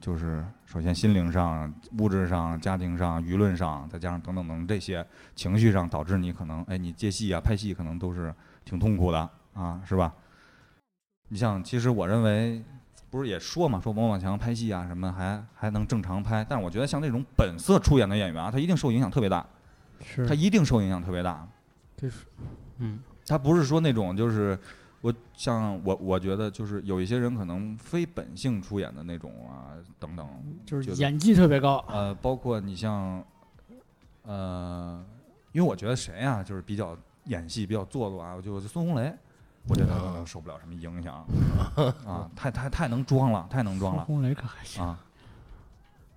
A: 就是首先心灵上、物质上、家庭上、舆论上，再加上等等等这些情绪上，导致你可能哎，你接戏啊、拍戏可能都是挺痛苦的啊，是吧？你像，其实我认为。不是也说嘛，说王宝强拍戏啊什么还还能正常拍，但是我觉得像这种本色出演的演员啊，他一定受影响特别大，
B: 是
A: 他一定受影响特别大。
B: 就是，嗯
A: 他不是说那种就是我像我我觉得就是有一些人可能非本性出演的那种啊等等，
B: 就是
A: 觉得
B: 演技特别高，
A: 呃，包括你像呃，因为我觉得谁啊，就是比较演戏比较做作啊，我就孙红雷，我觉得他可能受不了什么影响啊，太太太能装了，太能装了
B: 红雷可还行，
A: 啊，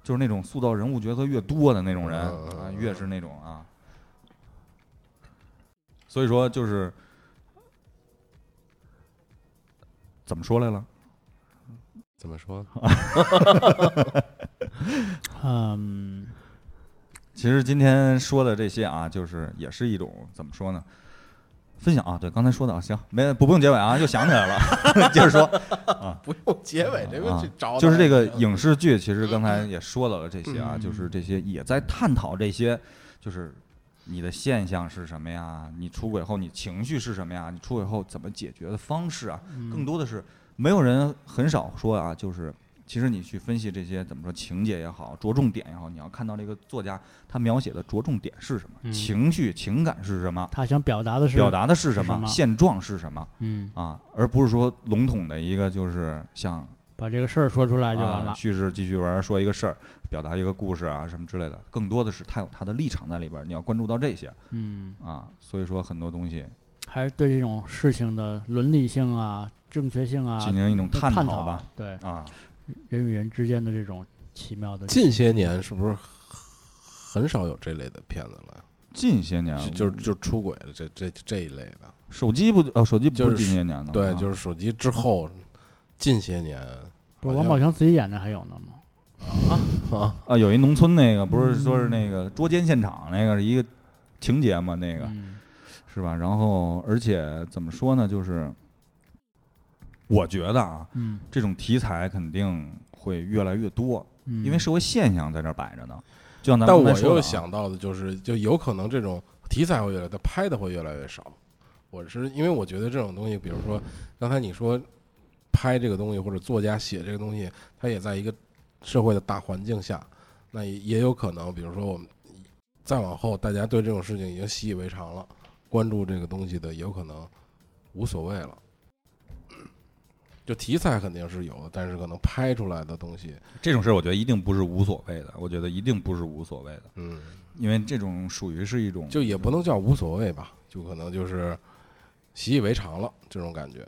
A: 就是那种塑造人物角色越多的那种人
C: 嗯嗯
A: 啊，
C: 嗯
A: 越是那种啊。所以说就是怎么说来了？
C: 怎么说呢？
A: 啊
B: 嗯，
A: 其实今天说的这些啊，就是也是一种怎么说呢？分享啊，对，刚才说的啊，行，没不不用结尾啊，又想起来了， 接着说，
C: 不用结尾，这个
A: 啊
C: 去找
A: 就是这个
C: 影
A: 影视剧，其实刚才也说到了这些啊，
B: 嗯
A: 就是这些也在探讨这些，就是你的现象是什么呀？你出轨后你情绪是什么呀？你出轨后怎么解决的方式啊？
B: 嗯
A: 更多的是没有人很少说啊，就是其实你去分析这些怎么说情节也好，着重点也好，你要看到这个作家他描写的着重点是什么，
B: 嗯
A: 情绪情感是什么，
B: 他想表达的是
A: 表，达的是什
B: 是什
A: 么，
B: 么
A: 现状是什么
B: 嗯，
A: 啊，而不是说笼统的一个就是像
B: 把这个事儿说出来就完
A: 啊
B: 了。
A: 叙事记叙文儿说一个事儿，表达一个故事啊什么之类的，更多的是他有他的立场在里边儿，你要关注到这些
B: 嗯，
A: 啊。所以说很多东西
B: 还是对这种事情的伦理性啊、正确性啊
A: 进行一种
B: 探
A: 探讨吧，。
B: 对，
A: 啊，
B: 人与人之间的这种奇妙的，
C: 近些年是不是很少有这类的片子了？
A: 近些年
C: 就就是就出轨了这这这一类的，
A: 手机不呃手机不
C: 就是是
A: 近些年的，
C: 对，
A: 啊
C: 就是手机之后近些年
B: 不是王宝强自己演的还有呢吗？
C: 啊，
A: 啊有一农村那个不是
B: 嗯
A: 说是那个捉奸现场那个是一个情节嘛那个
B: 嗯
A: 是吧？然后而且怎么说呢，就是我觉得啊，
B: 嗯，
A: 这种题材肯定会越来越多，
B: 嗯
A: 因为社会现象在这儿摆着呢。就像咱们
C: 但
A: 刚
C: 我
A: 才说的
C: 又
A: 啊
C: 想到的就是，就有可能这种题材会越来，但拍的会越来越少。我是因为我觉得这种东西，比如说刚才你说拍这个东西，或者作家写这个东西，它也在一个社会的大环境下，那也也有可能，比如说我们再往后，大家对这种事情已经习以为常了，关注这个东西的有可能无所谓了。就题材肯定是有的，但是可能拍出来的东西，
A: 这种事儿，我觉得一定不是无所谓的，我觉得一定不是无所谓的，
C: 嗯，
A: 因为这种属于是一种
C: 就也不能叫无所谓吧，就可能就是习以为常了这种感觉。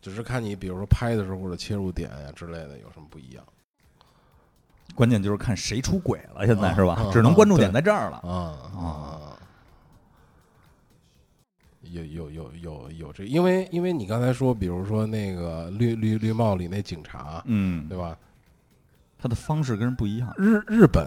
C: 只是看你，比如说拍的时候或者切入点呀、之类的有什么不一样
A: 关键就是看谁出轨了，现在
C: 啊
A: 是吧
C: 啊？
A: 只能关注
C: 对
A: 点在这儿了。
C: 啊啊！有有有有有这，因为因为你刚才说，比如说那个绿绿绿帽里那警察，
A: 嗯，
C: 对吧？
A: 他的方式跟人不一样。
C: 日日本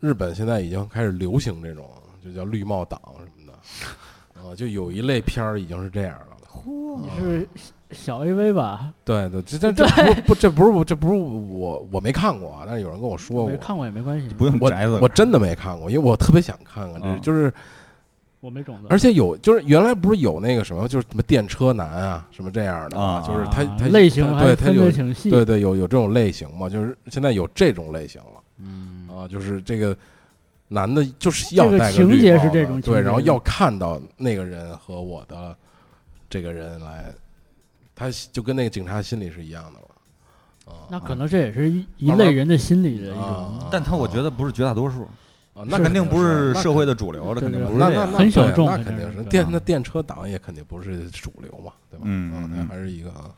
C: 日本现在已经开始流行这种，就叫绿帽党什么的，啊，就有一类片儿已经是这样的了。
B: 你是小 AV 吧？
C: 对对，这这这不不这不是我这不是我我没看过啊，但是有人跟我说过，
B: 没看过也没关系，
A: 不用
C: 我
A: 宅子，
C: 我真的没看过，因为我特别想看看，
B: 啊
A: 嗯
C: 这就是
B: 我没种子。
C: 而且有就是原来不是有那个什么就是什么电车男啊什么这样的
A: 啊
C: 就是他
B: 啊
C: 他
B: 类型
C: 他
B: 还
C: 对他
B: 分
C: 有
B: 得挺细，
C: 对对有有这种类型嘛，就是现在有这种类型了
B: 嗯，
C: 啊，就是这个男的就是
B: 这
C: 要
B: 个
C: 戴
B: 情
C: 绿
B: 节
C: 帽
B: 是这
C: 子
B: 种情
C: 对，然后
B: 节
C: 要看到那个人和我的这个人来，他就跟那个警察心理是一样的了。啊
B: 那可能这也是一一
C: 慢慢
B: 类人的心理的一种
C: 啊，
A: 但他我觉得不是绝大多数，
C: 啊
A: 那肯定不是社会
C: 的，
A: 的主流，这
B: 对
A: 肯定
B: 对
A: 不是
C: 那
A: 这
C: 那
A: 样
C: 那
B: 很小
C: 对
B: 众
C: 那
B: 肯
C: 肯
B: 定
C: 定
B: 是
C: 是
B: 对
C: 电
B: 啊
C: 那电车党也肯定不是主流嘛，对吧？
A: 嗯
C: 它
A: 嗯嗯
C: 还是一个啊，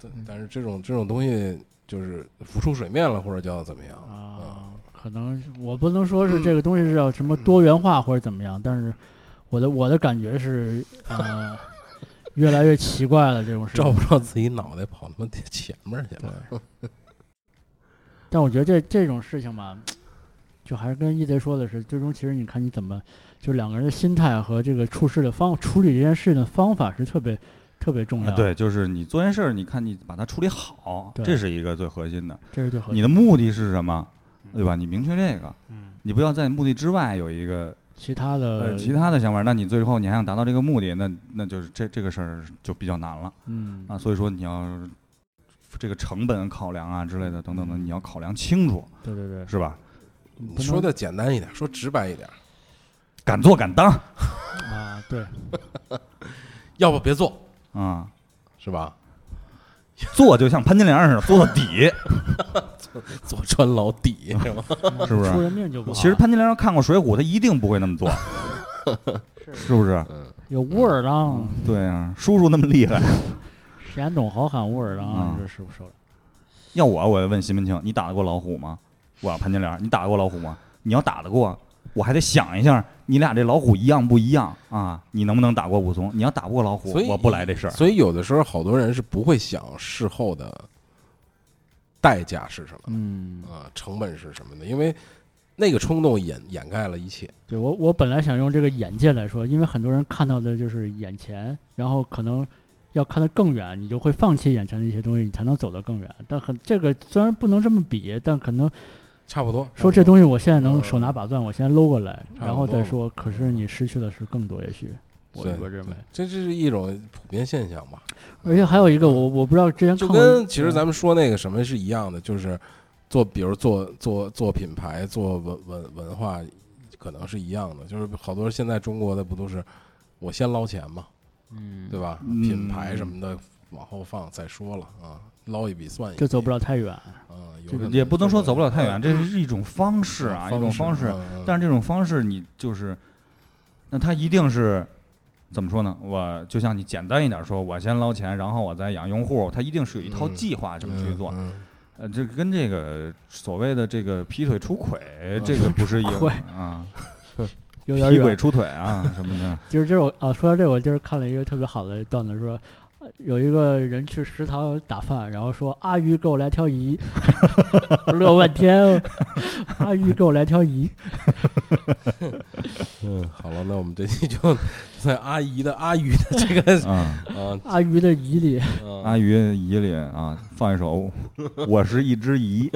C: 对，但是这种这种东西就是浮出水面了，或者叫怎么样啊？嗯
B: 啊，可能是我不能说是这个东西是要什么多元化或者怎么样，但是我的我的感觉是， 呃，越来越奇怪了这种事
C: 照
B: 情
C: 不。照自己脑袋跑他妈前面去了？
B: 但我觉得这这种事情吧，就还是跟一贼说的是，最终其实你看你怎么，就两个人的心态和这个处事的方处理这件事情的方法是特别特别重要
A: 啊
B: 的。，
A: 对，就是你做件事儿，你看你把它处理好，
B: 嗯对
A: 这是一个最核心的。
B: 这是最核
A: 你
B: 心。
A: 的目的是什么，对吧？你明确这个，
B: 嗯，
A: 你不要在目的之外有一个
B: 其他
A: 呃
B: 的，
A: 其他的想法。那你最后你还想达到这个目的，那那就是这这个事儿就比较难了。
B: 嗯
A: 啊，所以说你要这个成本考量啊之类的等等的，你要考量清楚，
B: 对对对，
A: 是吧？
B: 不
C: 说
B: 能
C: 的简单一点，说直白一点，
A: 敢做敢当
B: 啊，对，
C: 要不别做，
A: 啊，
C: 是吧？
A: 做就像潘金莲似的，做到底，
C: 坐穿牢底是吧？
A: 是不
B: 出
A: 是？
B: 人命就不好。
A: 其实潘金莲要看过《水浒》，她一定不会那么做，是不是？
B: 有武尔
C: 嗯
B: 当，
A: 对啊，叔叔那么厉害，
B: 谁还懂好喊武尔当
A: 嗯
B: 啊？你说是不是？
A: 要我，我也问西门庆，你打得过老虎吗？我要潘金莲，你打得过老虎吗？你要打得过，我还得想一下，你俩这老虎一样不一样啊？你能不能打过武松？你要打不过老虎
C: 所，以
A: 我不来这事儿。
C: 所以有的时候好多人是不会想事后的代价是什么
B: 嗯，
C: 啊、成本是什么的，因为那个冲动掩掩盖了一切。
B: 对我我本来想用这个眼界来说，因为很多人看到的就是眼前，然后可能要看得更远，你就会放弃眼前的一些东西，你才能走得更远。但很这个虽然不能这么比，但可能
C: 差不多，
B: 说这东西我现在能
C: 嗯
B: 手拿把攥，我先搂过来，
C: 差不
B: 然后
C: 多
B: 再说。可是你失去的是更多，也许我
C: 对
B: 我认为。
C: 这这是一种普遍现象吧，
B: 而且还有一个，我我不知道之前
C: 就
B: 看过嗯一，
C: 跟其实咱们说那个什么是一样的，就是做，比如做做做品牌、做文文文化，可能是一样的，就是好多现在中国的不都是我先捞钱嘛，
B: 嗯，
C: 对吧？
A: 嗯
C: 品牌什么的往后放再说了啊，捞一笔算一笔，
B: 就走不了太远。
C: 啊，有
B: 这
C: 可能
A: 也不能说走不了太远，
C: 嗯
A: 这是一种方式啊，一种方式。，但
C: 是
A: 是这种方式你就是，那他一定是怎么说呢？我就像你简单一点说，我先捞钱，然后我再养用户，他一定是有一套
C: 嗯
A: 计划这么去做。
C: 嗯
A: 呃，这跟这个所谓的这个劈腿出轨，这个不是 一
B: 出
A: 个
B: 轨
A: 啊，
B: 嗯有点
A: 劈
B: 远。
A: 腿出腿啊什么 的。
B: 就是就是我啊，说到这个，我今儿看了一个特别好的段子，说呃有一个人去食堂打饭，然后说阿姨给我来条 鱼，乐半天，阿姨给我来条鱼，
C: 嗯，好了，那我们这期就 在阿姨的阿姨的这个
A: 啊，
C: 啊
B: 阿鱼的鱼里，
A: 阿鱼姨里啊，放一首《我是一只姨》，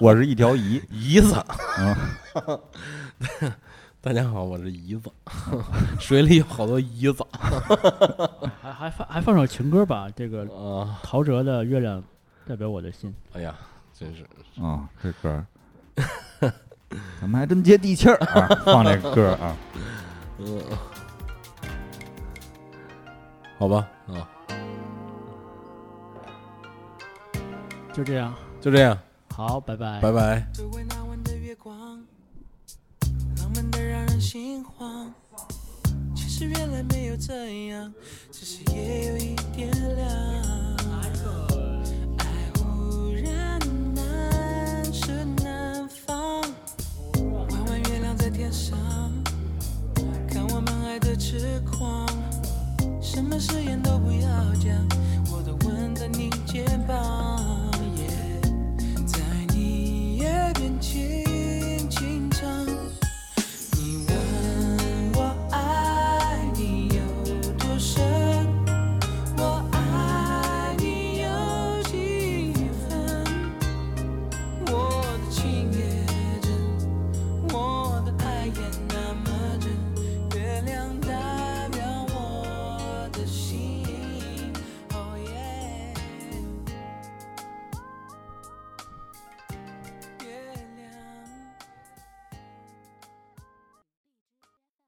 A: 我是一条姨。
C: 姨子
A: 嗯。
C: 大家好，我是姨子， 水里有好多姨子
B: 还还放还放首情歌吧，这个
C: 啊！
B: 陶喆的《月亮代表我的心
C: 哎呀，真是
A: 啊，这歌儿，咱们还真接地气儿啊，放这歌儿啊。
C: 好吧啊，》，
B: 就这样，
C: 就这样，
B: 好，拜拜。
C: 拜拜。
E: 周围那晚的月光，浪漫的让人心慌。其实原来没有这样，只是夜有一点凉。